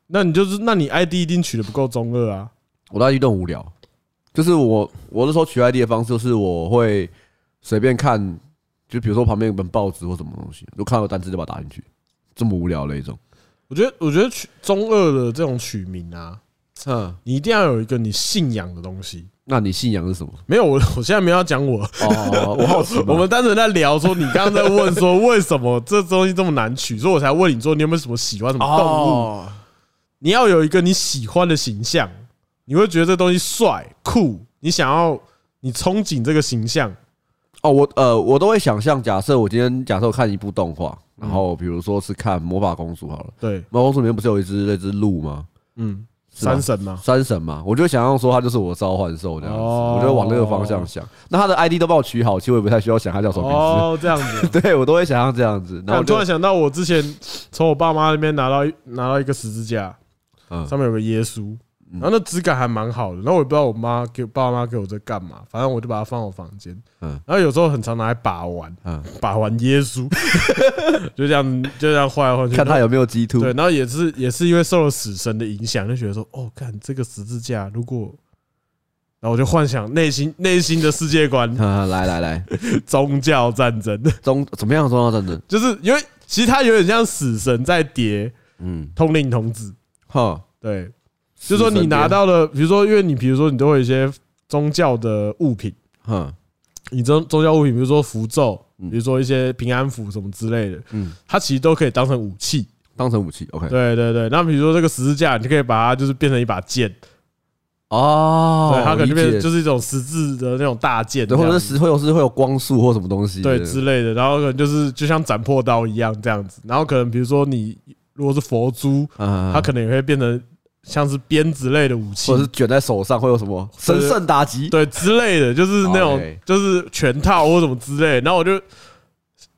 [SPEAKER 2] 那你就是，那你 ID 一定取的不够中二啊。
[SPEAKER 1] 我那一顿无聊，就是我我那时候取 ID 的方式，就是我会随便看，就比如说旁边有本报纸或什么东西，就看到有单词就把它打进去，这么无聊的一种。
[SPEAKER 2] 我觉得，我觉得取中二的这种取名啊，
[SPEAKER 1] 嗯，
[SPEAKER 2] 你一定要有一个你信仰的东西。
[SPEAKER 1] 那你信仰是什么？
[SPEAKER 2] 没有，我我现在没有要讲我，
[SPEAKER 1] 哦，我好奇嘛，
[SPEAKER 2] 我们单纯在聊说，你刚刚在问说为什么这东西这么难取，所以我才问你说你有没有什么喜欢什么动物？
[SPEAKER 1] 哦，
[SPEAKER 2] 你要有一个你喜欢的形象，你会觉得这东西帅酷，你想要你憧憬这个形象，
[SPEAKER 1] 哦，我呃，我都会想象，假设我今天假设我看一部动画，然后比如说是看《魔法公主》好了，《
[SPEAKER 2] 对，
[SPEAKER 1] 魔法公主》里面不是有一只那只鹿吗？
[SPEAKER 2] 嗯，
[SPEAKER 1] 是吧
[SPEAKER 2] 三神嘛，
[SPEAKER 1] 三神嘛，我就想象说他就是我的召唤兽这样子，
[SPEAKER 2] 哦
[SPEAKER 1] 我就往那个方向想。那他的 ID 都帮我取好，其实我也不太需要想他叫什么名
[SPEAKER 2] 哦，这样 子。
[SPEAKER 1] 字，对我都会想象这样子。然后
[SPEAKER 2] 我
[SPEAKER 1] 我
[SPEAKER 2] 突
[SPEAKER 1] 就
[SPEAKER 2] 然想到，我之前从我爸妈那边拿到一拿到一个十字架，
[SPEAKER 1] 嗯
[SPEAKER 2] 上面有个耶稣，然后那质感还蛮好的。然后我也不知道我妈给爸妈给我这干嘛，反正我就把它放我房间。
[SPEAKER 1] 嗯
[SPEAKER 2] 然后有时候很常拿来把玩，
[SPEAKER 1] 嗯，
[SPEAKER 2] 把玩耶稣， 就这样就这样换来换去。
[SPEAKER 1] 看他有没有 G two，
[SPEAKER 2] 对，然后也是也是因为受了死神的影响，就觉得说，哦，看这个十字架，如果，然后我就幻想内心内心的世界观，
[SPEAKER 1] 啊，来来来，
[SPEAKER 2] 宗教战争，
[SPEAKER 1] 中怎么样的重要战争？
[SPEAKER 2] 就是因为其实它有点像死神在叠
[SPEAKER 1] 嗯，
[SPEAKER 2] 通灵童子，
[SPEAKER 1] 哈，
[SPEAKER 2] 对，就是说你拿到了，比如说因为你比如说你都会有一些宗教的物品，
[SPEAKER 1] 哼，
[SPEAKER 2] 你宗宗教物品，比如说符咒，
[SPEAKER 1] 嗯
[SPEAKER 2] 比如说一些平安符什么之类的，
[SPEAKER 1] 嗯，
[SPEAKER 2] 它其实都可以当成武器，
[SPEAKER 1] 当成武器，OK，
[SPEAKER 2] 对对对。那比如说这个十字架，你就可以把它就是变成一把剑。
[SPEAKER 1] 哦，
[SPEAKER 2] 对，它可能
[SPEAKER 1] 理
[SPEAKER 2] 就
[SPEAKER 1] 解
[SPEAKER 2] 变就是一种十字的那种大剑这
[SPEAKER 1] 对，或
[SPEAKER 2] 样
[SPEAKER 1] 者
[SPEAKER 2] 子，
[SPEAKER 1] 是石会有是会有光束或什么东西的，
[SPEAKER 2] 对之类的，然后可能就是就像斩破刀一样这样子，然后可能比如说你如果是佛珠，
[SPEAKER 1] 嗯，
[SPEAKER 2] 它
[SPEAKER 1] 嗯，
[SPEAKER 2] 可能也会变成像是鞭子类的武器
[SPEAKER 1] 或者，是卷在手上会有什么神圣打击？
[SPEAKER 2] 对之类的，就是那种
[SPEAKER 1] 哦 OK
[SPEAKER 2] 就是全套或什么之类的。然后我就因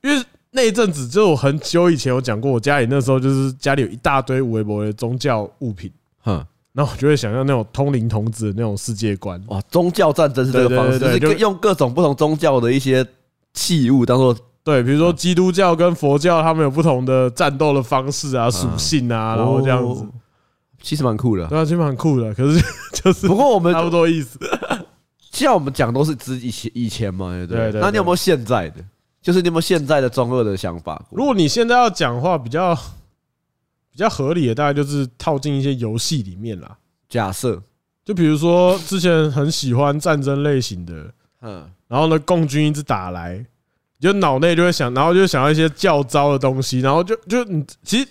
[SPEAKER 2] 为那一阵子，就是我很久以前有讲过，我家里那时候就是家里有一大堆无微博的宗教物品，
[SPEAKER 1] 哼，
[SPEAKER 2] 然后我就会想象那种通灵童子的那种世界观。
[SPEAKER 1] 哇，宗教战争是这个方式，就
[SPEAKER 2] 对对对
[SPEAKER 1] 是
[SPEAKER 2] 对
[SPEAKER 1] 各
[SPEAKER 2] 就
[SPEAKER 1] 用各种不同宗教的一些器物当做
[SPEAKER 2] 对，比如
[SPEAKER 1] 嗯
[SPEAKER 2] 说基督教跟佛教，他们有不同的战斗的方式啊、属性啊，然后这样子
[SPEAKER 1] 嗯哦，其实蛮酷的。
[SPEAKER 2] 对啊，其实蛮酷的。可是 就是
[SPEAKER 1] 不过我们
[SPEAKER 2] 差不多意思，
[SPEAKER 1] 现在我们讲都是之以前以前嘛，对不
[SPEAKER 2] 对对对
[SPEAKER 1] 那你有没有现在的？就是你有没有现在的中二的想法？
[SPEAKER 2] 如果你现在要讲话比较比较合理的，大概就是套进一些游戏里面啦。
[SPEAKER 1] 假设，
[SPEAKER 2] 就比如说之前很喜欢战争类型的，
[SPEAKER 1] 嗯，
[SPEAKER 2] 然后呢，共军一直打来，你就脑内就会想，然后就想到一些较招的东西，然后就就你其实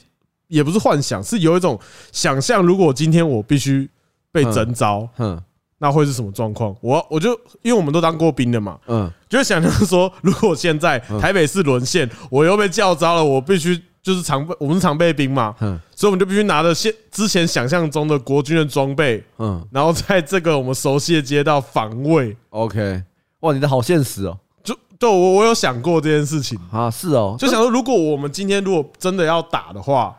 [SPEAKER 2] 也不是幻想，是有一种想象，如果今天我必须被征召。
[SPEAKER 1] 哼，
[SPEAKER 2] 那会是什么状况？我我就因为我们都当过兵的嘛，
[SPEAKER 1] 嗯，
[SPEAKER 2] 就会想象说，如果现在台北市沦陷，我又被叫招了，我必须就是常备，我们是常备兵嘛，
[SPEAKER 1] 哼，
[SPEAKER 2] 所以我们就必须拿着现之前想象中的国军的装备，
[SPEAKER 1] 嗯
[SPEAKER 2] 然后在这个我们熟悉的街道防卫。
[SPEAKER 1] ，OK，哇，你的好现实哦，
[SPEAKER 2] 就对我我有想过这件事情，
[SPEAKER 1] 啊，是哦，
[SPEAKER 2] 就想说，如果我们今天如果真的要打的话，
[SPEAKER 1] 嗯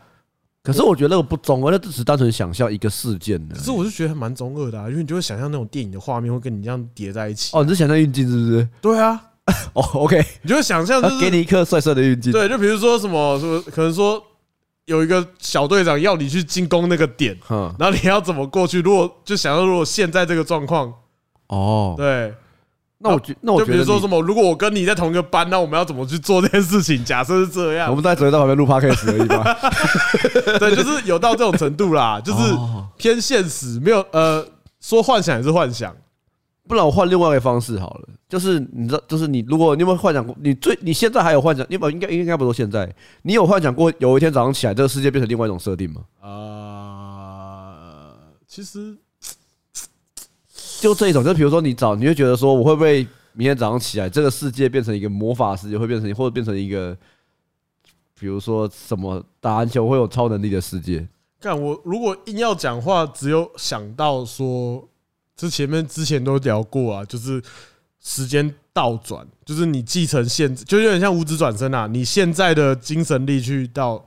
[SPEAKER 1] 可是我觉得那个不中二，那只是单纯想象一个事件的
[SPEAKER 2] 可。是我就觉得蛮中二的啊，因为你就会想象那种电影的画面会跟你这样叠在一起。
[SPEAKER 1] 哦，你是想象运镜是不是？
[SPEAKER 2] 对啊，
[SPEAKER 1] 哦，OK，
[SPEAKER 2] 你就会想象就
[SPEAKER 1] 他
[SPEAKER 2] 是
[SPEAKER 1] 给你一颗帅帅的运镜。
[SPEAKER 2] 对，就比如说什么什么，可能说有一个小队长要你去进攻那个点，
[SPEAKER 1] 嗯，
[SPEAKER 2] 然后你要怎么过去？如果就想到如果现在这个状况，
[SPEAKER 1] 哦，
[SPEAKER 2] 对，
[SPEAKER 1] 那我觉那我
[SPEAKER 2] 就
[SPEAKER 1] 觉
[SPEAKER 2] 比
[SPEAKER 1] 得
[SPEAKER 2] 如说
[SPEAKER 1] 你
[SPEAKER 2] 什么，如果我跟你在同一个班，那我们要怎么去做这件事情？假设是这
[SPEAKER 1] 我
[SPEAKER 2] 样，
[SPEAKER 1] 们在只会在旁边录 podcast 而已吧。
[SPEAKER 2] 对，就是有到这种程度啦， 就是
[SPEAKER 1] 哦
[SPEAKER 2] 偏现实，没有呃，说幻想也是幻想，
[SPEAKER 1] 不然我换另外一个方式好了，就是你知道，就是你如果你有没有幻想过，你最你现在还有幻想，你不应该应该不说现在，你有幻想过有一天早上起来，这个世界变成另外一种设定吗？
[SPEAKER 2] 啊，其实
[SPEAKER 1] 就这一种，就比如说你早，你会觉得说我会不会明天早上起来，这个世界变成一个魔法世界，会变成或者变成一个，比如说什么打篮球会有超能力的世界，
[SPEAKER 2] 干我如果硬要讲话，只有想到说，这前面之前都聊过啊，就是时间倒转，就是你继承现，就有点像五指转身啊，你现在的精神力去到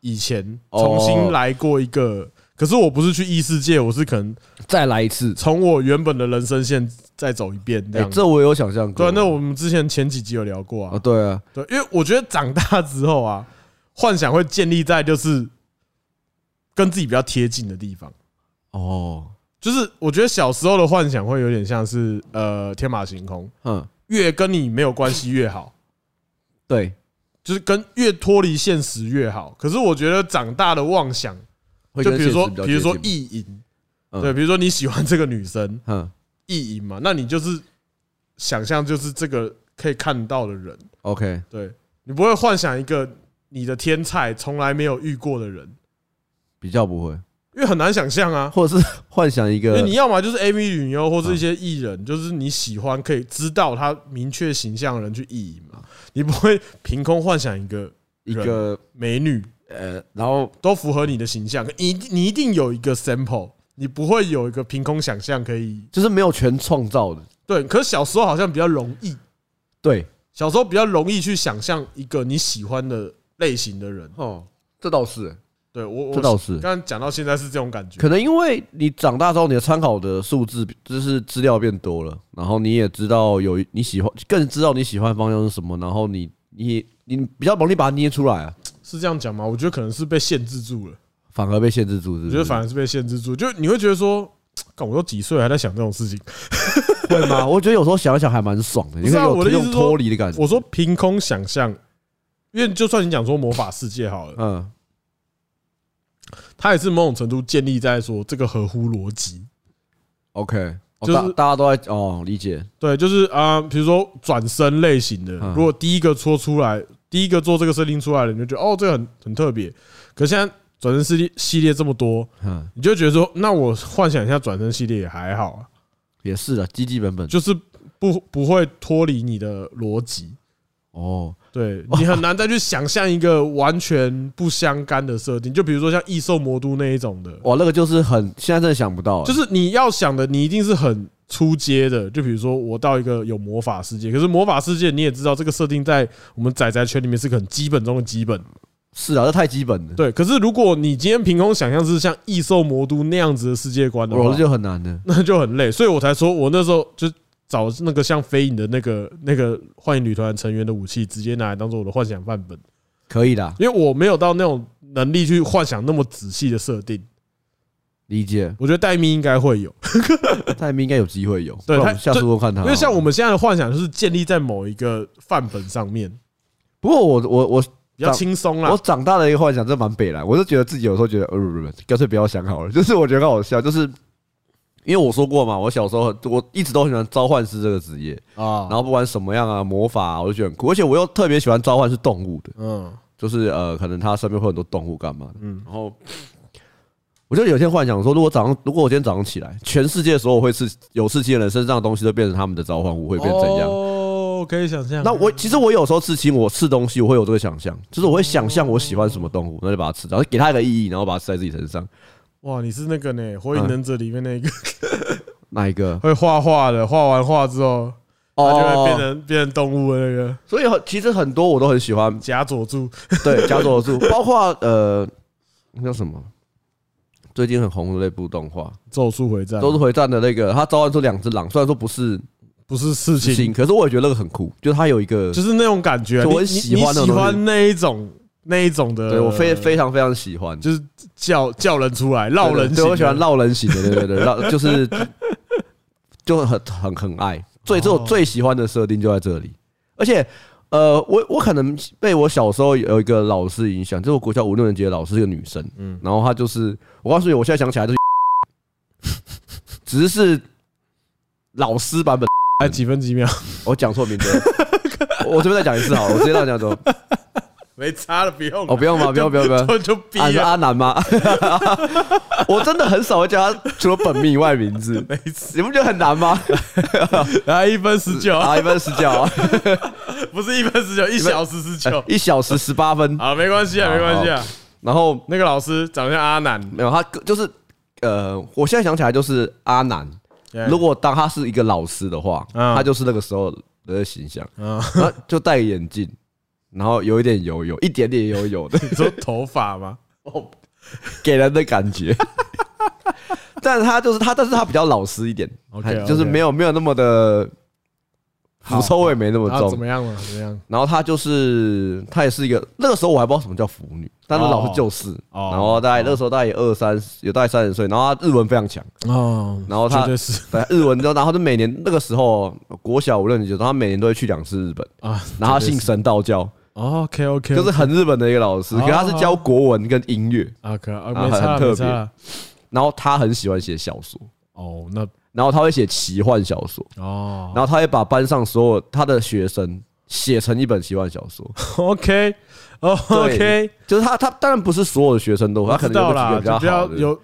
[SPEAKER 2] 以前
[SPEAKER 1] 哦
[SPEAKER 2] 重新来过一个。可是我不是去异世界，我是可能
[SPEAKER 1] 再来一次。
[SPEAKER 2] 从我原本的人生线再走一遍这
[SPEAKER 1] 哎、
[SPEAKER 2] 样子。
[SPEAKER 1] 这我有想象过。
[SPEAKER 2] 对啊，那我们之前前几集有聊过
[SPEAKER 1] 啊，
[SPEAKER 2] 啊，
[SPEAKER 1] 对啊，
[SPEAKER 2] 对，因为我觉得长大之后啊，幻想会建立在就是跟自己比较贴近的地方。
[SPEAKER 1] 哦，
[SPEAKER 2] 就是我觉得小时候的幻想会有点像是呃天马行空，
[SPEAKER 1] 嗯，
[SPEAKER 2] 越跟你没有关系越好，
[SPEAKER 1] 对，
[SPEAKER 2] 就是跟越脱离现实越好。可是我觉得长大的妄想，
[SPEAKER 1] 会
[SPEAKER 2] 就
[SPEAKER 1] 跟
[SPEAKER 2] 比如说
[SPEAKER 1] 现实
[SPEAKER 2] 比如说
[SPEAKER 1] 较接近
[SPEAKER 2] 意淫，
[SPEAKER 1] 嗯
[SPEAKER 2] 对，比如说你喜欢这个女生
[SPEAKER 1] 嗯
[SPEAKER 2] 意淫嘛，那你就是想象就是这个可以看到的人，
[SPEAKER 1] ，OK，
[SPEAKER 2] 对你不会幻想一个你的天才从来没有遇过的人，
[SPEAKER 1] 比较不会，
[SPEAKER 2] 因为很难想象啊。
[SPEAKER 1] 或者是幻想一
[SPEAKER 2] 因
[SPEAKER 1] 个
[SPEAKER 2] 为你要么就是 AV 女优，或是一
[SPEAKER 1] 嗯
[SPEAKER 2] 些艺人，就是你喜欢可以知道他明确形象的人去意淫嘛，你不会凭空幻想一个
[SPEAKER 1] 一个
[SPEAKER 2] 美女
[SPEAKER 1] 呃，然后
[SPEAKER 2] 都符合你的形象，你一定你一定有一个 sample，你不会有一个凭空想象可以
[SPEAKER 1] 就是没有全创造的。
[SPEAKER 2] 对。可是小时候好像比较容易，
[SPEAKER 1] 对，
[SPEAKER 2] 小时候比较容易去想象一个你喜欢的类型的人。
[SPEAKER 1] 哦，这倒是，
[SPEAKER 2] 对我，
[SPEAKER 1] 这
[SPEAKER 2] 我
[SPEAKER 1] 倒是，
[SPEAKER 2] 刚刚讲到现在是这种感觉。
[SPEAKER 1] 可能因为你长大之后，你的参考的数字就是资料变多了，然后你也知道有一你喜欢，更知道你喜欢的方向是什么，然后你你你比较容易把它捏出来啊，
[SPEAKER 2] 是这样讲吗？我觉得可能是被限制住了。
[SPEAKER 1] 反而被限制住，是不
[SPEAKER 2] 我
[SPEAKER 1] 是
[SPEAKER 2] 觉得反而是被限制住，就你会觉得说，干我都几岁了还在想这种事情。
[SPEAKER 1] 会吗？我觉得有时候想一想还蛮爽的，
[SPEAKER 2] 不
[SPEAKER 1] 你
[SPEAKER 2] 是
[SPEAKER 1] 会
[SPEAKER 2] 啊
[SPEAKER 1] 有
[SPEAKER 2] 我的意
[SPEAKER 1] 这
[SPEAKER 2] 思
[SPEAKER 1] 种
[SPEAKER 2] 是说
[SPEAKER 1] 脱离的感觉。
[SPEAKER 2] 我说凭空想象，因为就算你讲说魔法世界好了，
[SPEAKER 1] 嗯，
[SPEAKER 2] 它也是某种程度建立在说这个合乎逻辑。
[SPEAKER 1] OK，哦
[SPEAKER 2] 就是
[SPEAKER 1] 大大家都在哦理解，
[SPEAKER 2] 对，就是啊，比如说转身类型的，
[SPEAKER 1] 嗯
[SPEAKER 2] 如果第一个说出来，第一个做这个设定出来的，你就觉得哦，这个很很特别。可现在转身系列系列这么多，
[SPEAKER 1] 嗯，
[SPEAKER 2] 你就觉得说，那我幻想一下转身系列也还好啊，
[SPEAKER 1] 也是的，基基本本
[SPEAKER 2] 就是不不会脱离你的逻辑。
[SPEAKER 1] 哦，
[SPEAKER 2] 对你很难再去想象一个完全不相干的设定，就比如说像异兽魔都那一种的，
[SPEAKER 1] 哇，那个就是很现在真的想不到欸，
[SPEAKER 2] 就是你要想的，你一定是很出街的。就比如说，我到一个有魔法世界，可是魔法世界你也知道，这个设定在我们仔仔圈里面是个很基本中的基本。
[SPEAKER 1] 是啊，这太基本了，
[SPEAKER 2] 对，可是如果你今天凭空想象是像异兽魔都那样子的世界观的
[SPEAKER 1] 我
[SPEAKER 2] 话
[SPEAKER 1] 这，就很难的。
[SPEAKER 2] 那就很累。所以我才说我那时候就找那个像飞影的那个那个幻影旅团成员的武器，直接拿来当做我的幻想范本，
[SPEAKER 1] 可以的，
[SPEAKER 2] 因为我没有到那种能力去幻想那么仔细的设定。
[SPEAKER 1] 理解。
[SPEAKER 2] 我觉得戴咪应该会有。
[SPEAKER 1] 戴明应该有机会有，
[SPEAKER 2] 对
[SPEAKER 1] 不然我
[SPEAKER 2] 他
[SPEAKER 1] 们下次问看他。
[SPEAKER 2] 因为像我，们现在的幻想就是建立在某一个范本上面，
[SPEAKER 1] 不过我我我
[SPEAKER 2] 比较轻松啦
[SPEAKER 1] 我。长大的一个幻想，真蛮北蓝。我是觉得自己有时候觉得，呃，不不不，干脆不要想好了。就是我觉得很好笑，就是因为我说过嘛，我小时候我一直都很喜欢召唤师这个职业，
[SPEAKER 2] 啊
[SPEAKER 1] 然，后不管什么样啊，魔法啊、我就觉得很酷，而且我又特别喜欢召唤是动物的，
[SPEAKER 2] 嗯
[SPEAKER 1] 就是呃，可能他身边会有很多动物干嘛的。
[SPEAKER 2] 嗯，
[SPEAKER 1] 然后我就有一天幻想说，如果早上，如果我今天早上起来，全世界所有会刺有刺青的人身上的东西都变成他们的召唤物，会变怎样？
[SPEAKER 2] 哦，可以想象。
[SPEAKER 1] 那我其实我有时候刺青，我吃东西，我会有这个想
[SPEAKER 2] 嗯
[SPEAKER 1] 象，就是我会想象我喜欢什么动物，那就把它吃掉，给它一个意义，然后把它吃在自己身上。
[SPEAKER 2] 哇，你是那个
[SPEAKER 1] 嗯
[SPEAKER 2] 呢，《火影忍者》里面那
[SPEAKER 1] 哦
[SPEAKER 2] 个
[SPEAKER 1] 那一个
[SPEAKER 2] 会画画的，画完画之后，他就会变
[SPEAKER 1] 哦，
[SPEAKER 2] 成变成动物的那个
[SPEAKER 1] 所以很其实很多我都很喜欢，
[SPEAKER 2] 假佐助。
[SPEAKER 1] 对，加佐助，包括呃，那叫什么？最近很红的那部动画
[SPEAKER 2] 咒术回战
[SPEAKER 1] 《都是回战》的那个，他召唤出两只狼，虽然说不是
[SPEAKER 2] 不是事
[SPEAKER 1] 刺
[SPEAKER 2] 情，
[SPEAKER 1] 青，可是我也觉得那个很酷，就是他有一个，
[SPEAKER 2] 就是那种感觉啊。
[SPEAKER 1] 就
[SPEAKER 2] 你
[SPEAKER 1] 我很
[SPEAKER 2] 你
[SPEAKER 1] 喜欢那
[SPEAKER 2] 你
[SPEAKER 1] 种东
[SPEAKER 2] 喜
[SPEAKER 1] 西
[SPEAKER 2] 欢那一种那一种的，
[SPEAKER 1] 对我非非常非常喜欢，
[SPEAKER 2] 呃就是叫叫人出来，绕人
[SPEAKER 1] 对
[SPEAKER 2] 型
[SPEAKER 1] 对
[SPEAKER 2] 的。
[SPEAKER 1] 我喜欢绕人型的，对对对，绕 就是就很很很爱，最这
[SPEAKER 2] 哦
[SPEAKER 1] 我最喜欢的设定就在这里，而且。呃，我我可能被我小时候有一个老师影响，就是我国小五六年级的老师是个女生，
[SPEAKER 2] 嗯
[SPEAKER 1] 嗯，然后她就是，我告诉你，我现在想起来就是， 只是老师版本，
[SPEAKER 2] 哎，几分几秒
[SPEAKER 1] 我讲错名字了，我这边再讲一次好了，我直接再讲说，
[SPEAKER 2] 没差了，不用
[SPEAKER 1] 哦，不用吧，不用不用不用，
[SPEAKER 2] 就就逼
[SPEAKER 1] 啊，你是
[SPEAKER 2] 啊，
[SPEAKER 1] 阿南 吗？我真的很少会叫他除了本名以外的名字，
[SPEAKER 2] 没事。
[SPEAKER 1] 你不觉得很难 吗？
[SPEAKER 2] 来一分十九，
[SPEAKER 1] 啊，一分十九 啊，
[SPEAKER 2] 不是一分十九，一小时十九。
[SPEAKER 1] 一小时十八分。
[SPEAKER 2] 好，没关系啊，
[SPEAKER 1] 好
[SPEAKER 2] 没关系啊。
[SPEAKER 1] 然后
[SPEAKER 2] 那个老师长得像阿 南，
[SPEAKER 1] 没有他个，就是呃，我现在想起来就是阿南。
[SPEAKER 2] 哎
[SPEAKER 1] 如果当他是一个老师的话，
[SPEAKER 2] 嗯
[SPEAKER 1] 他就是那个时候的形象，
[SPEAKER 2] 嗯
[SPEAKER 1] 然后就戴眼镜，然后有一点油油，一点点油油的，
[SPEAKER 2] 你说头发吗？
[SPEAKER 1] 给人的感觉。 但是他就是他，但是他比较老实一点
[SPEAKER 2] OK，OK
[SPEAKER 1] 就是没有没有那么的
[SPEAKER 2] 好
[SPEAKER 1] 腐臭味没那么
[SPEAKER 2] 然后
[SPEAKER 1] 重
[SPEAKER 2] 啊怎。么样了？怎么样？
[SPEAKER 1] 然后她就是她也是一个那个时候我还不知道什么叫腐女，但是老师就是，
[SPEAKER 2] 哦
[SPEAKER 1] 然后大概那个时候大概也二三有大概三十岁，然后她日文非常强，
[SPEAKER 2] 哦，
[SPEAKER 1] 然后
[SPEAKER 2] 绝
[SPEAKER 1] 他
[SPEAKER 2] 对是
[SPEAKER 1] 对日文之后，然后就每年那个时候国小五六年级的时候，她每年都会去两次日本，
[SPEAKER 2] 啊，哦
[SPEAKER 1] 然后她信神道教，
[SPEAKER 2] OK OK，
[SPEAKER 1] 就是很日本的一个老师，
[SPEAKER 2] 哦
[SPEAKER 1] 可她是教国文跟音乐，
[SPEAKER 2] 啊，可啊，
[SPEAKER 1] 然后
[SPEAKER 2] 没差
[SPEAKER 1] 很
[SPEAKER 2] 没
[SPEAKER 1] 特
[SPEAKER 2] 差
[SPEAKER 1] 别
[SPEAKER 2] 啦。
[SPEAKER 1] 然后她很喜欢写小说，
[SPEAKER 2] 哦，那
[SPEAKER 1] 然后她会写奇幻小说，
[SPEAKER 2] 哦
[SPEAKER 1] 然后她会把班上所有她的学生写成一本奇幻小说，
[SPEAKER 2] ，OK 哦 OK，
[SPEAKER 1] 就是她她当然不是所有的学生都，她
[SPEAKER 2] 我
[SPEAKER 1] 可
[SPEAKER 2] 知
[SPEAKER 1] 能有
[SPEAKER 2] 道
[SPEAKER 1] 几个
[SPEAKER 2] 啦，
[SPEAKER 1] 比较
[SPEAKER 2] 就比
[SPEAKER 1] 好
[SPEAKER 2] 较
[SPEAKER 1] 的。
[SPEAKER 2] 有，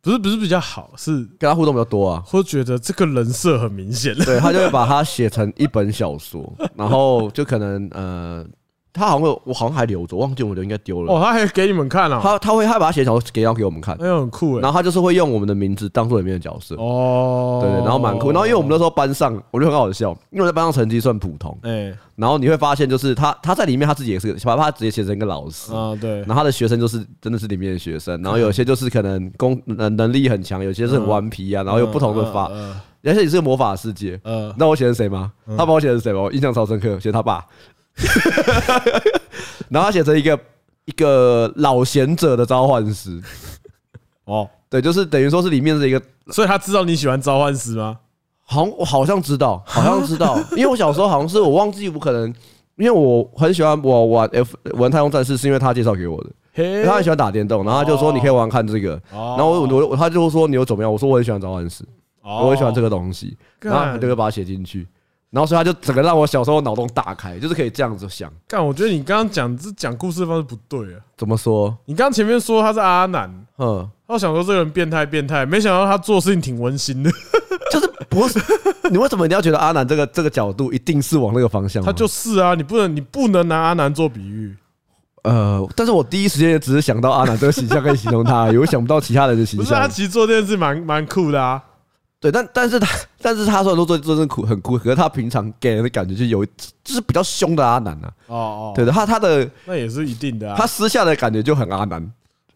[SPEAKER 2] 不是不是比较好，是
[SPEAKER 1] 跟他互动比较多啊。
[SPEAKER 2] 会觉得这个人设很明显了。
[SPEAKER 1] 对他就会把它写成一本小说，然后就可能呃，他好像有，我好像还留着，忘记我留应该丢了。
[SPEAKER 2] 哦，他还给你们看啊，
[SPEAKER 1] 他他会他把它写成给要给我们看，
[SPEAKER 2] 哎呦很酷哎
[SPEAKER 1] 然，后他就是会用我们的名字当做里面的角色，
[SPEAKER 2] 哦，
[SPEAKER 1] 对对，然后蛮酷。然后因为我们那时候班上，我觉得很好笑，因为我在班上成绩算普通，
[SPEAKER 2] 哎
[SPEAKER 1] 然后你会发现就是他他在里面他自己也是个，把他直接写成一个老师，
[SPEAKER 2] 啊对
[SPEAKER 1] 然，后他的学生就是真的是里面的学生，然后有些就是可能功能能力很强，有些是很顽皮啊，然后有不同的法，
[SPEAKER 2] 呃
[SPEAKER 1] 而且也是个魔法世界。
[SPEAKER 2] 呃，
[SPEAKER 1] 那我写的是谁吗？他帮我写的是谁吗？我印象超深刻，写他爸。 然后他写成一个一个老贤者的召唤师，
[SPEAKER 2] 哦，
[SPEAKER 1] 对，就是等于说是里面的一个，
[SPEAKER 2] 所以他知道你喜欢召唤师吗？
[SPEAKER 1] 好像我好像知 道，好像知道，因为我小时候好像是我忘记，我可能因为我很喜欢我玩 F 玩太空战士，是因为他介绍给我的，因
[SPEAKER 2] 嘿
[SPEAKER 1] 为他很喜欢打电动，然后他就
[SPEAKER 2] 哦
[SPEAKER 1] 说你可以玩玩看这个，
[SPEAKER 2] 然
[SPEAKER 1] 然后我我我他就说你有怎么样，我说我很喜欢召唤师，我很喜欢这
[SPEAKER 2] 个，
[SPEAKER 1] 个东西，
[SPEAKER 2] 哦干
[SPEAKER 1] 然后他就会把它写进去。然后所以他就整个让我小时候脑洞大开，就是可以这样子想。
[SPEAKER 2] 干，我觉得你刚刚讲这讲故事的方式不对啊，
[SPEAKER 1] 怎么说？
[SPEAKER 2] 你刚刚前面说他是阿南。
[SPEAKER 1] 嗯，
[SPEAKER 2] 他想说这个人变态变态，没想到他做事情挺温馨的。
[SPEAKER 1] 嗯就是不是？ 你为什么你要觉得阿南这个这个角度一定是往那个方向吗？
[SPEAKER 2] 他就是啊，你不能你不能拿阿南做比喻。
[SPEAKER 1] 呃，但是我第一时间也只是想到阿南这个形象可以形容他而已，我想不到其他人的形
[SPEAKER 2] 不是，他
[SPEAKER 1] 象。
[SPEAKER 2] 其实做这件事蛮蛮酷的啊。
[SPEAKER 1] 对，但但是他但是他虽然说做做真苦很酷，可是他平常给人的感觉就有就是比较凶的阿南啊。
[SPEAKER 2] 哦哦，
[SPEAKER 1] 对的，他他的
[SPEAKER 2] 那也是一定的啊。
[SPEAKER 1] 他私下的感觉就很阿南。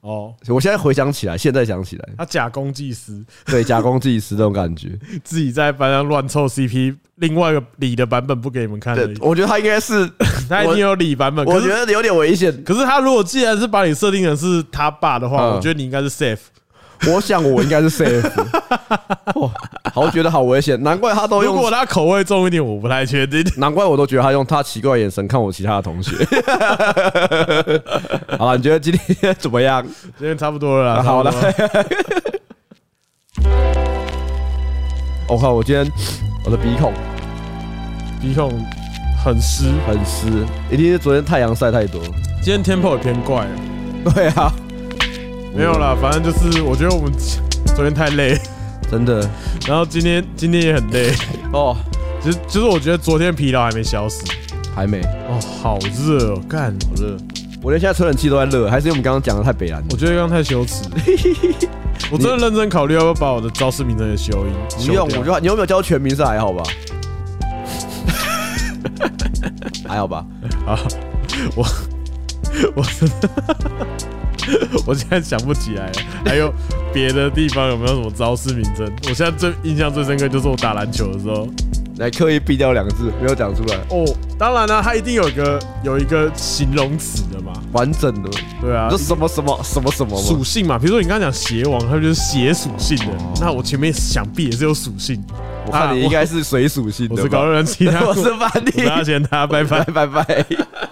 [SPEAKER 2] 哦，
[SPEAKER 1] 我现在回想起来，现在想起来，
[SPEAKER 2] 他假公济私，
[SPEAKER 1] 对假公济私这种感 觉。
[SPEAKER 2] 自己在班上乱凑 CP。另外一个李的版本不给你们看而
[SPEAKER 1] 对
[SPEAKER 2] 已，，
[SPEAKER 1] 我觉得他应该是，
[SPEAKER 2] 他一定有李版本。
[SPEAKER 1] 我
[SPEAKER 2] 可
[SPEAKER 1] 觉
[SPEAKER 2] 是
[SPEAKER 1] 得有点危险。
[SPEAKER 2] 可是他如果既然是把你设定成是他爸的话，
[SPEAKER 1] 嗯
[SPEAKER 2] 我觉得你应该是 safe。
[SPEAKER 1] 我想我应该是 safe。哇， 好觉得好危险，难怪他都
[SPEAKER 2] 如
[SPEAKER 1] 用
[SPEAKER 2] 果他口味重一点，我不太确定。
[SPEAKER 1] 难怪我都觉得他用他奇怪的眼神看我其他的同学。 好了，你觉得今天怎么样？
[SPEAKER 2] 今天差不多了啦，
[SPEAKER 1] 好
[SPEAKER 2] 了
[SPEAKER 1] 了，我靠，我今天我的鼻孔
[SPEAKER 2] 鼻孔很湿。
[SPEAKER 1] 很湿，一定是昨天太阳晒太多。
[SPEAKER 2] 今天 tempo 也偏怪，
[SPEAKER 1] 对啊，
[SPEAKER 2] 没有啦，反正就是我觉得我们昨天太累，
[SPEAKER 1] 真的
[SPEAKER 2] 然后今天 今天也很累。
[SPEAKER 1] 哦，
[SPEAKER 2] 其实其实我觉得昨天疲劳还没消失。
[SPEAKER 1] 还没。
[SPEAKER 2] 哦，好热、哦，干好热！
[SPEAKER 1] 我连现在吹冷气都在热，还是因为我们刚刚讲的太北蓝了
[SPEAKER 2] 我。觉得刚刚太羞耻 了，我真的认真考虑要不要把我的招式名称也修音。
[SPEAKER 1] 不用，我
[SPEAKER 2] 修
[SPEAKER 1] 觉
[SPEAKER 2] 掉
[SPEAKER 1] 得你有没有教全名是还好 吧？还好吧？
[SPEAKER 2] 啊，我我真的我现在想不起来了，还有别的地方有没有什么招式名称？我现在最印象最深刻就是我打篮球的时候。
[SPEAKER 1] 来刻意避掉两个字，没有讲出来，
[SPEAKER 2] 哦，当然啦、它一定有一个有一个形容词的嘛，
[SPEAKER 1] 完整的。
[SPEAKER 2] 对啊
[SPEAKER 1] 你说，什么什么什么什么
[SPEAKER 2] 属
[SPEAKER 1] 吗？
[SPEAKER 2] 性嘛，比如说你刚刚讲邪王，它就是邪属性的
[SPEAKER 1] 哦，
[SPEAKER 2] 那我前面想必也是有属性。啊
[SPEAKER 1] 我看你应该是水属性
[SPEAKER 2] 我
[SPEAKER 1] 的
[SPEAKER 2] 是高
[SPEAKER 1] 吧。
[SPEAKER 2] 人其 他，
[SPEAKER 1] 我是范
[SPEAKER 2] 我是阿
[SPEAKER 1] 例，
[SPEAKER 2] 贤，大家拜拜
[SPEAKER 1] 拜。拜拜。